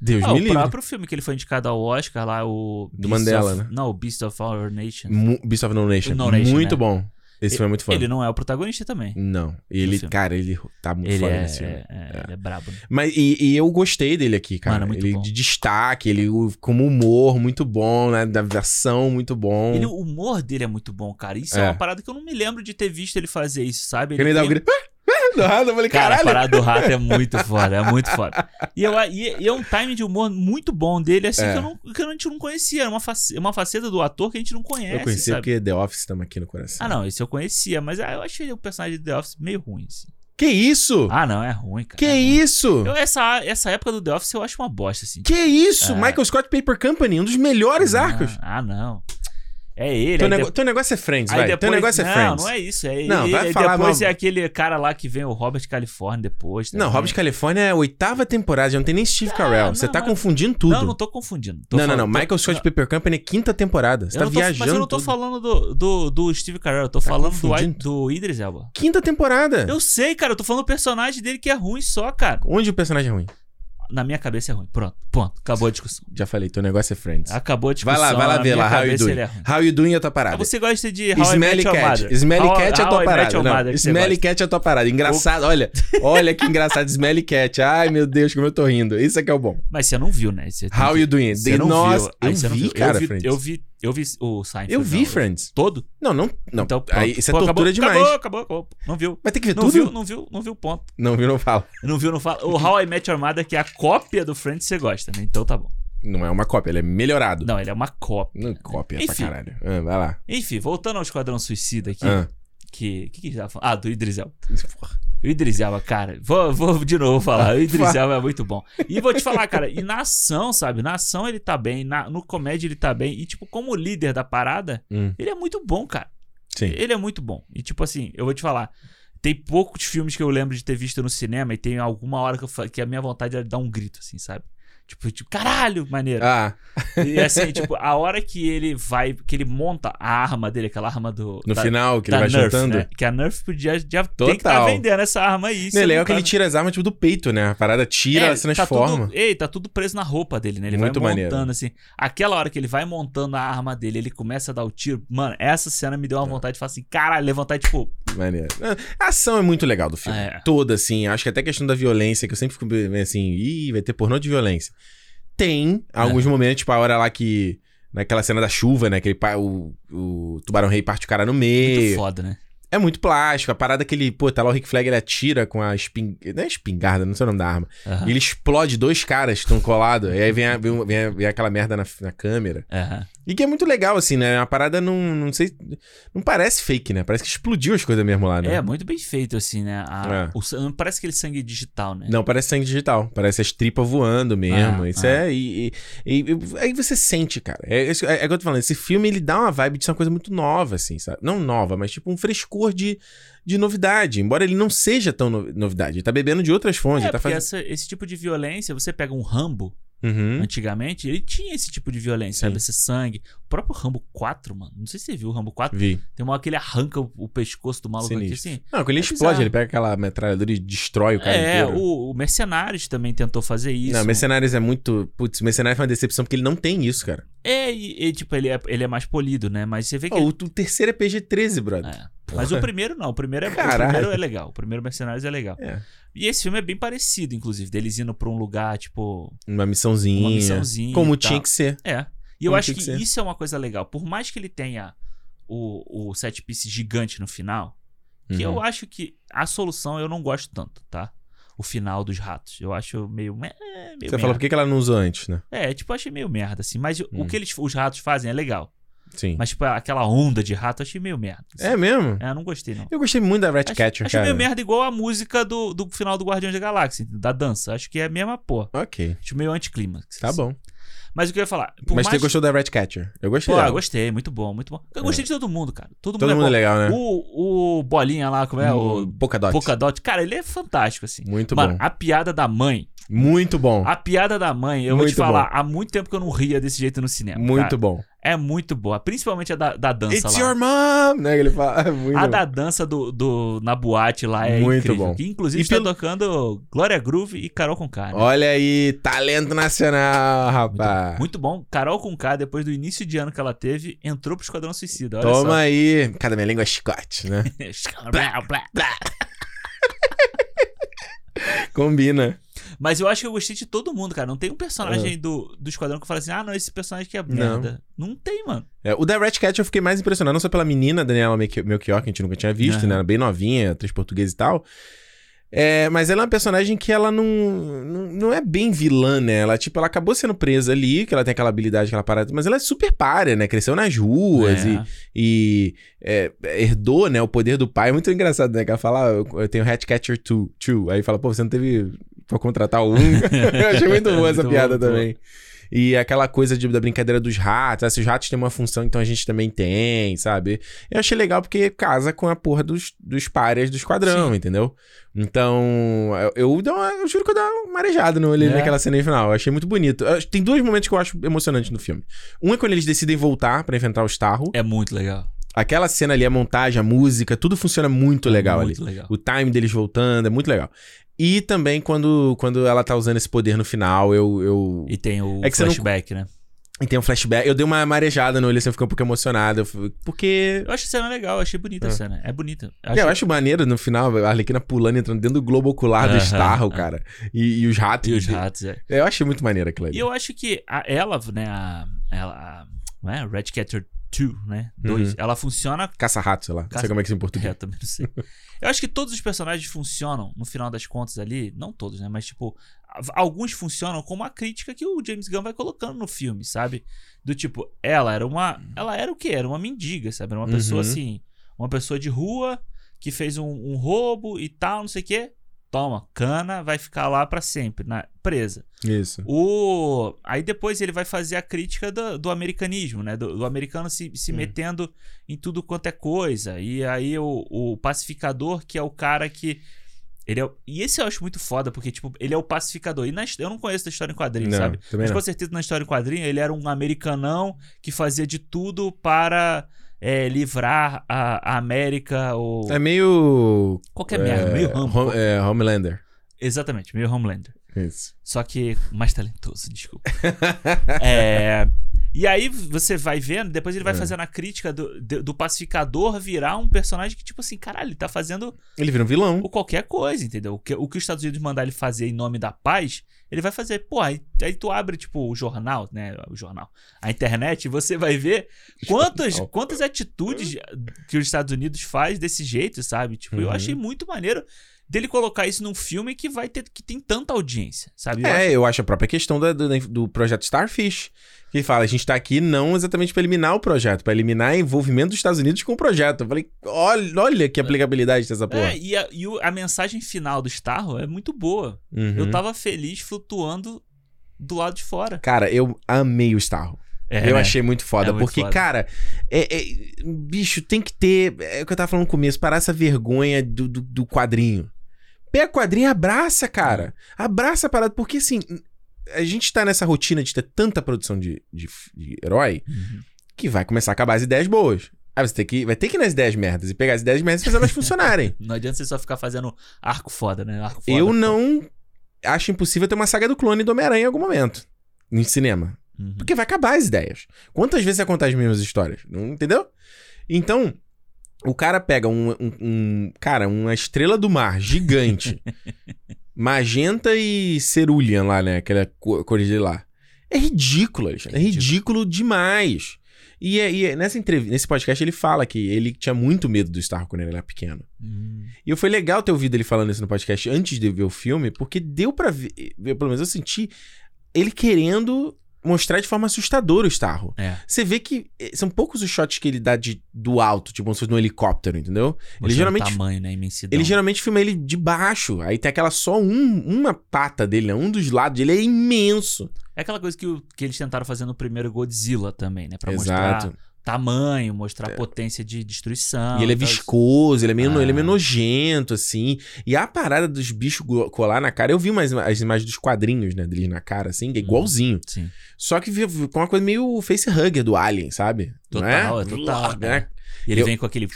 [SPEAKER 1] Deus
[SPEAKER 2] Ah,
[SPEAKER 1] me
[SPEAKER 2] o
[SPEAKER 1] livre.
[SPEAKER 2] próprio filme que ele foi indicado ao Oscar lá, o...
[SPEAKER 1] Do Mandela,
[SPEAKER 2] of...
[SPEAKER 1] né?
[SPEAKER 2] Não, o Beast of Our Nation.
[SPEAKER 1] Mu- Beast of No Nation.
[SPEAKER 2] No Nation,
[SPEAKER 1] muito
[SPEAKER 2] né?
[SPEAKER 1] bom. Esse
[SPEAKER 2] E-
[SPEAKER 1] filme é muito foda.
[SPEAKER 2] Ele não é o protagonista também.
[SPEAKER 1] Não. Ele,
[SPEAKER 2] No filme.
[SPEAKER 1] cara, ele tá muito
[SPEAKER 2] Ele
[SPEAKER 1] foda
[SPEAKER 2] é,
[SPEAKER 1] nesse filme.
[SPEAKER 2] é, é, ele é brabo, né?
[SPEAKER 1] Mas, e, e eu gostei dele aqui, cara.
[SPEAKER 2] Mano, é muito
[SPEAKER 1] ele
[SPEAKER 2] bom.
[SPEAKER 1] de destaque, ele o- como humor muito bom, né? Da ação muito bom.
[SPEAKER 2] Ele,
[SPEAKER 1] Ele,
[SPEAKER 2] o humor dele é muito bom, cara. Isso é.
[SPEAKER 1] Um É.
[SPEAKER 2] uma parada que eu não me lembro de ter visto ele fazer isso, sabe?
[SPEAKER 1] dá o
[SPEAKER 2] tem-
[SPEAKER 1] grito. Ah, Do nada, eu falei,
[SPEAKER 2] Cara, a
[SPEAKER 1] caralho.
[SPEAKER 2] parada do rato é muito foda, é muito foda. E, eu, e, e é um time de humor muito bom dele, assim,
[SPEAKER 1] É.
[SPEAKER 2] que, eu não, que a gente não conhecia. Era uma, face- é uma faceta do ator que a gente não conhece,
[SPEAKER 1] eu conheci
[SPEAKER 2] é sabe?
[SPEAKER 1] porque The Office estamos aqui no coração.
[SPEAKER 2] Ah, não, esse eu conhecia, mas ah, eu achei o personagem do The Office meio ruim, assim.
[SPEAKER 1] Que isso?
[SPEAKER 2] Ah, não, é ruim, cara.
[SPEAKER 1] Que
[SPEAKER 2] é ruim.
[SPEAKER 1] isso?
[SPEAKER 2] Eu, essa, essa época do The Office eu acho uma bosta, assim.
[SPEAKER 1] Que isso?
[SPEAKER 2] É.
[SPEAKER 1] Michael Scott Paper Company, um dos melhores arcos.
[SPEAKER 2] Ah, ah, não. É ele.
[SPEAKER 1] Teu,
[SPEAKER 2] aí
[SPEAKER 1] nego-
[SPEAKER 2] de-
[SPEAKER 1] teu negócio é Friends,
[SPEAKER 2] aí
[SPEAKER 1] vai. Teu
[SPEAKER 2] depois-
[SPEAKER 1] negócio é
[SPEAKER 2] não,
[SPEAKER 1] Friends.
[SPEAKER 2] Não, é isso. É
[SPEAKER 1] Não,
[SPEAKER 2] ele.
[SPEAKER 1] vai
[SPEAKER 2] aí
[SPEAKER 1] falar
[SPEAKER 2] depois
[SPEAKER 1] mal-
[SPEAKER 2] é aquele cara lá que vem, o Robert California, depois. tá
[SPEAKER 1] Não,
[SPEAKER 2] também.
[SPEAKER 1] Hobbs California é a oitava temporada, já não tem nem Steve
[SPEAKER 2] Ah,
[SPEAKER 1] Carell.
[SPEAKER 2] não,
[SPEAKER 1] Você tá
[SPEAKER 2] mas-
[SPEAKER 1] confundindo tudo.
[SPEAKER 2] Não, não tô confundindo. Tô
[SPEAKER 1] não, não,
[SPEAKER 2] falando-
[SPEAKER 1] não.
[SPEAKER 2] tô-
[SPEAKER 1] Michael Scott Paper Company é quinta temporada. Você
[SPEAKER 2] Eu
[SPEAKER 1] tá
[SPEAKER 2] não tô-
[SPEAKER 1] viajando.
[SPEAKER 2] Mas eu não tô
[SPEAKER 1] tudo.
[SPEAKER 2] falando do, do, do Steve Carell, eu tô falando do,
[SPEAKER 1] confundindo. É.
[SPEAKER 2] do Idris Elba.
[SPEAKER 1] Quinta temporada.
[SPEAKER 2] Eu sei, cara, eu tô falando do personagem dele que é ruim só, cara.
[SPEAKER 1] Onde o personagem é ruim?
[SPEAKER 2] Na minha cabeça é ruim. Pronto, ponto. Acabou a discussão.
[SPEAKER 1] Já falei, teu negócio é Friends.
[SPEAKER 2] Acabou a
[SPEAKER 1] vai
[SPEAKER 2] discussão.
[SPEAKER 1] lá, vai lá
[SPEAKER 2] Ah, na
[SPEAKER 1] ver
[SPEAKER 2] minha
[SPEAKER 1] lá. How you
[SPEAKER 2] cabeça
[SPEAKER 1] doing?
[SPEAKER 2] ele é ruim.
[SPEAKER 1] How you doing é a tua
[SPEAKER 2] Ah,
[SPEAKER 1] parada.
[SPEAKER 2] você gosta de How I
[SPEAKER 1] Smelly
[SPEAKER 2] Met Your
[SPEAKER 1] Cat.
[SPEAKER 2] Mother.
[SPEAKER 1] Smelly
[SPEAKER 2] How-
[SPEAKER 1] Cat é a
[SPEAKER 2] How
[SPEAKER 1] tua
[SPEAKER 2] I Met
[SPEAKER 1] parada.
[SPEAKER 2] Your
[SPEAKER 1] não.
[SPEAKER 2] Mother que você
[SPEAKER 1] Smelly
[SPEAKER 2] gosta.
[SPEAKER 1] Cat é a tua parada. Engraçado, olha. Olha que engraçado. Smelly Cat. Ai, meu Deus, como eu tô rindo. Isso é que é o bom.
[SPEAKER 2] Mas você não viu, né? Você tem
[SPEAKER 1] How
[SPEAKER 2] que-
[SPEAKER 1] you doing?
[SPEAKER 2] Você não
[SPEAKER 1] Nossa,
[SPEAKER 2] viu. Aí
[SPEAKER 1] eu
[SPEAKER 2] você não
[SPEAKER 1] vi,
[SPEAKER 2] viu.
[SPEAKER 1] cara,
[SPEAKER 2] eu vi,
[SPEAKER 1] Friends.
[SPEAKER 2] Eu vi, eu vi o Seinfeld.
[SPEAKER 1] Eu vi
[SPEAKER 2] não.
[SPEAKER 1] Friends.
[SPEAKER 2] Todo?
[SPEAKER 1] Não, não, não.
[SPEAKER 2] Então,
[SPEAKER 1] Aí,
[SPEAKER 2] pronto.
[SPEAKER 1] isso é
[SPEAKER 2] Pô,
[SPEAKER 1] tortura
[SPEAKER 2] acabou,
[SPEAKER 1] demais.
[SPEAKER 2] Acabou, acabou, acabou. Não viu.
[SPEAKER 1] Vai ter que ver
[SPEAKER 2] Não
[SPEAKER 1] tudo?
[SPEAKER 2] viu, não viu, não viu, ponto.
[SPEAKER 1] Não viu, não fala.
[SPEAKER 2] Não viu, não fala. O How I Met Your Mother, que é a cópia do Friends, você gosta, né? Então tá bom.
[SPEAKER 1] Não é uma cópia, ele é melhorado.
[SPEAKER 2] Não, ele é uma cópia.
[SPEAKER 1] Não, cópia pra
[SPEAKER 2] Enfim.
[SPEAKER 1] caralho. Ah, vai lá.
[SPEAKER 2] Enfim, voltando ao Esquadrão Suicida aqui,
[SPEAKER 1] Ah.
[SPEAKER 2] que... O que que a gente tava falando? Ah, do Idris Elba.
[SPEAKER 1] Porra.
[SPEAKER 2] O Idris Elba, cara, vou, vou de novo falar. O Idris Elba é muito bom. E vou te falar, cara, e na ação, sabe? Na ação ele tá bem, na, no comédia ele tá bem. E, tipo, como líder da parada,
[SPEAKER 1] Hum,
[SPEAKER 2] ele é muito bom, cara.
[SPEAKER 1] sim.
[SPEAKER 2] Ele é muito bom. E tipo assim, eu vou te falar. Tem poucos filmes que eu lembro de ter visto no cinema e tem alguma hora que, eu fa- que a minha vontade era dar um grito, assim, sabe? Tipo, tipo, caralho, maneiro.
[SPEAKER 1] Ah,
[SPEAKER 2] E assim, tipo, a hora que ele vai, que ele monta a arma dele, aquela arma do.
[SPEAKER 1] no
[SPEAKER 2] da,
[SPEAKER 1] final, que ele é
[SPEAKER 2] da
[SPEAKER 1] vai
[SPEAKER 2] Tá- Nerf,
[SPEAKER 1] chutando.
[SPEAKER 2] né? Que a Nerf podia já tem que
[SPEAKER 1] Total.
[SPEAKER 2] tá vendendo essa arma aí. se
[SPEAKER 1] Não, é legal
[SPEAKER 2] não
[SPEAKER 1] que
[SPEAKER 2] tá-
[SPEAKER 1] ele tira as armas tipo do peito, né? A parada tira, ela se
[SPEAKER 2] tá
[SPEAKER 1] transforma.
[SPEAKER 2] tudo, ei, tá tudo preso na roupa dele, né? Ele
[SPEAKER 1] Muito
[SPEAKER 2] vai
[SPEAKER 1] maneiro.
[SPEAKER 2] montando, assim. Aquela hora que ele vai montando a arma dele, ele começa a dar o tiro. Mano, essa cena me deu
[SPEAKER 1] Tá.
[SPEAKER 2] uma vontade de falar assim, caralho, levantar e tipo,
[SPEAKER 1] Maneiro. A ação é muito legal do filme.
[SPEAKER 2] É.
[SPEAKER 1] Toda, assim. Acho que até a questão da violência, que eu sempre fico meio assim, ih, vai ter pornô de violência. Tem
[SPEAKER 2] É.
[SPEAKER 1] alguns momentos, tipo a hora lá que. Naquela cena da chuva, né? Que ele, pa- o, o Tubarão Rei parte o cara no
[SPEAKER 2] Muito
[SPEAKER 1] meio.
[SPEAKER 2] foda, né?
[SPEAKER 1] é muito plástico. A parada que ele. Pô, tá lá o Rick Flag, ele atira com a esping... não é espingarda, não sei o nome da arma.
[SPEAKER 2] Aham,
[SPEAKER 1] E ele explode dois caras que estão colados. E aí vem, a- vem, vem- vem aquela merda na, na câmera.
[SPEAKER 2] aham.
[SPEAKER 1] E que é muito legal, assim, né? A parada não. Não sei. Não parece fake, né? Parece que explodiu as coisas mesmo lá, né?
[SPEAKER 2] É, muito bem feito, assim, né? A-
[SPEAKER 1] É.
[SPEAKER 2] o san- não parece aquele sangue digital, né?
[SPEAKER 1] Não, parece sangue digital. Parece as tripas voando mesmo.
[SPEAKER 2] Ah,
[SPEAKER 1] isso
[SPEAKER 2] ah.
[SPEAKER 1] é. E, e- e- e- aí você sente, cara. É, isso- é, é o que eu tô falando. Esse filme, ele dá uma vibe de ser uma coisa muito nova, assim, sabe? Não nova, mas tipo um frescor de, de novidade. Embora ele não seja tão no- novidade. Ele tá bebendo de outras fontes.
[SPEAKER 2] É,
[SPEAKER 1] ele tá
[SPEAKER 2] porque
[SPEAKER 1] fazendo.
[SPEAKER 2] essa- esse tipo de violência, você pega um Rambo,
[SPEAKER 1] Uhum.
[SPEAKER 2] antigamente, ele tinha esse tipo de violência,
[SPEAKER 1] Sim.
[SPEAKER 2] sabe? Esse sangue. O próprio Rambo 4, mano, não sei se você viu o Rambo 4,
[SPEAKER 1] Vi.
[SPEAKER 2] tem uma hora que ele arranca o, o pescoço do é um maluco aqui, assim.
[SPEAKER 1] Não, quando ele
[SPEAKER 2] É
[SPEAKER 1] explode,
[SPEAKER 2] bizarro.
[SPEAKER 1] ele pega aquela metralhadora e destrói o cara
[SPEAKER 2] É,
[SPEAKER 1] inteiro.
[SPEAKER 2] o, o Mercenários também tentou fazer isso.
[SPEAKER 1] Não, Mercenários é muito. Putz, Mercenários foi uma decepção porque ele não tem isso, cara.
[SPEAKER 2] É, e, e, tipo, ele é, ele é mais polido, né? Mas você vê que
[SPEAKER 1] Ó, o, o terceiro é PG-13, brother.
[SPEAKER 2] É. Mas o primeiro não, o primeiro é o
[SPEAKER 1] Caralho.
[SPEAKER 2] primeiro é legal, o primeiro Mercenários é legal.
[SPEAKER 1] É.
[SPEAKER 2] E esse filme é bem parecido, inclusive, deles indo pra um lugar, tipo,
[SPEAKER 1] Uma missãozinha.
[SPEAKER 2] uma missãozinha.
[SPEAKER 1] Como
[SPEAKER 2] e tal.
[SPEAKER 1] tinha que ser.
[SPEAKER 2] É. E eu
[SPEAKER 1] como
[SPEAKER 2] acho
[SPEAKER 1] tinha
[SPEAKER 2] que,
[SPEAKER 1] que ser.
[SPEAKER 2] isso é uma coisa legal. Por mais que ele tenha o, o set piece gigante no final, que
[SPEAKER 1] Uhum.
[SPEAKER 2] eu acho que a solução eu não gosto tanto, tá? O final dos ratos. Eu acho meio. meh, meio
[SPEAKER 1] Você fala
[SPEAKER 2] merda.
[SPEAKER 1] por que que ela não usou antes, né?
[SPEAKER 2] É, tipo, eu achei meio merda, assim. Mas
[SPEAKER 1] Hum.
[SPEAKER 2] o que eles, os ratos fazem é legal.
[SPEAKER 1] Sim.
[SPEAKER 2] Mas, tipo, aquela onda de rato, eu achei meio merda. assim.
[SPEAKER 1] É mesmo?
[SPEAKER 2] É, eu não gostei, não.
[SPEAKER 1] Eu gostei muito da
[SPEAKER 2] Acho-
[SPEAKER 1] Ratcatcher,
[SPEAKER 2] acho
[SPEAKER 1] cara.
[SPEAKER 2] meio merda igual a música do, do final do Guardiões da Galáxia, da dança. Acho que é a mesma porra.
[SPEAKER 1] Ok.
[SPEAKER 2] Acho meio anticlímax.
[SPEAKER 1] Tá
[SPEAKER 2] assim.
[SPEAKER 1] bom.
[SPEAKER 2] Mas o que eu ia falar? Por
[SPEAKER 1] Mas
[SPEAKER 2] mais...
[SPEAKER 1] você gostou da Ratcatcher? Eu gostei
[SPEAKER 2] Pô,
[SPEAKER 1] dela. É.
[SPEAKER 2] eu gostei, muito bom, muito bom. Eu gostei de todo mundo, cara. Todo,
[SPEAKER 1] Todo
[SPEAKER 2] mundo,
[SPEAKER 1] mundo
[SPEAKER 2] é bom.
[SPEAKER 1] legal, né?
[SPEAKER 2] O, o Bolinha lá, como é? O
[SPEAKER 1] Polkadot.
[SPEAKER 2] Polkadot. Cara, ele é fantástico, assim.
[SPEAKER 1] Muito
[SPEAKER 2] Mano,
[SPEAKER 1] bom.
[SPEAKER 2] a piada da mãe.
[SPEAKER 1] Muito bom.
[SPEAKER 2] A piada da mãe, eu vou
[SPEAKER 1] Muito
[SPEAKER 2] te falar, há muito tempo que eu não ria desse jeito no cinema.
[SPEAKER 1] Muito
[SPEAKER 2] cara.
[SPEAKER 1] bom.
[SPEAKER 2] É muito boa. Principalmente a da, da dança
[SPEAKER 1] It's
[SPEAKER 2] lá.
[SPEAKER 1] your mom! Né? que Ele fala. Muito
[SPEAKER 2] A
[SPEAKER 1] bom.
[SPEAKER 2] da dança do, do, na boate lá é
[SPEAKER 1] Muito
[SPEAKER 2] incrível.
[SPEAKER 1] bom.
[SPEAKER 2] Que inclusive
[SPEAKER 1] E
[SPEAKER 2] está
[SPEAKER 1] pelo-
[SPEAKER 2] tocando Glória Groove e Carol Conká. Né?
[SPEAKER 1] Olha aí, talento nacional,
[SPEAKER 2] Muito,
[SPEAKER 1] rapaz.
[SPEAKER 2] muito bom. Carol Conká, depois do início de ano que ela teve, entrou pro Esquadrão Suicida. Olha
[SPEAKER 1] Toma aí. Cada minha língua é chicote, né?
[SPEAKER 2] só. Blá, blá, blá.
[SPEAKER 1] Combina.
[SPEAKER 2] Mas eu acho que eu gostei de todo mundo, cara. Não tem um
[SPEAKER 1] Ah.
[SPEAKER 2] personagem do, do Esquadrão que eu falo assim, ah, não, esse personagem aqui é merda. Não, tem, mano.
[SPEAKER 1] É, o da Ratcatcher eu fiquei mais impressionado, não só pela menina Daniela Melchi- Melchior, que a gente nunca tinha visto,
[SPEAKER 2] Aham.
[SPEAKER 1] né? Ela bem novinha, atriz portuguesa e tal. É, mas ela é uma personagem que ela não, não, não é bem vilã, né? Ela, tipo, ela acabou sendo presa ali, que ela tem aquela habilidade, aquela parada. Mas ela é super párea, né? Cresceu nas ruas e,
[SPEAKER 2] É.
[SPEAKER 1] e é, herdou, né, o poder do pai. É muito engraçado, né? Que ela fala, ah, eu, eu tenho Ratcatcher 2, two. Aí fala, pô, você não teve pra contratar um? eu achei muito boa essa
[SPEAKER 2] Muito
[SPEAKER 1] piada
[SPEAKER 2] bom, muito
[SPEAKER 1] também. E aquela coisa de- da brincadeira dos ratos, ah, se os ratos têm uma função, então a gente também tem, sabe? Eu achei legal porque casa com a porra dos, dos páreas do esquadrão, entendeu? Então, eu, eu, dou uma- eu juro que eu dou uma marejada no olho
[SPEAKER 2] É.
[SPEAKER 1] naquela cena aí final. Eu achei muito bonito. Eu acho- Tem dois momentos que eu acho emocionante no filme. Um é quando eles decidem voltar pra enfrentar o Starro.
[SPEAKER 2] É muito legal.
[SPEAKER 1] Aquela cena ali, a montagem, a música, tudo funciona muito legal ali.
[SPEAKER 2] É muito legal.
[SPEAKER 1] O time deles voltando, é muito legal. E também quando, quando ela tá usando esse poder no final, eu. eu...
[SPEAKER 2] E tem o
[SPEAKER 1] É que você não-
[SPEAKER 2] flashback, né?
[SPEAKER 1] E tem um flashback. Eu dei uma marejada no olho, assim, eu fiquei um pouco emocionado. eu fui- Porque.
[SPEAKER 2] Eu acho a cena legal, eu achei bonita a cena. É bonita. Eu
[SPEAKER 1] Ah. Eu acho maneiro no final, a Arlequina pulando, entrando dentro do globo ocular do
[SPEAKER 2] Aham,
[SPEAKER 1] Starro,
[SPEAKER 2] aham.
[SPEAKER 1] cara. E, e os ratos.
[SPEAKER 2] E os ratos, é.
[SPEAKER 1] Eu achei muito maneiro aquilo ali.
[SPEAKER 2] E eu acho que a- ela, né, a, ela, a, não é? Red Catcher 2, né?
[SPEAKER 1] Uhum.
[SPEAKER 2] 2, ela funciona.
[SPEAKER 1] Caça-rato, sei lá. Não
[SPEAKER 2] Caça-
[SPEAKER 1] sei como é que isso em português.
[SPEAKER 2] É, também não sei. Eu acho que todos os personagens funcionam, no final das contas ali, não todos, né? Mas, tipo, a- alguns funcionam como a crítica que o James Gunn vai colocando no filme, sabe? Do tipo, ela era uma. Ela era o quê? Era uma mendiga, sabe? Era uma pessoa
[SPEAKER 1] Uhum.
[SPEAKER 2] assim. Uma pessoa de rua que fez um, um roubo e tal, não sei o quê. Toma, cana, vai ficar lá pra sempre, na presa.
[SPEAKER 1] Isso.
[SPEAKER 2] O... Aí depois ele vai fazer a crítica do, do americanismo, né? Do, do americano se, se
[SPEAKER 1] Hum.
[SPEAKER 2] metendo em tudo quanto é coisa. E aí o, o pacificador, que é o cara que. Ele é o- E esse eu acho muito foda, porque, tipo, ele é o pacificador. E na his- eu não conheço da história em quadrinhos,
[SPEAKER 1] Não,
[SPEAKER 2] sabe?
[SPEAKER 1] também
[SPEAKER 2] Mas
[SPEAKER 1] não.
[SPEAKER 2] com certeza na história em quadrinho, ele era um americanão que fazia de tudo para é, livrar a, a América ou
[SPEAKER 1] É meio.
[SPEAKER 2] qualquer merda.
[SPEAKER 1] é,
[SPEAKER 2] Meio Rambo.
[SPEAKER 1] Hom- é, Homelander.
[SPEAKER 2] Exatamente, meio Homelander.
[SPEAKER 1] Isso.
[SPEAKER 2] Só que mais talentoso, desculpa. É, E aí você vai vendo, depois ele vai
[SPEAKER 1] É.
[SPEAKER 2] fazendo a crítica do, de- do pacificador virar um personagem que, tipo assim, caralho, ele tá fazendo
[SPEAKER 1] Ele vira um vilão.
[SPEAKER 2] o qualquer coisa, entendeu? O que, o que os Estados Unidos mandar ele fazer em nome da paz, ele vai fazer. Pô, aí, aí tu abre, tipo, o jornal, né? O jornal. A internet, e você vai ver quantas,
[SPEAKER 1] Jornal.
[SPEAKER 2] quantas atitudes que os Estados Unidos faz desse jeito, sabe? Tipo, eu
[SPEAKER 1] Uhum.
[SPEAKER 2] achei muito maneiro dele colocar isso num filme que vai ter que tem tanta audiência, sabe? Eu acho-
[SPEAKER 1] É, eu acho a própria questão da- do, do projeto Starfish. Que fala, a gente tá aqui não exatamente pra eliminar o projeto, pra eliminar o envolvimento dos Estados Unidos com o projeto. Eu falei, olha, olha que aplicabilidade dessa porra.
[SPEAKER 2] É, e a, e o- a mensagem final do Star Wars é muito boa.
[SPEAKER 1] Uhum.
[SPEAKER 2] Eu tava feliz flutuando do lado de fora.
[SPEAKER 1] Cara, eu amei o Starro.
[SPEAKER 2] É,
[SPEAKER 1] eu
[SPEAKER 2] né?
[SPEAKER 1] achei muito foda,
[SPEAKER 2] É muito
[SPEAKER 1] porque,
[SPEAKER 2] foda.
[SPEAKER 1] cara, é- é- bicho, tem que ter. É o que eu tava falando no começo, parar essa vergonha do, do, do quadrinho. Pega o quadrinho e abraça, cara. Abraça a parada, porque assim, a gente tá nessa rotina de ter tanta produção de, de, de herói
[SPEAKER 2] Uhum.
[SPEAKER 1] que vai começar a acabar as ideias boas. Aí você tem que, vai ter que ir nas ideias merdas e pegar as ideias merdas e fazer elas funcionarem.
[SPEAKER 2] Não adianta você só ficar fazendo arco foda, né? Arco foda.
[SPEAKER 1] eu não acho impossível ter uma saga do clone do Homem-Aranha em algum momento. Em cinema.
[SPEAKER 2] Uhum.
[SPEAKER 1] Porque vai acabar as ideias. Quantas vezes você contar as mesmas histórias? Não- Entendeu? Então, o cara pega um, um- um- Cara, uma estrela do mar gigante. magenta e cerulean lá, né? Aquela co- cor dele lá. É ridículo, Alexandre. É
[SPEAKER 2] É ridículo.
[SPEAKER 1] ridículo demais. E, é- e é- nessa entrevista, nesse podcast ele fala que ele tinha muito medo do Star quando ele era pequeno.
[SPEAKER 2] Hum.
[SPEAKER 1] E foi legal ter ouvido ele falando isso no podcast antes de eu ver o filme, porque deu pra ver, eu, pelo menos eu senti ele querendo mostrar de forma assustadora o Starro.
[SPEAKER 2] É.
[SPEAKER 1] Você vê que eh, são poucos os shots que ele dá de, do alto, tipo, como se fosse um helicóptero, entendeu?
[SPEAKER 2] Mostrando
[SPEAKER 1] geralmente-
[SPEAKER 2] o tamanho, né? a Imensidão.
[SPEAKER 1] Ele geralmente filma ele de baixo, aí tem aquela só um- uma pata dele, né? um dos lados, ele é imenso.
[SPEAKER 2] É aquela coisa que, o- que eles tentaram fazer no primeiro Godzilla também, né? Pra
[SPEAKER 1] Exato. É.
[SPEAKER 2] mostrar tamanho, mostrar potência de destruição.
[SPEAKER 1] e ele é
[SPEAKER 2] tal.
[SPEAKER 1] viscoso, ele é, meio,
[SPEAKER 2] Ah.
[SPEAKER 1] ele é meio nojento, assim. E a parada dos bichos go- colar na cara, eu vi umas, ima- as imagens dos quadrinhos, né, deles na cara, assim, que é
[SPEAKER 2] Uhum.
[SPEAKER 1] igualzinho.
[SPEAKER 2] Sim.
[SPEAKER 1] Só que vi- vi- com uma coisa meio facehugger do Alien, sabe? Não
[SPEAKER 2] Total, é total,
[SPEAKER 1] Né?
[SPEAKER 2] E ele
[SPEAKER 1] Eu-
[SPEAKER 2] vem com aquele.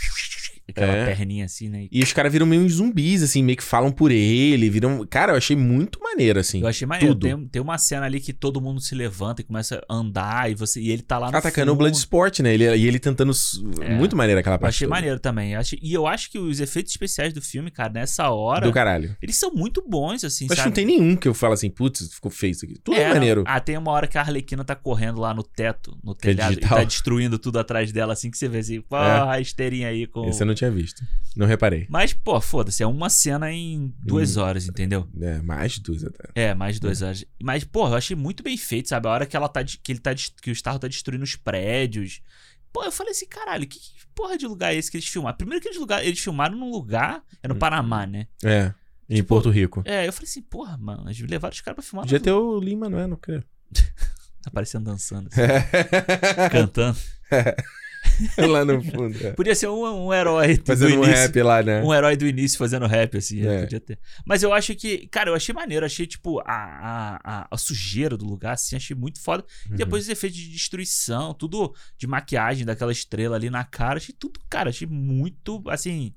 [SPEAKER 2] Aquela
[SPEAKER 1] É.
[SPEAKER 2] perninha assim, né?
[SPEAKER 1] E os caras viram meio uns zumbis, assim, meio que falam por ele, viram... Cara, eu achei muito maneiro, assim.
[SPEAKER 2] Eu achei maneiro.
[SPEAKER 1] Tudo.
[SPEAKER 2] Tem, tem uma cena ali que todo mundo se levanta e começa a andar e, você, e ele tá lá no
[SPEAKER 1] Atacando o
[SPEAKER 2] fundo.
[SPEAKER 1] Bloodsport, né? Ele, e ele tentando... su-
[SPEAKER 2] É.
[SPEAKER 1] Muito maneiro aquela
[SPEAKER 2] Eu
[SPEAKER 1] parte.
[SPEAKER 2] achei
[SPEAKER 1] toda.
[SPEAKER 2] maneiro também. Eu achei- e eu acho que os efeitos especiais do filme, cara, nessa hora,
[SPEAKER 1] Do caralho.
[SPEAKER 2] eles são muito bons, assim,
[SPEAKER 1] Eu Acho que
[SPEAKER 2] sabe?
[SPEAKER 1] não tem nenhum que eu falo assim, putz, ficou feio isso aqui. Tudo é,
[SPEAKER 2] não.
[SPEAKER 1] maneiro.
[SPEAKER 2] Ah, tem uma hora que a Arlequina tá correndo lá no teto, no
[SPEAKER 1] Que é
[SPEAKER 2] telhado, e
[SPEAKER 1] digital. É.
[SPEAKER 2] tá destruindo tudo atrás dela, assim que você vê assim, pô, a esteirinha aí com.
[SPEAKER 1] Esse é eu não tinha visto. Não reparei.
[SPEAKER 2] Mas, pô, foda-se, é uma cena em
[SPEAKER 1] Hum.
[SPEAKER 2] duas horas, entendeu?
[SPEAKER 1] É, mais duas até.
[SPEAKER 2] É, mais de duas horas. Mas, pô, eu achei muito bem feito, sabe? A hora que ela tá. de- Que, ele tá de- que o Starro tá destruindo os prédios. Pô, eu falei assim, caralho, que, que porra de lugar é esse que eles filmaram? Primeiro que eles, lugar, eles filmaram num lugar. É no
[SPEAKER 1] Hum.
[SPEAKER 2] Panamá, né?
[SPEAKER 1] É. Em
[SPEAKER 2] Tipo,
[SPEAKER 1] Porto Rico.
[SPEAKER 2] É, eu falei assim, porra, mano, eles levaram os caras pra filmar.
[SPEAKER 1] Podia
[SPEAKER 2] num-
[SPEAKER 1] ter o Lima, não é? Não creio.
[SPEAKER 2] Aparecendo dançando, assim, cantando.
[SPEAKER 1] Lá no fundo. é.
[SPEAKER 2] Podia ser um, um herói do,
[SPEAKER 1] Fazendo
[SPEAKER 2] do
[SPEAKER 1] um
[SPEAKER 2] início.
[SPEAKER 1] rap lá, né?
[SPEAKER 2] um herói do início fazendo rap, assim,
[SPEAKER 1] É.
[SPEAKER 2] podia ter. Mas eu acho que, cara, eu achei maneiro, achei, tipo, a, a, a, a sujeira do lugar, assim, achei muito foda.
[SPEAKER 1] Uhum.
[SPEAKER 2] E depois os efeitos de destruição, tudo de maquiagem daquela estrela ali na cara, achei tudo, cara, achei muito, assim,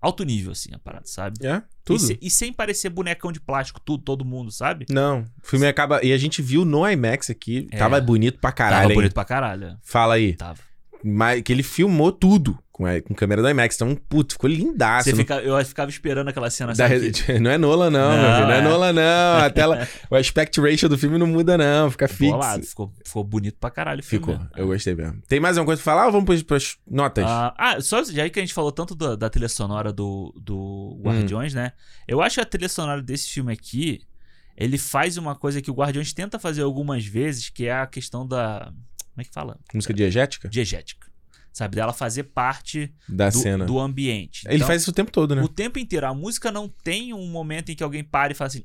[SPEAKER 2] alto nível, assim, a parada, sabe?
[SPEAKER 1] É?
[SPEAKER 2] E,
[SPEAKER 1] Tudo.
[SPEAKER 2] se- e sem parecer bonecão de plástico, tudo, todo mundo, sabe?
[SPEAKER 1] Não, o filme acaba. E a gente viu no IMAX aqui.
[SPEAKER 2] É.
[SPEAKER 1] Tava bonito pra caralho.
[SPEAKER 2] Tava
[SPEAKER 1] hein?
[SPEAKER 2] bonito pra caralho.
[SPEAKER 1] Fala aí.
[SPEAKER 2] Tava.
[SPEAKER 1] Mas, que ele filmou tudo com, a- com câmera do IMAX. Então, puto, ficou lindaço.
[SPEAKER 2] Você
[SPEAKER 1] Não,
[SPEAKER 2] fica, eu ficava esperando aquela cena,
[SPEAKER 1] dá-
[SPEAKER 2] sabe? que-
[SPEAKER 1] não é Nola, não,
[SPEAKER 2] Não,
[SPEAKER 1] meu filho. Não é,
[SPEAKER 2] é.
[SPEAKER 1] Nola, não. A tela. o aspect ratio do filme não muda, não. Fica fixo.
[SPEAKER 2] Bolado, ficou, ficou bonito pra caralho. o filme
[SPEAKER 1] Ficou.
[SPEAKER 2] mesmo.
[SPEAKER 1] Eu gostei mesmo. Tem mais alguma coisa pra falar ou vamos pras, pras notas?
[SPEAKER 2] Ah, ah, só já que a gente falou tanto da, da trilha sonora do, do Guardiões,
[SPEAKER 1] Uhum.
[SPEAKER 2] né? Eu acho que a trilha sonora desse filme aqui, ele faz uma coisa que o Guardiões tenta fazer algumas vezes, que é a questão da. Como é que fala?
[SPEAKER 1] Música diegética?
[SPEAKER 2] Diegética. sabe? Dela fazer parte
[SPEAKER 1] da
[SPEAKER 2] do,
[SPEAKER 1] cena.
[SPEAKER 2] do ambiente.
[SPEAKER 1] Ele
[SPEAKER 2] Então,
[SPEAKER 1] faz isso o tempo todo, né?
[SPEAKER 2] o tempo inteiro. A música não tem um momento em que alguém para e fala assim: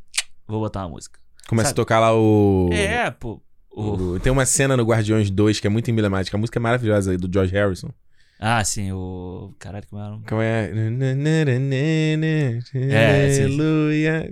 [SPEAKER 2] vou botar uma música.
[SPEAKER 1] Começa
[SPEAKER 2] sabe?
[SPEAKER 1] a tocar lá o...
[SPEAKER 2] É, pô. o-
[SPEAKER 1] o- Tem uma cena no Guardiões 2 que é muito emblemática. A música é maravilhosa aí do George Harrison.
[SPEAKER 2] Ah, sim, o. Caralho, como era o nome?
[SPEAKER 1] Como é?
[SPEAKER 2] É, sim.
[SPEAKER 1] Aleluia.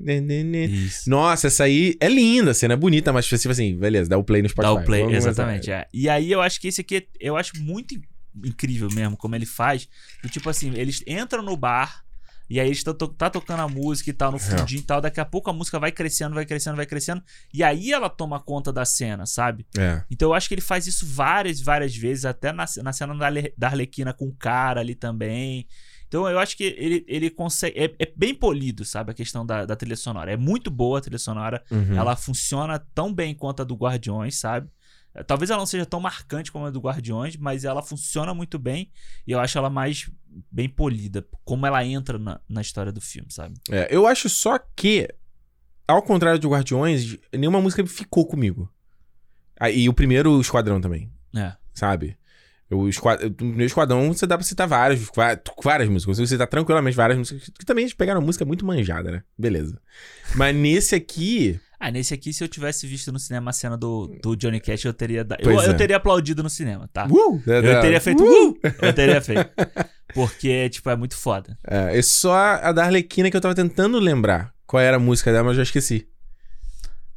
[SPEAKER 2] Isso.
[SPEAKER 1] Nossa, essa aí é linda, a cena é bonita, mas tipo assim, beleza, dá o play no Spotify.
[SPEAKER 2] Dá o play,
[SPEAKER 1] Vamos começar.
[SPEAKER 2] exatamente. é. E aí eu acho que esse aqui, é, eu acho muito in- incrível mesmo como ele faz. Do tipo assim, eles entram no bar. E aí eles tá, to- tá tocando a música e tal, no fundinho e tal. Daqui a pouco a música vai crescendo, vai crescendo, vai crescendo. E aí ela toma conta da cena, sabe?
[SPEAKER 1] É.
[SPEAKER 2] Então eu acho que ele faz isso várias, várias vezes, até na, na cena da, Ale- da Arlequina com o cara ali também. Então eu acho que ele, ele consegue. É, é bem polido, sabe? A questão da, da trilha sonora. É muito boa a trilha sonora.
[SPEAKER 1] Uhum.
[SPEAKER 2] Ela funciona tão bem quanto a do Guardiões, sabe? Eh, Talvez ela não seja tão marcante como a do Guardiões, mas ela funciona muito bem. E eu acho ela mais bem polida, como ela entra na, na história do filme, sabe?
[SPEAKER 1] É, eu acho só que, ao contrário de Guardiões, nenhuma música ficou comigo. Ah, E o primeiro Esquadrão também,
[SPEAKER 2] É.
[SPEAKER 1] sabe? O esquad... No primeiro Esquadrão você dá pra citar várias, va- várias músicas. Você citar tranquilamente várias músicas. Que também eles pegaram música muito manjada, né? Beleza. Mas nesse aqui.
[SPEAKER 2] Ah, nesse aqui, se eu tivesse visto no cinema a cena do, do Johnny Cash, eu teria. da- Eu,
[SPEAKER 1] Pois
[SPEAKER 2] eu
[SPEAKER 1] é.
[SPEAKER 2] teria aplaudido no cinema, tá?
[SPEAKER 1] Uh,
[SPEAKER 2] Eu teria feito. "Uh!" Eu teria feito. Porque, tipo, é muito foda.
[SPEAKER 1] É, é só a da Arlequina que eu tava tentando lembrar qual era a música dela, mas eu já esqueci.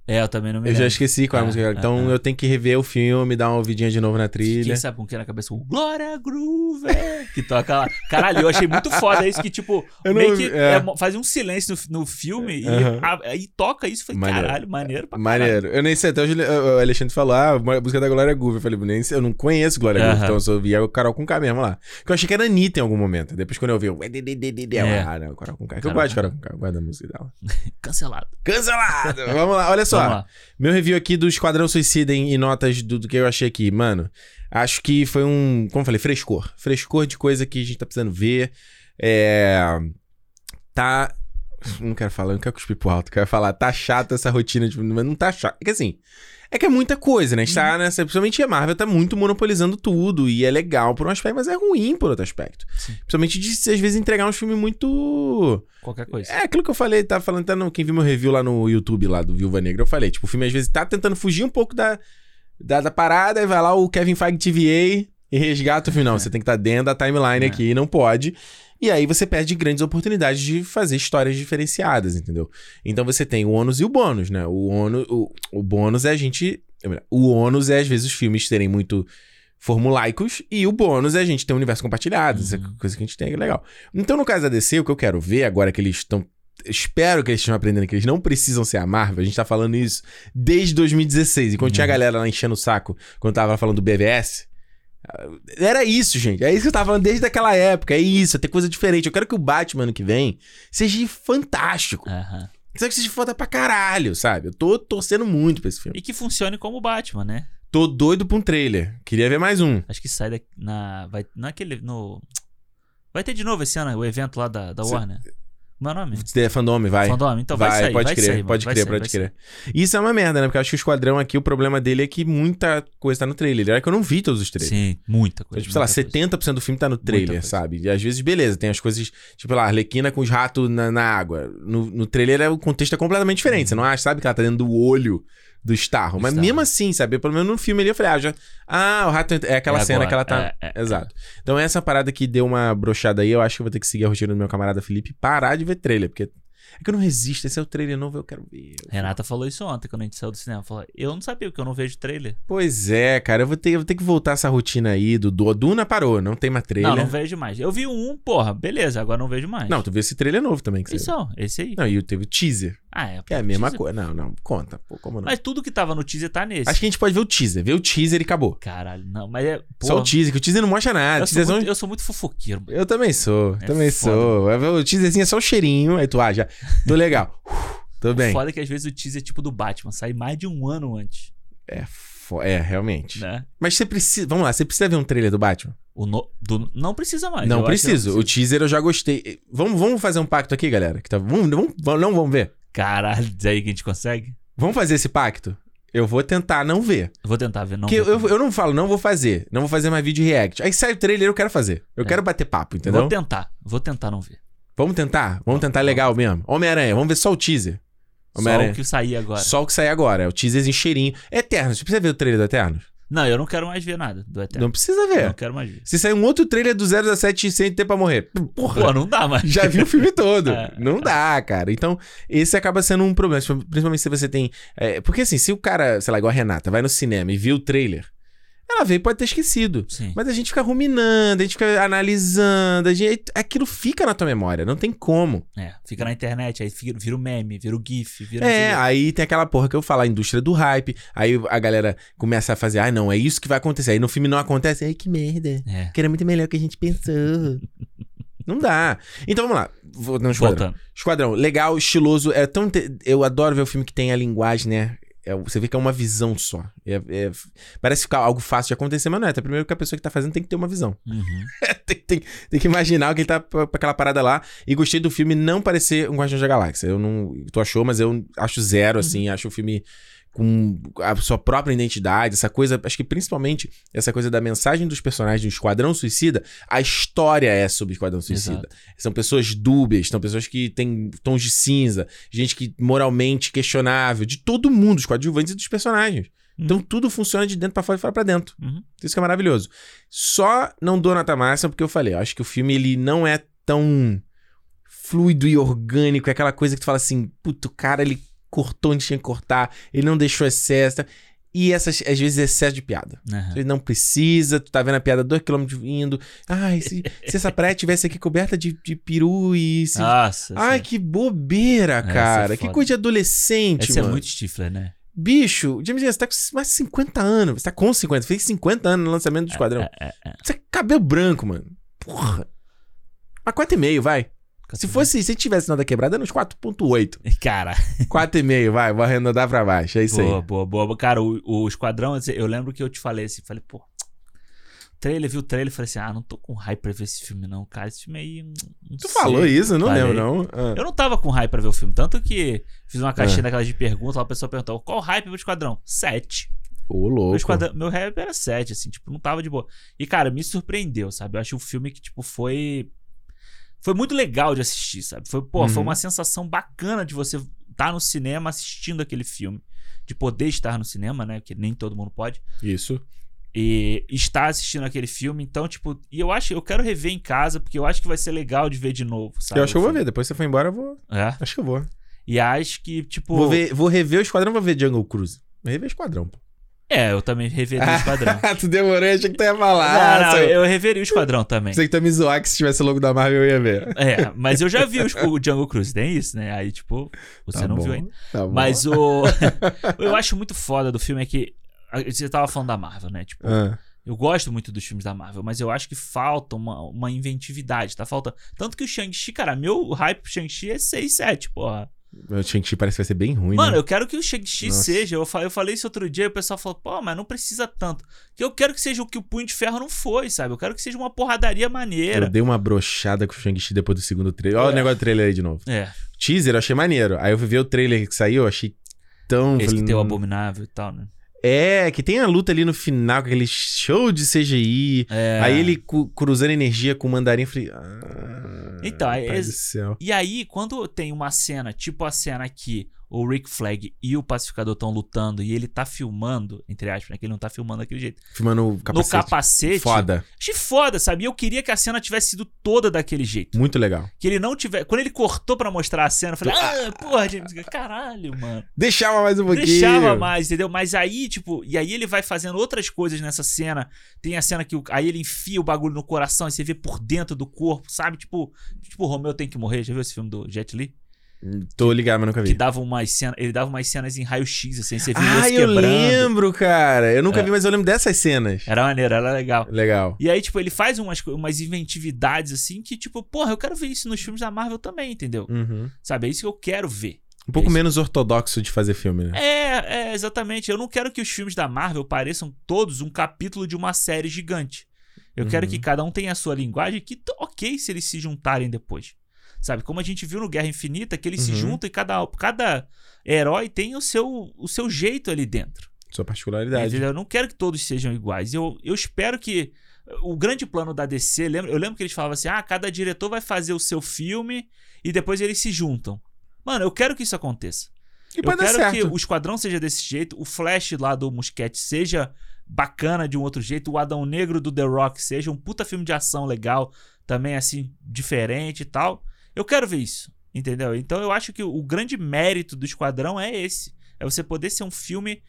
[SPEAKER 2] É, eu também não me
[SPEAKER 1] Eu
[SPEAKER 2] lembro.
[SPEAKER 1] já esqueci qual era a
[SPEAKER 2] É,
[SPEAKER 1] música dela.
[SPEAKER 2] é,
[SPEAKER 1] Então eu tenho que rever o filme, dar uma ouvidinha de novo na trilha.
[SPEAKER 2] Quem sabe com que na cabeça? O Glória Groove! é, Que toca lá. Caralho, eu achei muito foda isso que, tipo,
[SPEAKER 1] Eu não
[SPEAKER 2] meio
[SPEAKER 1] ouvi,
[SPEAKER 2] que
[SPEAKER 1] é.
[SPEAKER 2] é, mo- fazia um silêncio no, no filme e,
[SPEAKER 1] Aham.
[SPEAKER 2] a- aí toca isso. Falei,
[SPEAKER 1] Maneiro.
[SPEAKER 2] caralho, maneiro pra caralho.
[SPEAKER 1] Maneiro. Eu nem sei, até o, Juli- o Alexandre falou, ah, a música da Glória Groove. Eu falei, nem sei, eu não conheço Glória Groove,
[SPEAKER 2] Aham.
[SPEAKER 1] então eu só ouvia o Carol com K mesmo lá. Porque eu achei que era Anitta em algum momento. Depois quando eu ouvi, eu...
[SPEAKER 2] É.
[SPEAKER 1] ah, não, Carol com K. Que eu
[SPEAKER 2] Carol
[SPEAKER 1] gosto de Carol com K, eu gosto da música dela.
[SPEAKER 2] Cancelado.
[SPEAKER 1] Cancelado! Vamos lá, olha só.
[SPEAKER 2] Vamos lá.
[SPEAKER 1] Meu review aqui do Esquadrão Suicida em, em notas do, do que eu achei aqui, mano. Acho que foi um, como eu falei, frescor. Frescor de coisa que a gente tá precisando ver. É. Tá. Não quero falar, não quero cuspir pro alto. Quero falar, tá chato essa rotina de. Mas não tá chato. É que assim. É que é muita coisa, né? A gente tá nessa. Principalmente a Marvel tá muito monopolizando tudo. E é legal por um aspecto, mas é ruim por outro aspecto.
[SPEAKER 2] Sim.
[SPEAKER 1] Principalmente de, às vezes, entregar um filme muito.
[SPEAKER 2] Qualquer coisa.
[SPEAKER 1] É aquilo que eu falei, tava falando até no, quem viu meu review lá no YouTube, lá do Viúva Negra, eu falei, tipo, o filme às vezes tá tentando fugir um pouco da, da, da parada, e vai lá o Kevin Feige TVA e resgata o final. Você tem que estar dentro da timeline
[SPEAKER 2] É.
[SPEAKER 1] aqui, não pode. E aí você perde grandes oportunidades de fazer histórias diferenciadas, entendeu? Então você tem o ônus e o bônus, né? O, ônus, o, o bônus é a gente... O ônus é, às vezes, os filmes serem muito formulaicos, e o bônus é a gente ter um universo compartilhado, essa
[SPEAKER 2] Uhum.
[SPEAKER 1] coisa que a gente tem que é legal. Então, no caso da DC, o que eu quero ver agora é que eles estão. Espero que eles estejam aprendendo que eles não precisam ser a Marvel. A gente tá falando isso desde 2016. E quando tinha a
[SPEAKER 2] Uhum.
[SPEAKER 1] galera lá enchendo o saco, quando tava falando do BVS. ah, Era isso, gente. É isso que eu tava falando desde aquela época. É isso, é ter coisa diferente. Eu quero que o Batman ano que vem seja fantástico.
[SPEAKER 2] Aham.
[SPEAKER 1] Só que seja foda pra caralho, sabe? Eu tô torcendo muito pra esse filme.
[SPEAKER 2] E que funcione como Batman, né?
[SPEAKER 1] Tô doido pra um trailer. Queria ver mais um.
[SPEAKER 2] Acho que sai da, na. Vai, naquele. No. Vai ter de novo esse ano né, o evento lá da, da
[SPEAKER 1] Cê-
[SPEAKER 2] Warner. Como é o nome?
[SPEAKER 1] É Fandome, vai.
[SPEAKER 2] Fandom, então vai, sair.
[SPEAKER 1] pode
[SPEAKER 2] vai
[SPEAKER 1] crer,
[SPEAKER 2] sair, mano,
[SPEAKER 1] pode
[SPEAKER 2] vai
[SPEAKER 1] crer,
[SPEAKER 2] sair, vai
[SPEAKER 1] pode
[SPEAKER 2] sair.
[SPEAKER 1] crer. Isso é uma merda, né? Porque eu acho que o esquadrão aqui, o problema dele é que muita coisa tá no trailer. É que eu não vi todos os trailers.
[SPEAKER 2] Sim, muita
[SPEAKER 1] Então,
[SPEAKER 2] coisa.
[SPEAKER 1] tipo, sei lá,
[SPEAKER 2] muita coisa.
[SPEAKER 1] 70% do filme tá no trailer,
[SPEAKER 2] coisa.
[SPEAKER 1] sabe? E às vezes, beleza, tem as coisas, tipo, lá, a Arlequina com os ratos na, na água. No, no trailer, é- o contexto é completamente diferente. Você não acha, sabe, que ela tá dentro do olho do Starro.
[SPEAKER 2] Do
[SPEAKER 1] Mas
[SPEAKER 2] Starro.
[SPEAKER 1] mesmo assim, sabe? Pelo menos no filme ali, eu falei, ah, já... ah o rato... É aquela
[SPEAKER 2] É
[SPEAKER 1] cena
[SPEAKER 2] agora,
[SPEAKER 1] que ela tá...
[SPEAKER 2] é, é,
[SPEAKER 1] Exato. Então, essa parada que deu uma brochada aí, eu acho que eu vou ter que seguir a rotina do meu camarada Felipe e parar de ver trailer, porque é que eu não resisto. Esse é o trailer novo, eu quero ver.
[SPEAKER 2] Renata falou isso ontem quando a gente saiu do cinema. Falou, eu não sabia porque eu não vejo trailer.
[SPEAKER 1] Pois é, cara. Eu vou ter, eu vou ter que voltar essa rotina aí do, do a Duna parou, não tem mais trailer.
[SPEAKER 2] Não, não vejo mais. Eu vi um, porra, beleza, agora não vejo mais.
[SPEAKER 1] é? Não, tu viu esse trailer novo também que
[SPEAKER 2] Isso,
[SPEAKER 1] saiu.
[SPEAKER 2] ó, esse aí.
[SPEAKER 1] Não, e teve o teaser,
[SPEAKER 2] Ah, é.
[SPEAKER 1] que é a mesma
[SPEAKER 2] teaser.
[SPEAKER 1] coisa. Não, não, conta, pô, como não?
[SPEAKER 2] Mas tudo que tava no teaser tá nesse.
[SPEAKER 1] Acho que a gente pode ver o teaser, ver o teaser e acabou.
[SPEAKER 2] Caralho, não, mas é. Porra,
[SPEAKER 1] Só o teaser, que o teaser não mostra nada.
[SPEAKER 2] eu,
[SPEAKER 1] o teaser
[SPEAKER 2] sou
[SPEAKER 1] só-
[SPEAKER 2] muito, eu sou muito fofoqueiro. mano.
[SPEAKER 1] Eu também sou,
[SPEAKER 2] É
[SPEAKER 1] também
[SPEAKER 2] foda.
[SPEAKER 1] sou. Eu- O teaserzinho é só o cheirinho, aí tu, ah, já, tô legal. Uf, tô bem.
[SPEAKER 2] Foda que às vezes o teaser é tipo do Batman, sai mais de um ano antes,
[SPEAKER 1] É, fo... é, realmente.
[SPEAKER 2] né?
[SPEAKER 1] Mas você precisa. Vamos lá, você precisa ver um trailer do Batman?
[SPEAKER 2] O no- do- não precisa mais.
[SPEAKER 1] não
[SPEAKER 2] Ah, então eu acho que
[SPEAKER 1] preciso. O teaser eu já gostei. Vamos, vamos fazer um pacto aqui, galera? Que tá... vamos, vamos, vamos- não vamos ver.
[SPEAKER 2] é Caralho, daí que a gente consegue?
[SPEAKER 1] Vamos fazer esse pacto? Eu vou tentar não ver.
[SPEAKER 2] Eu vou tentar ver, não.
[SPEAKER 1] Porque
[SPEAKER 2] vou
[SPEAKER 1] eu, eu não falo, não vou fazer. Não vou fazer mais vídeo react. Aí sai o trailer, eu quero fazer. Eu
[SPEAKER 2] É.
[SPEAKER 1] quero bater papo,
[SPEAKER 2] tentar.
[SPEAKER 1] entendeu?
[SPEAKER 2] Vou tentar. Vou tentar não ver.
[SPEAKER 1] Vamos tentar? Vamos tentar legal mesmo. Homem-Aranha, vamos ver só o teaser.
[SPEAKER 2] Só o
[SPEAKER 1] Homem-Aranha.
[SPEAKER 2] que sair agora.
[SPEAKER 1] Só o que sai agora. É o teaser em cheirinho. Eternos. Você precisa ver o trailer do Eternos?
[SPEAKER 2] Não, eu não quero mais ver nada do Eterno.
[SPEAKER 1] Não precisa
[SPEAKER 2] É. Não,
[SPEAKER 1] ver.
[SPEAKER 2] quero mais ver.
[SPEAKER 1] Se sair um outro trailer do 017 sem tempo pra morrer. Porra.
[SPEAKER 2] Pô, não dá mais.
[SPEAKER 1] Já vi o filme todo.
[SPEAKER 2] É.
[SPEAKER 1] Não dá, cara. Então, esse acaba sendo um problema. tipo, Principalmente se você tem. é, porque assim, se o cara, sei lá, igual a Renata, vai no cinema e viu o trailer, ela veio e pode ter esquecido.
[SPEAKER 2] Sim.
[SPEAKER 1] Mas a gente fica ruminando, a gente fica analisando, a gente, aquilo fica na tua memória, não tem como.
[SPEAKER 2] É, fica na internet, aí fica- vira o meme, vira o GIF, vira.
[SPEAKER 1] É, aí tem aquela porra que eu falo, a indústria do hype, aí a galera começa a fazer, ah, não, é isso que vai acontecer. Aí no filme não acontece, ai, que merda.
[SPEAKER 2] É.
[SPEAKER 1] Que era muito melhor que a gente pensou. não dá. Então vamos lá. Vou, não, Esquadrão.
[SPEAKER 2] Voltando.
[SPEAKER 1] Esquadrão, legal, estiloso. É tão. inte- Eu adoro ver o filme que tem a linguagem, né? É, você vê que é uma visão só. É- é- parece ficar algo fácil de acontecer, mas não é. Tá? Primeiro que a pessoa que tá fazendo tem que ter uma visão.
[SPEAKER 2] Uhum.
[SPEAKER 1] tem, tem- tem que imaginar o que ele tá pra, pra aquela parada lá. E gostei do filme não parecer um Guardião da Galáxia. Eu não. Tu achou, mas eu acho zero, assim.
[SPEAKER 2] Uhum.
[SPEAKER 1] Acho o filme com a sua própria identidade, essa coisa. Acho que principalmente essa coisa da mensagem dos personagens do Esquadrão Suicida. A história é sobre o Esquadrão Suicida.
[SPEAKER 2] Exato.
[SPEAKER 1] São pessoas dúbias, são pessoas que têm tons de cinza, gente que moralmente questionável, de todo mundo, dos coadjuvantes e dos personagens.
[SPEAKER 2] Uhum.
[SPEAKER 1] Então tudo funciona de dentro pra fora e de fora pra dentro.
[SPEAKER 2] Uhum.
[SPEAKER 1] Isso que é maravilhoso. Só não dou nota máxima porque eu falei, eu acho que o filme ele não é tão fluido e orgânico, é aquela coisa que tu fala assim, puto, o cara, ele cortou onde tinha que cortar, ele não deixou excesso, tá? e essas às vezes excesso de piada.
[SPEAKER 2] Aham.
[SPEAKER 1] Ele não precisa, tu tá vendo a piada 2km indo. Ai, se, se essa praia tivesse aqui coberta de, de peru e. Se...
[SPEAKER 2] Nossa.
[SPEAKER 1] Ai,
[SPEAKER 2] essa-
[SPEAKER 1] que bobeira,
[SPEAKER 2] Essa é
[SPEAKER 1] cara. que
[SPEAKER 2] foda.
[SPEAKER 1] coisa de adolescente,
[SPEAKER 2] Essa é
[SPEAKER 1] mano.
[SPEAKER 2] muito Stifler, né?
[SPEAKER 1] Bicho, James Gunn, você tá com mais de 50 anos. Você tá com 50. Fez 50 anos no lançamento do Esquadrão.
[SPEAKER 2] É, é, é.
[SPEAKER 1] Você é cabelo branco, mano. Porra. A 4,5, vai. Se fosse, se tivesse nada quebrado, era uns 4,8.
[SPEAKER 2] Cara,
[SPEAKER 1] 4,5, vai. Vou arredondar pra baixo. É isso
[SPEAKER 2] boa,
[SPEAKER 1] aí.
[SPEAKER 2] boa, boa. Cara, o, o Esquadrão, eu lembro que eu te falei assim, falei, pô. Trailer, vi o trailer, falei assim, ah, não tô com hype pra ver esse filme, não, cara. Esse filme aí. hum, não
[SPEAKER 1] Tu
[SPEAKER 2] sei.
[SPEAKER 1] falou isso? Eu Não
[SPEAKER 2] Falei.
[SPEAKER 1] lembro, não. Ah.
[SPEAKER 2] Eu não tava com hype pra ver o filme. Tanto que fiz uma caixinha
[SPEAKER 1] Ah.
[SPEAKER 2] daquelas de perguntas, lá o pessoal perguntou: qual o hype do Esquadrão? Sete.
[SPEAKER 1] Ô, louco.
[SPEAKER 2] Meu, esquadrão, meu hype era 7, assim, tipo, não tava de boa. E, cara, me surpreendeu, sabe? Eu acho um filme que, tipo, foi. Foi muito legal de assistir, sabe? Foi, pô, foi
[SPEAKER 1] Uhum.
[SPEAKER 2] uma sensação bacana de você estar no cinema assistindo aquele filme. De poder estar no cinema, né? Que nem todo mundo pode.
[SPEAKER 1] Isso.
[SPEAKER 2] E estar assistindo aquele filme. Então, tipo, e eu acho, eu quero rever em casa, porque eu acho que vai ser legal de ver de novo, sabe?
[SPEAKER 1] eu acho que eu vou
[SPEAKER 2] o
[SPEAKER 1] ver. Depois que você foi embora, eu vou.
[SPEAKER 2] filme. É.
[SPEAKER 1] Acho que eu vou.
[SPEAKER 2] E acho que, tipo.
[SPEAKER 1] Vou, ver, vou rever o Esquadrão, vou ver Jungle Cruise. Vou rever o Esquadrão, pô.
[SPEAKER 2] É, eu também reveria o Esquadrão.
[SPEAKER 1] Ah, tu demorou, achei que tu ia falar.
[SPEAKER 2] não, não,
[SPEAKER 1] seu-
[SPEAKER 2] eu reveria o Esquadrão também.
[SPEAKER 1] Pensei que tu ia me zoar que se tivesse o logo da Marvel eu ia ver.
[SPEAKER 2] É, mas eu já vi os- o Django Cruz, tem isso, né? Aí, tipo, você
[SPEAKER 1] Tá
[SPEAKER 2] não
[SPEAKER 1] bom,
[SPEAKER 2] viu ainda.
[SPEAKER 1] Tá bom.
[SPEAKER 2] Mas o. eu acho muito foda do filme é que. a- Você tava falando da Marvel, né? Tipo,
[SPEAKER 1] Ah,
[SPEAKER 2] eu gosto muito dos filmes da Marvel, mas eu acho que falta uma, uma inventividade, tá? Falta. Tanto que o Shang-Chi, cara, meu hype pro Shang-Chi é 6, 7, porra.
[SPEAKER 1] o Shang-Chi parece que vai ser bem ruim,
[SPEAKER 2] Mano,
[SPEAKER 1] né?
[SPEAKER 2] eu quero que o Shang-Chi
[SPEAKER 1] Nossa.
[SPEAKER 2] seja. Eu, fa- eu falei isso outro dia e o pessoal falou, pô, mas não precisa tanto. Que eu quero que seja o que o Punho de Ferro não foi, sabe? Eu quero que seja uma porradaria
[SPEAKER 1] Eu
[SPEAKER 2] maneira.
[SPEAKER 1] dei uma brochada com o Shang-Chi depois do segundo trailer. Olha
[SPEAKER 2] É.
[SPEAKER 1] o negócio do trailer aí de novo.
[SPEAKER 2] É,
[SPEAKER 1] Teaser, eu achei maneiro. Aí eu fui ver o trailer que saiu, eu achei tão...
[SPEAKER 2] esse que
[SPEAKER 1] falei,
[SPEAKER 2] tem o
[SPEAKER 1] "Hum."
[SPEAKER 2] Abominável e tal, né?
[SPEAKER 1] É, que tem a luta ali no final, com aquele show de CGI.
[SPEAKER 2] É.
[SPEAKER 1] Aí ele cu- cruzando energia com o mandarim, eu falei... Ah,
[SPEAKER 2] Então, aí
[SPEAKER 1] pai
[SPEAKER 2] esse-
[SPEAKER 1] do céu.
[SPEAKER 2] E aí, quando tem uma cena, tipo a cena que o Rick Flag e o Pacificador estão lutando e ele tá filmando, entre aspas, né? Que ele não tá filmando daquele jeito.
[SPEAKER 1] Filmando o capacete.
[SPEAKER 2] No capacete.
[SPEAKER 1] Foda.
[SPEAKER 2] Achei foda, sabe? E eu queria que a cena tivesse sido toda daquele jeito.
[SPEAKER 1] Muito legal.
[SPEAKER 2] Que ele não tiver. Quando ele cortou pra mostrar a cena, eu falei, ah, porra, James Gunn, caralho, mano.
[SPEAKER 1] Deixava mais um pouquinho.
[SPEAKER 2] Deixava mais, entendeu? Mas aí, tipo, e aí ele vai fazendo outras coisas nessa cena. Tem a cena que o- aí ele enfia o bagulho no coração e você vê por dentro do corpo, sabe? Tipo, tipo, o Romeu tem que morrer. Já viu esse filme do Jet Li?
[SPEAKER 1] Tô ligado, mas nunca vi.
[SPEAKER 2] que dava umas cenas, ele dava umas cenas em raio-x, assim, você via
[SPEAKER 1] Ah,
[SPEAKER 2] isso
[SPEAKER 1] eu
[SPEAKER 2] quebrando.
[SPEAKER 1] lembro, cara. Eu nunca
[SPEAKER 2] É.
[SPEAKER 1] vi, mas eu lembro dessas cenas.
[SPEAKER 2] Era maneiro, era legal.
[SPEAKER 1] Legal.
[SPEAKER 2] E aí, tipo, ele faz umas, co- umas inventividades, assim, que, tipo, porra, eu quero ver isso nos filmes da Marvel também, entendeu?
[SPEAKER 1] Uhum.
[SPEAKER 2] Sabe, é isso que eu quero ver.
[SPEAKER 1] Um pouco
[SPEAKER 2] É isso.
[SPEAKER 1] menos ortodoxo de fazer filme, né?
[SPEAKER 2] É, é, exatamente. Eu não quero que os filmes da Marvel pareçam todos um capítulo de uma série gigante. Eu quero
[SPEAKER 1] Uhum.
[SPEAKER 2] que cada um tenha a sua linguagem, que t- ok se eles se juntarem depois. Sabe? Como a gente viu no Guerra Infinita, que eles se
[SPEAKER 1] Uhum.
[SPEAKER 2] juntam e cada, cada herói tem o seu, o seu jeito ali dentro.
[SPEAKER 1] Sua particularidade.
[SPEAKER 2] Entendeu? Eu não quero que todos sejam iguais. Eu, eu espero que. uh, O grande plano da DC, lembra- eu lembro que eles falavam assim: ah, cada diretor vai fazer o seu filme e depois eles se juntam. Mano, eu quero que isso aconteça.
[SPEAKER 1] E
[SPEAKER 2] eu
[SPEAKER 1] pode dar
[SPEAKER 2] quero
[SPEAKER 1] certo.
[SPEAKER 2] que o Esquadrão seja desse jeito, o Flash lá do Musquete seja bacana de um outro jeito, o Adão Negro do The Rock seja um puta filme de ação legal, também assim, diferente e tal. Eu quero ver isso, entendeu? Então eu acho que o grande mérito do Esquadrão é esse. É você poder ser um filme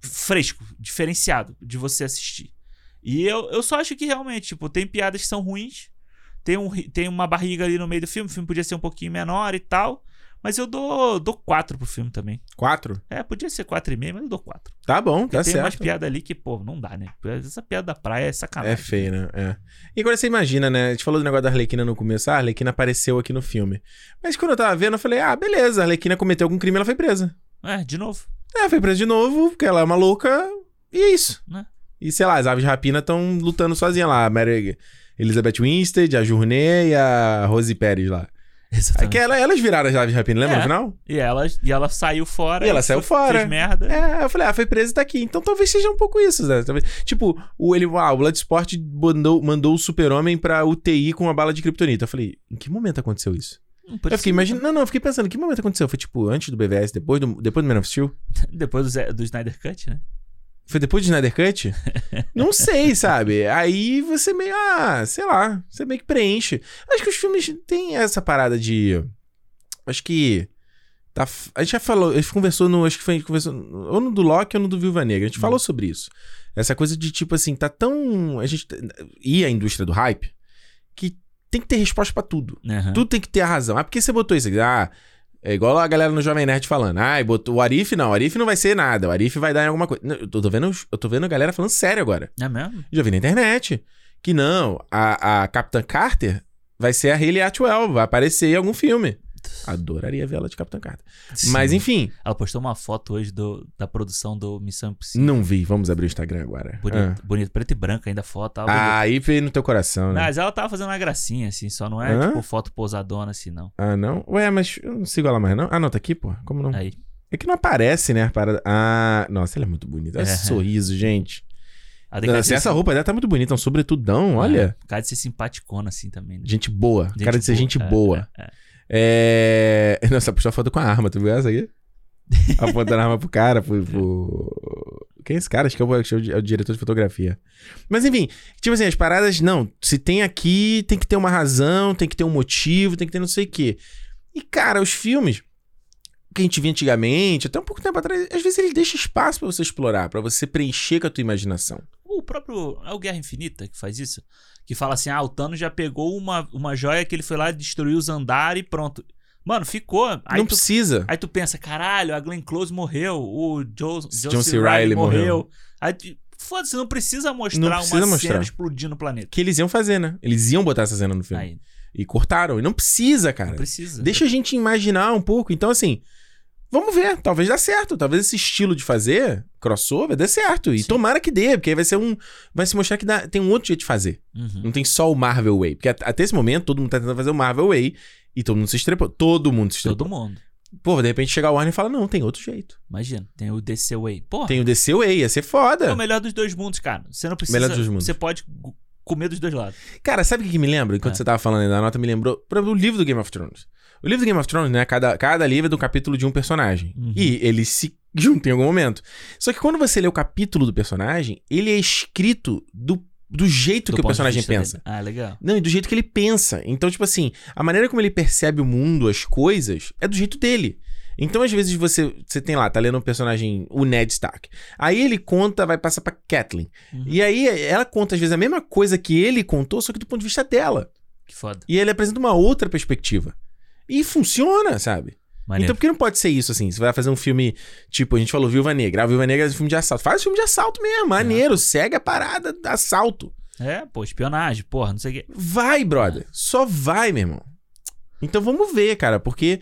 [SPEAKER 2] fresco, diferenciado de você assistir. E eu, eu só acho que realmente, tipo, tem piadas que são ruins, tem, um, ri- tem uma barriga ali no meio do filme, o filme podia ser um pouquinho menor e tal. Mas eu dou, dou 4 pro filme também.
[SPEAKER 1] Quatro?
[SPEAKER 2] É, podia ser 4,5, mas eu dou 4.
[SPEAKER 1] Tá bom,
[SPEAKER 2] Porque
[SPEAKER 1] tá
[SPEAKER 2] tem umas
[SPEAKER 1] certo.
[SPEAKER 2] piadas ali que, pô, não dá, né? Essa piada da praia é
[SPEAKER 1] É
[SPEAKER 2] sacanagem.
[SPEAKER 1] feio, né? É. E agora você imagina, né? A gente falou do negócio da Arlequina no começo. Ah, a Arlequina apareceu aqui no filme. Mas quando eu tava vendo, eu falei, ah, beleza, a Arlequina cometeu algum crime, ela foi presa.
[SPEAKER 2] É, de novo.
[SPEAKER 1] É, foi presa de novo, porque ela é uma louca, e é isso.
[SPEAKER 2] Né?
[SPEAKER 1] E sei lá, as aves de rapina estão lutando sozinha lá. A Mary Elizabeth Winstead, a Journey e a Rose Pérez lá.
[SPEAKER 2] Exatamente.
[SPEAKER 1] Aquela, elas viraram as aves de rapina, lembra
[SPEAKER 2] É.
[SPEAKER 1] no final?
[SPEAKER 2] E, ela, e ela saiu fora.
[SPEAKER 1] E ela saiu
[SPEAKER 2] fe-
[SPEAKER 1] fora.
[SPEAKER 2] Fez merda.
[SPEAKER 1] É, eu falei, ah, foi preso e tá aqui. Então talvez seja um pouco isso, né? Talvez, tipo, o, ele, ah, o Bloodsport mandou, mandou o super-homem pra UTI com uma bala de kryptonita. Eu falei, em que momento aconteceu isso?
[SPEAKER 2] Hum, por
[SPEAKER 1] É. eu fiquei
[SPEAKER 2] isso que-
[SPEAKER 1] imaginando, não, não, eu fiquei pensando, em que momento aconteceu? Foi tipo, antes do BVS, depois do, depois do Man of Steel?
[SPEAKER 2] Depois do, Zé- do Snyder Cut, né?
[SPEAKER 1] Foi depois do Snyder Cut? não sei, sabe? Aí você meio, ah, sei lá, você meio que preenche. Acho que os filmes têm essa parada de. Acho que. tá f- a gente já falou, a gente conversou no. Acho que foi a gente conversou. no- Ou no do Loki ou no do Viúva Negra. A gente
[SPEAKER 2] Hum.
[SPEAKER 1] falou sobre isso. Essa coisa de tipo assim, tá tão. A gente. E a indústria do hype. Que tem que ter resposta pra tudo.
[SPEAKER 2] Aham.
[SPEAKER 1] Tudo tem que ter a razão. Ah, por que você botou isso aqui? Ah, é igual a galera no Jovem Nerd falando. Ah, botou o Arif não. O Arif não vai ser nada. O Arif vai dar em alguma coisa. Não, eu, tô tô vendo, eu tô vendo a galera falando sério agora.
[SPEAKER 2] É mesmo?
[SPEAKER 1] Já vi na internet. Que não, a, a Capitã Carter vai ser a Hayley Atwell. Vai aparecer em algum filme. Adoraria ver ela de Capitã Carter. Mas
[SPEAKER 2] Sim.
[SPEAKER 1] enfim,
[SPEAKER 2] Ela postou uma foto hoje do- da produção do Missão Impossível.
[SPEAKER 1] não vi. Vamos abrir o Instagram agora.
[SPEAKER 2] Bonito, bonito, preto e branco ainda a foto. tava bonito.
[SPEAKER 1] Hum. É. Ah, aí veio no teu coração, né?
[SPEAKER 2] Mas ela tava fazendo uma gracinha, assim, só não é
[SPEAKER 1] Hã?
[SPEAKER 2] tipo foto pousadona, assim, não.
[SPEAKER 1] Ah, não? Ué, mas eu não sigo ela mais, não? Ah, não, tá aqui, pô. Como não?
[SPEAKER 2] Aí.
[SPEAKER 1] É que não aparece, né? a Parada... Ah, nossa, ela é muito bonita. Olha
[SPEAKER 2] É.
[SPEAKER 1] esse sorriso, gente.
[SPEAKER 2] Ela tem
[SPEAKER 1] Não,
[SPEAKER 2] cara de
[SPEAKER 1] assim,
[SPEAKER 2] ser
[SPEAKER 1] essa roupa dela tá muito bonita, é um sobretudão, olha.
[SPEAKER 2] Cara de ser simpaticona, assim, também. Né?
[SPEAKER 1] Gente boa.
[SPEAKER 2] Gente
[SPEAKER 1] cara de ser
[SPEAKER 2] boa,
[SPEAKER 1] gente
[SPEAKER 2] é,
[SPEAKER 1] boa.
[SPEAKER 2] é, é.
[SPEAKER 1] É. Nossa, puxou a foto com a arma, tu viu essa aqui? Apontando a arma pro cara, pro. pro- Quem é esse cara? Acho que é o, acho que é o diretor de fotografia. Mas enfim, tipo assim, as paradas, não. Se tem aqui, tem que ter uma razão, tem que ter um motivo, tem que ter não sei o quê. E, cara, os filmes que a gente via antigamente, até um pouco tempo atrás, às vezes ele deixa espaço pra você explorar, pra você preencher com a tua imaginação.
[SPEAKER 2] O próprio. É o Guerra Infinita que faz isso? Que fala assim: ah, o Thanos já pegou uma, uma joia que ele foi lá, destruiu os andares e pronto. Mano, ficou. Aí,
[SPEAKER 1] não
[SPEAKER 2] tu,
[SPEAKER 1] precisa.
[SPEAKER 2] aí tu pensa: caralho, a Glenn Close morreu, o Joe,
[SPEAKER 1] John
[SPEAKER 2] John
[SPEAKER 1] C.
[SPEAKER 2] C. Riley
[SPEAKER 1] Reilly
[SPEAKER 2] morreu.
[SPEAKER 1] morreu.
[SPEAKER 2] Aí tu- Foda-se, não precisa mostrar
[SPEAKER 1] precisa
[SPEAKER 2] uma
[SPEAKER 1] mostrar.
[SPEAKER 2] cena explodindo o planeta.
[SPEAKER 1] que eles iam fazer, né? Eles iam botar essa cena no filme.
[SPEAKER 2] Aí,
[SPEAKER 1] E cortaram. E não precisa,
[SPEAKER 2] não
[SPEAKER 1] cara.
[SPEAKER 2] precisa.
[SPEAKER 1] Deixa a gente imaginar um pouco. Então, assim, vamos ver. Talvez dê certo. Talvez esse estilo de fazer crossover dê certo. E
[SPEAKER 2] Sim.
[SPEAKER 1] tomara que dê, porque aí vai ser um. Vai se mostrar que dá- tem um outro jeito de fazer.
[SPEAKER 2] Uhum.
[SPEAKER 1] Não tem só o Marvel Way. Porque at- até esse momento, todo mundo tá tentando fazer o Marvel Way. E todo mundo se estrepou. Todo mundo se estrepou.
[SPEAKER 2] Todo mundo.
[SPEAKER 1] Pô, de repente chega o Warner e fala: não, tem outro jeito.
[SPEAKER 2] Imagina, tem o DC Way. Porra,
[SPEAKER 1] Tem o DC Way, ia ser
[SPEAKER 2] é
[SPEAKER 1] foda.
[SPEAKER 2] o melhor dos dois mundos, cara. Você não precisa.
[SPEAKER 1] Melhor dos mundos.
[SPEAKER 2] Você pode gu- comer dos dois lados.
[SPEAKER 1] Cara, sabe o que, que me lembra? Enquanto
[SPEAKER 2] Ah.
[SPEAKER 1] você tava falando aí da nota, me lembrou por exemplo, o livro do Game of Thrones. O livro do Game of Thrones, né? Cada, cada livro é de um capítulo de um personagem.
[SPEAKER 2] Uhum.
[SPEAKER 1] E eles se juntam em algum momento. Só que quando você lê o capítulo do personagem, ele é escrito do, do jeito
[SPEAKER 2] do
[SPEAKER 1] que o
[SPEAKER 2] ponto de
[SPEAKER 1] personagem
[SPEAKER 2] vista
[SPEAKER 1] pensa.
[SPEAKER 2] dele. Ah, legal.
[SPEAKER 1] Não, e do jeito que ele pensa. Então, tipo assim, a maneira como ele percebe o mundo, as coisas, é do jeito dele. Então, às vezes, você, você tem lá, tá lendo um personagem, o Ned Stark. Aí ele conta, vai passar pra Catelyn.
[SPEAKER 2] Uhum.
[SPEAKER 1] E aí ela conta, às vezes, a mesma coisa que ele contou, só que do ponto de vista dela.
[SPEAKER 2] Que foda.
[SPEAKER 1] E ele apresenta uma outra perspectiva. E funciona, sabe?
[SPEAKER 2] Maneiro.
[SPEAKER 1] Então, por que não pode ser isso, assim? Você vai fazer um filme, tipo, a gente falou Viúva Negra. Ah, Viúva Negra é um filme de assalto. Faz filme de assalto mesmo, maneiro. Segue a parada do assalto.
[SPEAKER 2] É, pô, espionagem, porra, não sei o quê.
[SPEAKER 1] Vai, brother. Só vai, meu irmão. Então vamos ver, cara, porque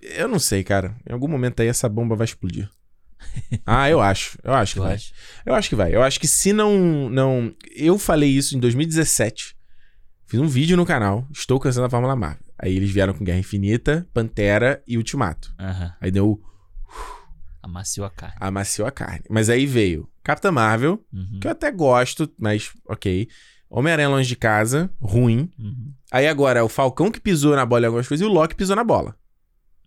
[SPEAKER 1] eu não sei, cara. Em algum momento aí essa bomba vai explodir. Ah, eu acho. Eu acho que
[SPEAKER 2] Eu
[SPEAKER 1] vai.
[SPEAKER 2] acho.
[SPEAKER 1] Eu acho que vai. Eu acho que se não não, eu falei isso em 2017. Fiz um vídeo no canal, estou cansando a Fórmula Marvel. Aí eles vieram com Guerra Infinita, Pantera e Ultimato.
[SPEAKER 2] Aham.
[SPEAKER 1] Aí deu.
[SPEAKER 2] Amaciou a carne.
[SPEAKER 1] Amaciou a carne. Mas aí veio Capitã Marvel,
[SPEAKER 2] Uhum.
[SPEAKER 1] que eu até gosto, mas ok. Homem-Aranha Longe de Casa, ruim.
[SPEAKER 2] Uhum.
[SPEAKER 1] Aí agora é o Falcão que pisou na bola em algumas coisas e o Loki pisou na bola.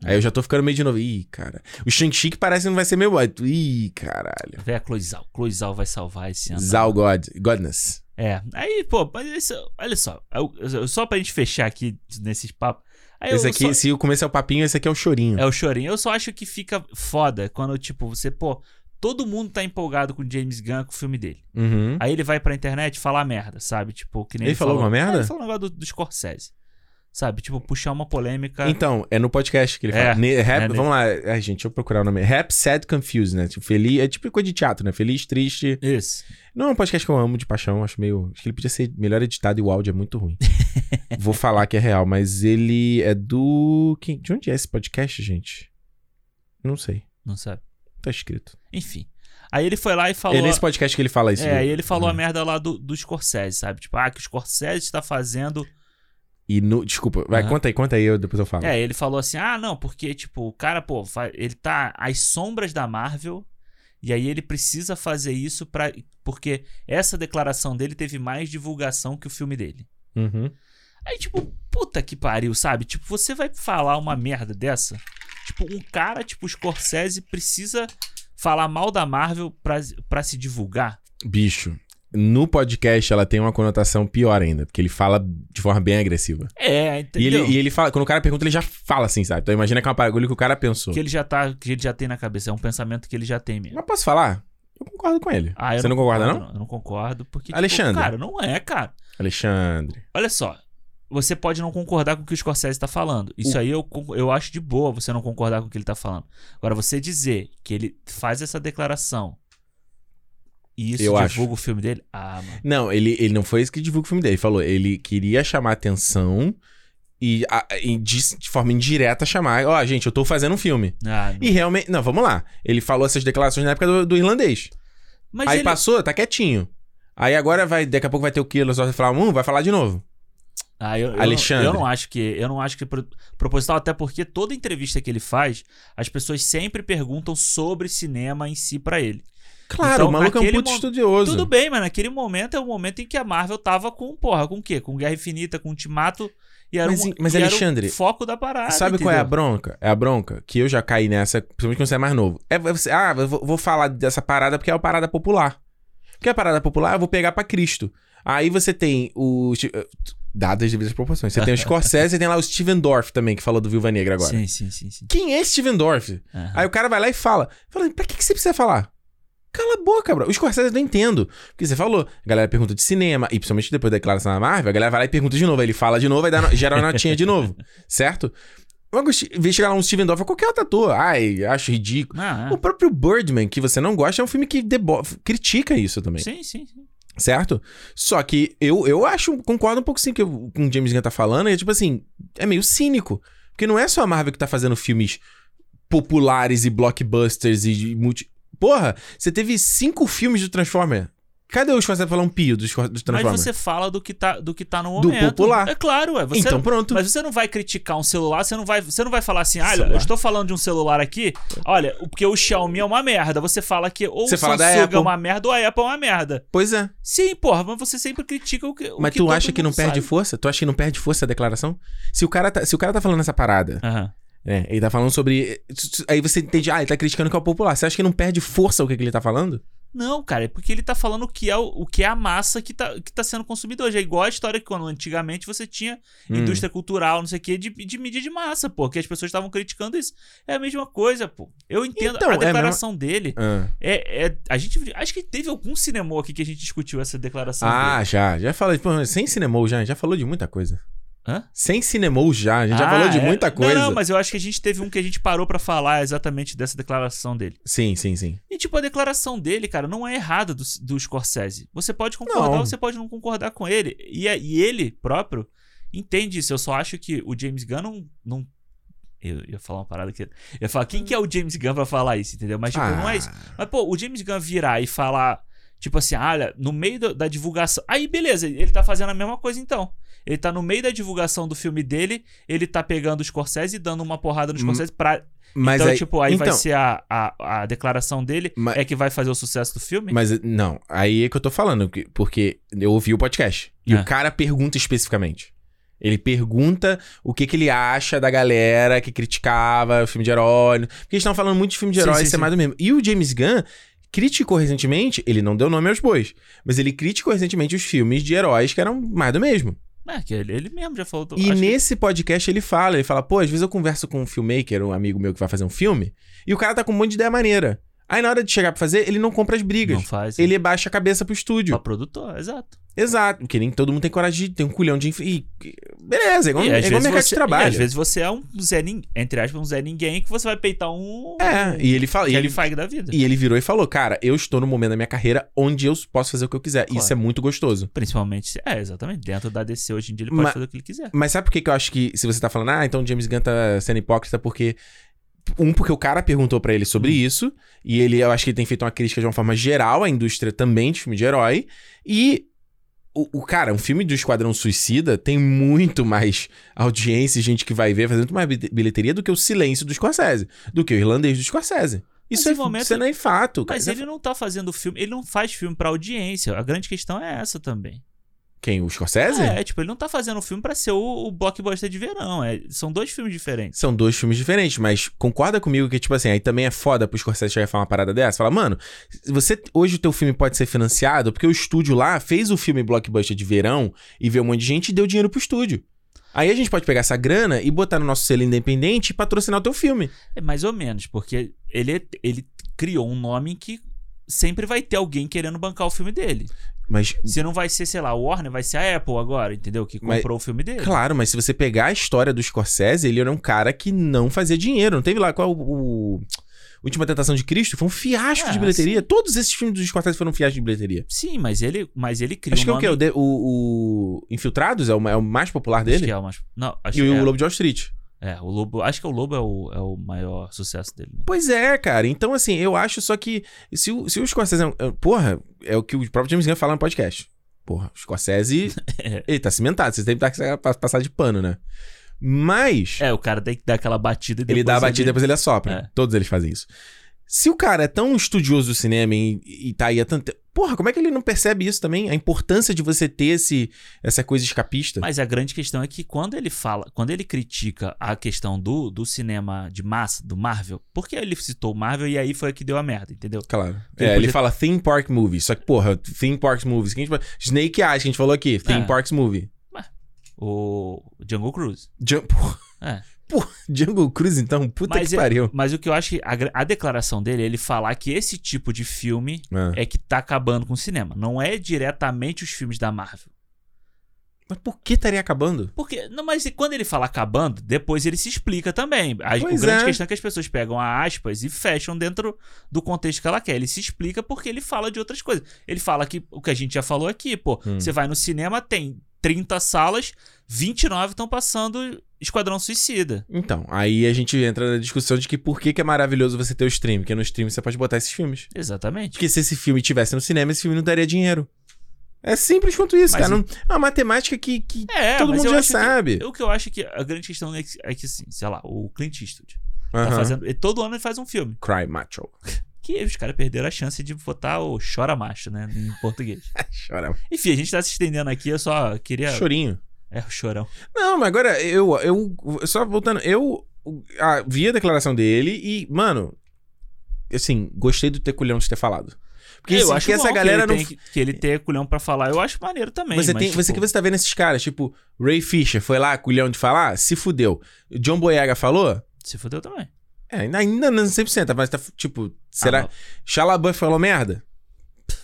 [SPEAKER 1] Aí eu já tô ficando meio de novo. Ih, cara. O Shang-Chi que parece que não vai ser meu boy. Ih, caralho.
[SPEAKER 2] Vê a Cloizal. Cloizal vai salvar esse ano.
[SPEAKER 1] Zal God. Godness.
[SPEAKER 2] É. Aí, pô, mas isso- olha só. Eu- eu- só pra gente fechar aqui nesses papos. Aí
[SPEAKER 1] Esse
[SPEAKER 2] eu
[SPEAKER 1] aqui,
[SPEAKER 2] só-
[SPEAKER 1] se o começo é o papinho, esse aqui é o chorinho.
[SPEAKER 2] É o chorinho. Eu só acho que fica foda quando, tipo, você, pô, todo mundo tá empolgado com o James Gunn, com o filme dele.
[SPEAKER 1] Uhum.
[SPEAKER 2] Aí ele vai pra internet falar merda, sabe? Tipo, que nem
[SPEAKER 1] Ele falou uma merda?
[SPEAKER 2] É, ele falou um negócio do, do Scorsese. Sabe? Tipo, puxar uma polêmica.
[SPEAKER 1] Então, é no podcast que ele
[SPEAKER 2] É,
[SPEAKER 1] fala. Ne- rap-
[SPEAKER 2] é, né?
[SPEAKER 1] vamos lá. Ai, gente, deixa eu procurar o nome. Rap Sad Confused, né? Tipo, feliz. É tipo coisa de teatro, né? Feliz, triste.
[SPEAKER 2] Isso.
[SPEAKER 1] Não é um podcast que eu amo de paixão. Acho meio. Acho que ele podia ser melhor editado e o áudio é muito ruim. Vou falar que é real, mas ele é do. Quem... De onde é esse podcast, gente? Não sei.
[SPEAKER 2] Não sabe?
[SPEAKER 1] Tá escrito.
[SPEAKER 2] Enfim. Aí ele foi lá e falou.
[SPEAKER 1] É nesse podcast que ele fala isso.
[SPEAKER 2] É,
[SPEAKER 1] viu?
[SPEAKER 2] aí ele falou
[SPEAKER 1] É.
[SPEAKER 2] a merda lá do, do Scorsese, sabe? Tipo, ah, que o Scorsese está fazendo.
[SPEAKER 1] E no... Desculpa, vai,
[SPEAKER 2] Aham.
[SPEAKER 1] conta aí, conta aí, eu, depois eu falo.
[SPEAKER 2] É, ele falou assim: ah, não, porque, tipo, o cara, pô, fa- ele tá às sombras da Marvel. E aí ele precisa fazer isso para Porque essa declaração dele teve mais divulgação que o filme dele.
[SPEAKER 1] Uhum.
[SPEAKER 2] Aí, tipo, puta que pariu, sabe? Tipo, você vai falar uma merda dessa? Tipo, um cara, tipo, o Scorsese precisa falar mal da Marvel pra, pra se divulgar?
[SPEAKER 1] Bicho, no podcast ela tem uma conotação pior ainda, porque ele fala de forma bem agressiva.
[SPEAKER 2] É,
[SPEAKER 1] E
[SPEAKER 2] entendeu?
[SPEAKER 1] ele, e ele fala, quando o cara pergunta, ele já fala assim, sabe? Então imagina que é uma bagulho que o cara pensou.
[SPEAKER 2] que ele já tá, que ele já tem na cabeça, é um pensamento que ele já tem mesmo.
[SPEAKER 1] Mas posso falar? Eu concordo com ele.
[SPEAKER 2] Ah, eu
[SPEAKER 1] Você não, concorda,
[SPEAKER 2] concordo,
[SPEAKER 1] não?
[SPEAKER 2] Eu não concordo, porque tipo,
[SPEAKER 1] Alexandre.
[SPEAKER 2] cara, não é, cara.
[SPEAKER 1] Alexandre.
[SPEAKER 2] Olha só, você pode não concordar com o que o Scorsese tá falando. Isso aí eu, con- eu acho de boa você não concordar com o que ele tá falando. Agora você dizer que ele faz essa declaração e isso
[SPEAKER 1] Eu
[SPEAKER 2] divulga
[SPEAKER 1] acho.
[SPEAKER 2] o filme dele? Ah, mano.
[SPEAKER 1] Não, ele, ele não foi isso que divulga o filme dele. Ele falou, ele queria chamar atenção e, a- e de, de forma indireta chamar. Ó, gente, eu tô fazendo um filme.
[SPEAKER 2] Ah, não.
[SPEAKER 1] E realmente. Não, vamos lá. Ele falou essas declarações na época do, do irlandês.
[SPEAKER 2] Mas
[SPEAKER 1] aí
[SPEAKER 2] ele...
[SPEAKER 1] passou, tá quietinho. Aí agora vai, daqui a pouco vai ter o Kilo, só vai falar, hum, vai falar de novo.
[SPEAKER 2] Ah, eu, eu não-
[SPEAKER 1] Alexandre.
[SPEAKER 2] Eu, não acho que eu não acho que é pro- proposital até porque toda entrevista que ele faz, as pessoas sempre perguntam sobre cinema em si pra ele.
[SPEAKER 1] Claro,
[SPEAKER 2] Então,
[SPEAKER 1] o maluco é um
[SPEAKER 2] naquele
[SPEAKER 1] puto
[SPEAKER 2] mo-
[SPEAKER 1] estudioso.
[SPEAKER 2] Tudo bem, mas naquele momento é o momento em que a Marvel tava com, porra, com o quê? Com Guerra Infinita, com Ultimato e era,
[SPEAKER 1] Mas,
[SPEAKER 2] um,
[SPEAKER 1] mas,
[SPEAKER 2] e era o
[SPEAKER 1] Alexandre,
[SPEAKER 2] foco da parada.
[SPEAKER 1] Sabe qual é a
[SPEAKER 2] Ah, entendeu?
[SPEAKER 1] bronca? É a bronca que eu já caí nessa, principalmente quando você é mais novo. É você, ah, eu vou, vou falar dessa parada porque é uma parada popular. Porque é parada popular, eu vou pegar pra Cristo. Aí você tem o. Sti- eh, Dadas as devidas proporções. Você tem o Scorsese e tem lá o Steven Dorff também, que falou do Viúva Negra agora.
[SPEAKER 2] Sim, sim, sim, sim.
[SPEAKER 1] Quem é Steven Dorff?
[SPEAKER 2] Aham.
[SPEAKER 1] Aí o cara vai lá e fala. Fala, pra que, que você precisa falar? Cala a boca, bro. Os Scorsese eu não entendo. Porque você falou, a galera pergunta de cinema, e principalmente depois da declaração da Marvel, a galera vai lá e pergunta de novo. Aí ele fala de novo, aí dá no- gera uma notinha de novo. Certo? Mas em vez de chegar lá um Steven Dorff, qualquer outro ator. Ai, acho ridículo.
[SPEAKER 2] Ah, é.
[SPEAKER 1] O próprio Birdman, que você não gosta, é um filme que debo- critica isso também.
[SPEAKER 2] Sim, sim, sim.
[SPEAKER 1] Certo? Só que eu, eu acho, concordo um pouco sim que o- com o James Gunn tá falando, e é tipo assim, é meio cínico. Porque não é só a Marvel que tá fazendo filmes populares e blockbusters e de multi. Porra, você teve cinco filmes do Transformer. Cadê o Schwarzenegger falar um pio do, Schwar- do
[SPEAKER 2] Mas
[SPEAKER 1] Transformer?
[SPEAKER 2] você fala do que tá, do que tá no
[SPEAKER 1] Do
[SPEAKER 2] momento.
[SPEAKER 1] popular.
[SPEAKER 2] É claro, é. Você
[SPEAKER 1] então pronto.
[SPEAKER 2] Mas você não vai criticar um celular, você não vai, você não vai falar assim, ah,
[SPEAKER 1] Celular.
[SPEAKER 2] eu estou falando de um celular aqui, olha, o- porque o Xiaomi é uma merda. Você fala que ou
[SPEAKER 1] Você
[SPEAKER 2] o
[SPEAKER 1] fala da
[SPEAKER 2] Samsung
[SPEAKER 1] Apple.
[SPEAKER 2] é uma merda ou a Apple é uma merda.
[SPEAKER 1] Pois é.
[SPEAKER 2] Sim, porra, mas você sempre critica o que o
[SPEAKER 1] Mas
[SPEAKER 2] que
[SPEAKER 1] tu
[SPEAKER 2] todo
[SPEAKER 1] acha que não
[SPEAKER 2] mundo
[SPEAKER 1] perde
[SPEAKER 2] sabe.
[SPEAKER 1] força? Tu acha que não perde força a declaração? Se o cara tá, se o cara tá falando essa parada,
[SPEAKER 2] Aham.
[SPEAKER 1] né? Ele tá falando sobre. Aí você entende, ah, ele tá criticando o que é o popular. Você acha que não perde força o que, que ele tá falando?
[SPEAKER 2] Não, cara, é porque ele tá falando o que é, o, o que é a massa que tá, que tá sendo consumida hoje. É igual a história que quando antigamente você tinha
[SPEAKER 1] Hum.
[SPEAKER 2] indústria cultural, não sei o quê, de, de mídia de massa, pô, que as pessoas estavam criticando isso. É a mesma coisa, pô. Eu entendo
[SPEAKER 1] Então, é
[SPEAKER 2] a
[SPEAKER 1] a mesma-
[SPEAKER 2] declaração dele.
[SPEAKER 1] Ah.
[SPEAKER 2] É, é- a gente acho que teve algum cinema aqui que a gente discutiu essa declaração.
[SPEAKER 1] Ah,
[SPEAKER 2] dele.
[SPEAKER 1] já. Já falei. Pô, sem cinemou já. Já falou de muita coisa.
[SPEAKER 2] Hã?
[SPEAKER 1] Sem cinemou já. A gente já
[SPEAKER 2] Ah,
[SPEAKER 1] falou de
[SPEAKER 2] é.
[SPEAKER 1] muita coisa.
[SPEAKER 2] Não, não, mas eu acho que a gente teve um que a gente parou pra falar exatamente dessa declaração dele.
[SPEAKER 1] Sim, sim, sim.
[SPEAKER 2] E tipo a declaração dele, cara, não é errada do, do Scorsese. Você pode concordar
[SPEAKER 1] Não.
[SPEAKER 2] ou você pode não concordar com ele. E, é- e ele próprio entende isso. Eu só acho que o James Gunn não, não eu ia falar uma parada que eu ia falar quem que é o James Gunn pra falar isso, entendeu? Mas tipo,
[SPEAKER 1] Ah,
[SPEAKER 2] não é isso. Mas, pô, o James Gunn virar e falar, tipo assim, ah, olha, no meio do- da divulgação. Aí, beleza, ele tá fazendo a mesma coisa então. Ele tá no meio da divulgação do filme dele, ele tá pegando o Scorsese e dando uma porrada no Scorsese pra.
[SPEAKER 1] Mas
[SPEAKER 2] então,
[SPEAKER 1] aí,
[SPEAKER 2] tipo, aí vai
[SPEAKER 1] então.
[SPEAKER 2] ser a, a, a declaração dele
[SPEAKER 1] Mas-
[SPEAKER 2] é que vai fazer o sucesso do filme?
[SPEAKER 1] Mas não, aí é que eu tô falando, que- porque eu ouvi o podcast. E
[SPEAKER 2] É.
[SPEAKER 1] o cara pergunta especificamente. Ele pergunta o que, que ele acha da galera que criticava o filme de herói. Porque eles estão falando muito de filme de
[SPEAKER 2] Sim,
[SPEAKER 1] herói,
[SPEAKER 2] sim,
[SPEAKER 1] isso é
[SPEAKER 2] sim.
[SPEAKER 1] mais do mesmo. E o James Gunn criticou recentemente, ele não deu nome aos bois, mas ele criticou recentemente os filmes de heróis que eram mais do mesmo.
[SPEAKER 2] É, que ele, ele mesmo já falou. do-
[SPEAKER 1] E
[SPEAKER 2] acho que-
[SPEAKER 1] nesse podcast ele fala, ele fala, pô, às vezes eu converso com um filmmaker, um amigo meu que vai fazer um filme, e o cara tá com um monte de ideia maneira. Aí na hora de chegar pra fazer, ele não compra as brigas.
[SPEAKER 2] Não Tá. faz. né?
[SPEAKER 1] Ele baixa a cabeça pro estúdio.
[SPEAKER 2] Pra produtor, exato.
[SPEAKER 1] Exato. Porque nem todo mundo tem coragem de ter um culhão de. inf- E, beleza, é igual,
[SPEAKER 2] E
[SPEAKER 1] é
[SPEAKER 2] às
[SPEAKER 1] igual
[SPEAKER 2] vezes
[SPEAKER 1] mercado
[SPEAKER 2] você-
[SPEAKER 1] de
[SPEAKER 2] e
[SPEAKER 1] trabalho.
[SPEAKER 2] às vezes você é um Zé Ninguém, entre aspas, um Zé Ninguém, que você vai peitar um.
[SPEAKER 1] É, e ele fala. E
[SPEAKER 2] Kevin
[SPEAKER 1] ele,
[SPEAKER 2] Feige da vida.
[SPEAKER 1] e ele virou e falou: Cara, eu estou no momento da minha carreira onde eu posso fazer o que eu quiser. E
[SPEAKER 2] Claro.
[SPEAKER 1] Isso é muito gostoso.
[SPEAKER 2] Principalmente, se- é, exatamente. Dentro da DC hoje em dia ele pode
[SPEAKER 1] Mas-
[SPEAKER 2] fazer o que ele quiser.
[SPEAKER 1] Mas sabe por que, que eu acho que se você tá falando, ah, então o James Gunn tá sendo hipócrita porque. Um, porque o cara perguntou pra ele sobre
[SPEAKER 2] Uhum.
[SPEAKER 1] isso, e ele, eu acho que ele tem feito uma crítica de uma forma geral à indústria também de filme de herói. E o, o cara, um filme do Esquadrão Suicida tem muito mais audiência, e gente que vai ver, fazendo muito mais bi- bilheteria do que o Silêncio do Scorsese, do que o Irlandês do Scorsese. Isso
[SPEAKER 2] Mas em
[SPEAKER 1] é,
[SPEAKER 2] momento-
[SPEAKER 1] isso não é fato, cara.
[SPEAKER 2] Mas
[SPEAKER 1] Isso é
[SPEAKER 2] ele não tá fazendo filme, ele não faz filme pra audiência. A grande questão é essa também.
[SPEAKER 1] Quem? O Scorsese?
[SPEAKER 2] É, tipo, ele não tá fazendo filme pra ser o, o blockbuster de verão. é- são dois filmes diferentes.
[SPEAKER 1] São dois filmes diferentes, mas concorda comigo que, tipo assim, aí também é foda pro Scorsese chegar e falar uma parada dessa? Fala, mano, você, hoje o teu filme pode ser financiado porque o estúdio lá fez o filme blockbuster de verão e veio um monte de gente e deu dinheiro pro estúdio. Aí a gente pode pegar essa grana e botar no nosso selo independente e patrocinar o teu filme.
[SPEAKER 2] É mais ou menos, porque ele, ele criou um nome que sempre vai ter alguém querendo bancar o filme dele.
[SPEAKER 1] Mas,
[SPEAKER 2] Se não vai ser, sei lá, o Warner, vai ser a Apple agora, entendeu? Que
[SPEAKER 1] Mas-
[SPEAKER 2] comprou o filme dele.
[SPEAKER 1] claro, mas se você pegar a história do Scorsese, ele era um cara que não fazia dinheiro. Não teve lá qual o... o- Última Tentação de Cristo foi um fiasco
[SPEAKER 2] É,
[SPEAKER 1] de bilheteria. Todos esses filmes do Scorsese foram um fiasco de bilheteria.
[SPEAKER 2] Sim, mas ele, mas ele criou
[SPEAKER 1] Acho que é
[SPEAKER 2] um
[SPEAKER 1] o quê? O,
[SPEAKER 2] nome...
[SPEAKER 1] de- o- o Infiltrados é o, ma- é o mais popular
[SPEAKER 2] Acho
[SPEAKER 1] dele?
[SPEAKER 2] que é o mais... Não, acho
[SPEAKER 1] e
[SPEAKER 2] que
[SPEAKER 1] o
[SPEAKER 2] é.
[SPEAKER 1] Lobo de Wall Street.
[SPEAKER 2] É, o Lobo. Acho que o Lobo é o, é o maior sucesso dele, né?
[SPEAKER 1] Pois é, cara. Então, assim, eu acho só que se o, se o Scorsese... é um- é- Porra, é o que o próprio James Gunn fala no podcast. Porra, o Scorsese... ele tá cimentado. Você tem que dar- pa- passar de pano, né? Mas...
[SPEAKER 2] É, o cara tem que dar aquela batida e depois
[SPEAKER 1] ele dá a batida e depois ele assopra.
[SPEAKER 2] É.
[SPEAKER 1] Todos eles fazem isso. Se o cara é tão estudioso do cinema e, e tá aí há tanto tempo... Porra, como é que ele não percebe isso também? A importância de você ter esse, essa coisa escapista.
[SPEAKER 2] Mas a grande questão é que quando ele fala, quando ele critica a questão do, do cinema de massa, do Marvel, porque ele citou o Marvel e aí foi que deu a merda, entendeu?
[SPEAKER 1] Claro.
[SPEAKER 2] Ele
[SPEAKER 1] É,
[SPEAKER 2] podia-
[SPEAKER 1] ele fala Theme Park Movie. Só que, porra, Theme Parks Movies. Que a gente... fala- Snake Eyes, que a gente falou aqui. Theme
[SPEAKER 2] É.
[SPEAKER 1] Parks Movie.
[SPEAKER 2] O Jungle Cruise.
[SPEAKER 1] Jum... Porra.
[SPEAKER 2] É.
[SPEAKER 1] Porra, Jungle Cruise, então. Puta
[SPEAKER 2] Mas
[SPEAKER 1] que
[SPEAKER 2] é-
[SPEAKER 1] pariu.
[SPEAKER 2] Mas o que eu acho que a, gra- a declaração dele é ele falar que esse tipo de filme
[SPEAKER 1] Ah.
[SPEAKER 2] é que tá acabando com o cinema. Não é diretamente os filmes da Marvel.
[SPEAKER 1] Mas por que estaria acabando?
[SPEAKER 2] Porque, não, mas e quando ele fala acabando, depois ele se explica também. A,
[SPEAKER 1] Pois
[SPEAKER 2] a grande
[SPEAKER 1] é.
[SPEAKER 2] questão é que as pessoas pegam a aspas e fecham dentro do contexto que ela quer. Ele se explica porque ele fala de outras coisas. Ele fala que o que a gente já falou aqui, pô,
[SPEAKER 1] Hum.
[SPEAKER 2] você vai no cinema, tem 30 salas, 29 estão passando Esquadrão Suicida.
[SPEAKER 1] Então, aí a gente entra na discussão de que por que, que é maravilhoso você ter o stream. Porque no stream você pode botar esses filmes.
[SPEAKER 2] Exatamente.
[SPEAKER 1] Porque se esse filme tivesse no cinema, esse filme não daria dinheiro. É simples quanto isso,
[SPEAKER 2] Mas
[SPEAKER 1] cara. Não- É uma matemática que, que
[SPEAKER 2] É,
[SPEAKER 1] todo
[SPEAKER 2] mas
[SPEAKER 1] mundo
[SPEAKER 2] eu
[SPEAKER 1] já
[SPEAKER 2] acho que-
[SPEAKER 1] sabe.
[SPEAKER 2] o que eu acho que a grande questão é que, é que assim, sei lá, o Clint Eastwood tá
[SPEAKER 1] Aham.
[SPEAKER 2] fazendo. Todo ano ele faz um filme.
[SPEAKER 1] Cry Macho.
[SPEAKER 2] Que os caras perderam a chance de botar o Chora Macho, né? Em português.
[SPEAKER 1] Chora.
[SPEAKER 2] Enfim, a gente tá se estendendo aqui, eu só queria.
[SPEAKER 1] Chorinho.
[SPEAKER 2] É o chorão.
[SPEAKER 1] Não, mas agora eu, eu só voltando, eu ah, vi a declaração dele e, mano, assim, gostei do ter culhão de ter falado. Porque assim, que essa
[SPEAKER 2] é bom
[SPEAKER 1] galera
[SPEAKER 2] que
[SPEAKER 1] não
[SPEAKER 2] ele tem- que ele tenha culhão pra falar. Eu acho maneiro também.
[SPEAKER 1] você
[SPEAKER 2] mas,
[SPEAKER 1] tem,
[SPEAKER 2] tipo,
[SPEAKER 1] você que você tá vendo esses caras, tipo, Ray Fisher foi lá culhão de falar, se fudeu. John Boyega falou?
[SPEAKER 2] Se fudeu também.
[SPEAKER 1] É, ainda, ainda não 100%, mas tá tipo, será
[SPEAKER 2] Ah,
[SPEAKER 1] Shalaban falou merda?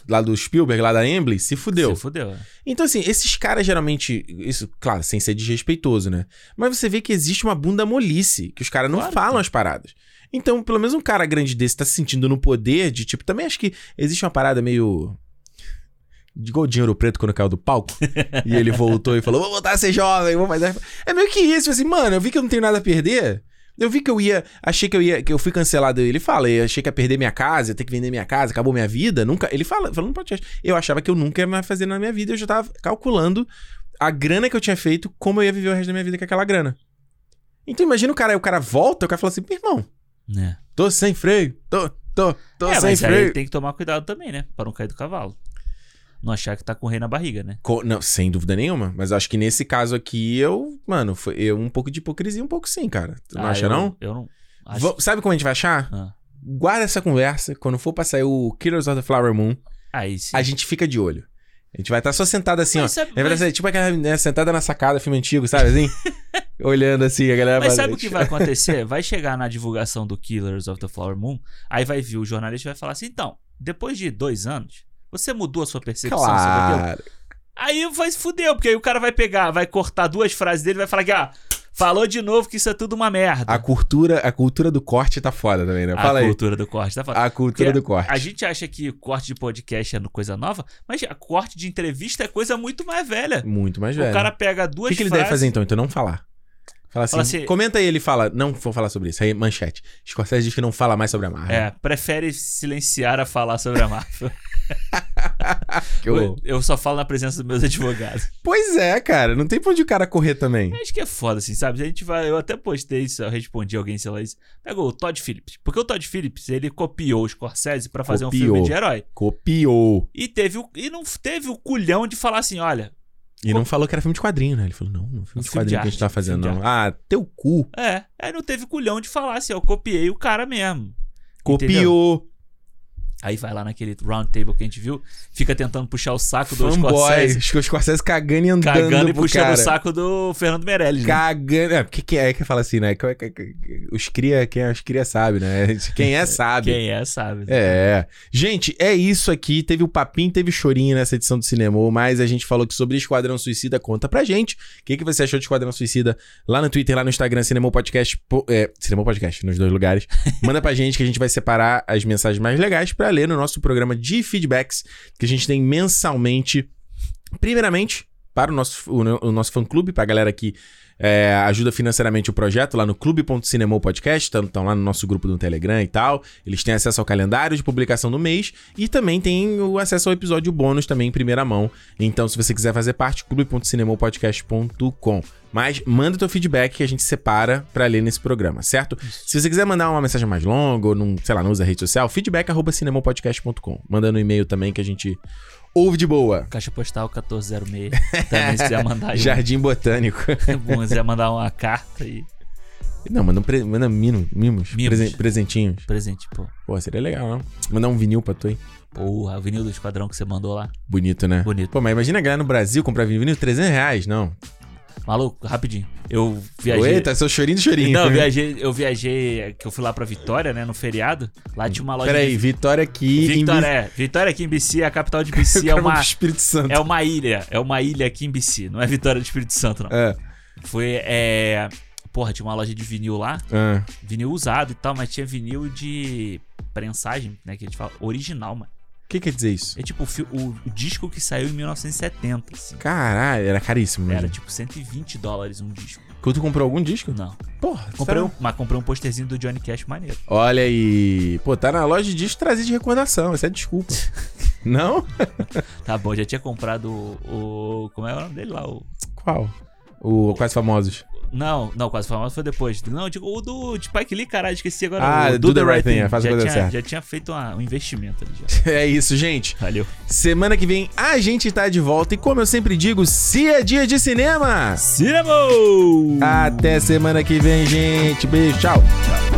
[SPEAKER 1] Lá do Spielberg, lá da Embley, se fudeu.
[SPEAKER 2] Se fudeu. é.
[SPEAKER 1] Então, assim, esses caras geralmente. Isso, claro, sem ser desrespeitoso, né? Mas você vê que existe uma bunda molice, que os caras não
[SPEAKER 2] Claro que
[SPEAKER 1] falam
[SPEAKER 2] tem.
[SPEAKER 1] as paradas. Então, pelo menos um cara grande desse tá se sentindo no poder de, tipo, também acho que existe uma parada meio. de Igual o dinheiro preto quando caiu do palco. e tipo ele voltou e falou: vou voltar a ser jovem, vou fazer. É meio que isso, assim, mano, eu vi que eu não tenho nada a perder. Eu vi que eu ia. Achei que eu ia. Que eu fui cancelado. Ele fala, eu achei que ia perder minha casa, ia ter que vender minha casa, acabou minha vida. Nunca. Ele fala, falando no podcast. Eu achava que eu nunca ia mais fazer na minha vida. Eu já tava calculando a grana que eu tinha feito, como eu ia viver o resto da minha vida com aquela grana. Então imagina o cara, o cara volta, o cara fala assim, meu irmão,
[SPEAKER 2] né?
[SPEAKER 1] tô sem freio, tô, tô, tô
[SPEAKER 2] É,
[SPEAKER 1] sem
[SPEAKER 2] mas aí
[SPEAKER 1] freio.
[SPEAKER 2] tem que tomar cuidado também, né? Pra não cair do cavalo. Não achar que tá com o rei na barriga, né?
[SPEAKER 1] Co- Não, sem dúvida nenhuma. Mas eu acho que nesse caso aqui, eu, mano, foi eu, um pouco de hipocrisia, um pouco sim, cara. Tu não
[SPEAKER 2] Ah,
[SPEAKER 1] acha,
[SPEAKER 2] eu,
[SPEAKER 1] não?
[SPEAKER 2] Eu não. Acho...
[SPEAKER 1] Vo- Sabe como a gente vai achar?
[SPEAKER 2] Ah.
[SPEAKER 1] Guarda essa conversa. Quando for pra sair o Killers of the Flower Moon,
[SPEAKER 2] Aí sim.
[SPEAKER 1] a gente fica de olho. A gente vai estar só sentado assim,
[SPEAKER 2] Mas
[SPEAKER 1] ó.
[SPEAKER 2] sabe-
[SPEAKER 1] Na verdade,
[SPEAKER 2] mas-
[SPEAKER 1] é tipo aquela né, sentada na sacada, filme antigo, sabe assim? Olhando assim, a galera vai-
[SPEAKER 2] Mas sabe o que vai acontecer? Vai chegar na divulgação do Killers of the Flower Moon, aí vai vir o jornalista e vai falar assim: então, depois de dois anos, você mudou a sua percepção sobre aquilo?
[SPEAKER 1] Claro.
[SPEAKER 2] Aí vai se fuder, porque aí o cara vai pegar, vai cortar duas frases dele e vai falar que, ah, falou de novo que isso é tudo uma merda.
[SPEAKER 1] A cultura, a cultura do corte tá foda também, né?
[SPEAKER 2] A
[SPEAKER 1] Fala aí.
[SPEAKER 2] cultura do corte, tá falando.
[SPEAKER 1] A cultura
[SPEAKER 2] Porque
[SPEAKER 1] do corte.
[SPEAKER 2] A gente acha que corte de podcast é coisa nova, mas a corte de entrevista é coisa muito mais velha.
[SPEAKER 1] Muito mais velho.
[SPEAKER 2] é O cara pega duas
[SPEAKER 1] O que, que ele
[SPEAKER 2] frases.
[SPEAKER 1] deve fazer então? Então não falar. Fala assim,
[SPEAKER 2] Fala assim-
[SPEAKER 1] comenta aí, ele fala, não vou falar sobre isso. Aí, manchete. Scorsese diz que não fala mais sobre a Marvel.
[SPEAKER 2] É, prefere silenciar a falar sobre a Marvel.
[SPEAKER 1] Que horror.
[SPEAKER 2] Eu só falo na presença dos meus advogados.
[SPEAKER 1] Pois é, cara. Não tem pra onde o cara correr também.
[SPEAKER 2] Acho que é foda, assim, sabe? A gente vai. Eu até postei isso, eu respondi alguém, sei lá, isso. Pegou o Todd Phillips. Porque o Todd Phillips, ele copiou o Scorsese pra fazer
[SPEAKER 1] Copiou.
[SPEAKER 2] um filme de herói.
[SPEAKER 1] Copiou.
[SPEAKER 2] E teve o, e não teve o culhão de falar assim, olha,
[SPEAKER 1] E não falou que era filme de quadrinho, né? Ele falou, não, não é filme
[SPEAKER 2] Um
[SPEAKER 1] de
[SPEAKER 2] filme
[SPEAKER 1] quadrinho
[SPEAKER 2] de
[SPEAKER 1] que a gente
[SPEAKER 2] arte,
[SPEAKER 1] tá
[SPEAKER 2] filme
[SPEAKER 1] fazendo,
[SPEAKER 2] de
[SPEAKER 1] não. Ah, teu cu.
[SPEAKER 2] é, aí não teve culhão de falar assim, ó, eu copiei o cara mesmo. Entendeu?
[SPEAKER 1] Copiou.
[SPEAKER 2] Aí vai lá naquele round table que a gente viu, fica tentando puxar o saco do
[SPEAKER 1] Fanboy.
[SPEAKER 2] Scorsese,
[SPEAKER 1] Acho que o Scorsese cagando e andando
[SPEAKER 2] cagando e
[SPEAKER 1] pro
[SPEAKER 2] puxando
[SPEAKER 1] cara.
[SPEAKER 2] o saco do Fernando Meirelles. né?
[SPEAKER 1] Cagando. É, o que, que é que fala assim, né? Que- que- que- Os cria, quem, os cria sabe, né? Quem é sabe.
[SPEAKER 2] Quem é, sabe?
[SPEAKER 1] É. Gente, é isso aqui. Teve o papinho, teve chorinho nessa edição do Cinema, mas a gente falou que sobre Esquadrão Suicida conta pra gente. O que, que você achou de Esquadrão Suicida? Lá no Twitter, lá no Instagram, Cinema Podcast. po- É, Cinema Podcast, nos dois lugares. Manda pra gente que a gente vai separar as mensagens mais legais pra ler no nosso programa de feedbacks, que a gente tem mensalmente. Primeiramente, para o nosso, o, o nosso fã-clube, pra galera que é, ajuda financeiramente o projeto lá no clube.cinemopodcast, estão lá no nosso grupo do Telegram e tal. Eles têm acesso ao calendário de publicação do mês e também tem o acesso ao episódio bônus também em primeira mão. Então, se você quiser fazer parte, clube.cinemopodcast.com. Mas manda teu feedback que a gente separa pra ler nesse programa, certo? Se você quiser mandar uma mensagem mais longa ou não, sei lá, não usa rede social, feedback@cinemopodcast.com. Manda no e-mail também que a gente ouve de boa.
[SPEAKER 2] Caixa postal 1406. Também se quiser mandar aí um-
[SPEAKER 1] Jardim Botânico.
[SPEAKER 2] É bom, se quiser mandar uma carta e
[SPEAKER 1] Não, manda, um pre... manda mimo- mimos,
[SPEAKER 2] Mimos.
[SPEAKER 1] presen- presentinhos.
[SPEAKER 2] presente, pô.
[SPEAKER 1] Pô, seria legal, não? Mandar um vinil pra tu, hein?
[SPEAKER 2] Porra, o vinil do esquadrão que você mandou lá.
[SPEAKER 1] Bonito, né?
[SPEAKER 2] Bonito.
[SPEAKER 1] Pô, mas imagina a galera no Brasil comprar vinil, vinil 300 reais, não.
[SPEAKER 2] Maluco, rapidinho. Eu viajei.
[SPEAKER 1] Eita, tá seu chorinho do chorinho.
[SPEAKER 2] Não, eu viajei, eu viajei, que eu fui lá pra Vitória, né, no feriado. Lá tinha uma loja
[SPEAKER 1] Peraí,
[SPEAKER 2] de...
[SPEAKER 1] Vitória aqui
[SPEAKER 2] Vitória,
[SPEAKER 1] em
[SPEAKER 2] é. Vitória aqui em BC, a capital de
[SPEAKER 1] Bic-
[SPEAKER 2] BC é
[SPEAKER 1] Carmo
[SPEAKER 2] uma,
[SPEAKER 1] do Espírito Santo.
[SPEAKER 2] é uma ilha. É uma ilha aqui em BC, não é Vitória do Espírito Santo, não.
[SPEAKER 1] É.
[SPEAKER 2] Foi, é... Porra, tinha uma loja de vinil lá,
[SPEAKER 1] Ah,
[SPEAKER 2] vinil usado e tal, mas tinha vinil de prensagem, né, que a gente fala, original, mano.
[SPEAKER 1] O que quer dizer isso?
[SPEAKER 2] É tipo o, fi- o- o disco que saiu em 1970, assim.
[SPEAKER 1] Caralho, era caríssimo,
[SPEAKER 2] Era
[SPEAKER 1] né?
[SPEAKER 2] tipo 120 dólares um disco.
[SPEAKER 1] Quando tu comprou algum disco?
[SPEAKER 2] Não.
[SPEAKER 1] Porra,
[SPEAKER 2] Comprei
[SPEAKER 1] tá-
[SPEAKER 2] um, mas comprei um posterzinho do Johnny Cash maneiro.
[SPEAKER 1] Olha aí. Pô, tá na loja de disco trazer de recordação. Essa é desculpa. não?
[SPEAKER 2] Tá bom, já tinha comprado o, o- Como é o nome dele lá? O,
[SPEAKER 1] Qual? O Quais Famosos.
[SPEAKER 2] não, não, quase famoso foi depois. Não, eu digo o do de Spike Lee, caralho, esqueci agora.
[SPEAKER 1] Ah,
[SPEAKER 2] o,
[SPEAKER 1] do the right thing, faz a
[SPEAKER 2] já,
[SPEAKER 1] coisa
[SPEAKER 2] tinha,
[SPEAKER 1] certa.
[SPEAKER 2] já tinha feito uma- um investimento ali já.
[SPEAKER 1] É isso, gente.
[SPEAKER 2] Valeu.
[SPEAKER 1] Semana que vem a gente tá de volta e como eu sempre digo, se é dia de cinema.
[SPEAKER 2] Cinema!
[SPEAKER 1] Ah, Até semana que vem, gente. Beijo, tchau.
[SPEAKER 2] Tchau.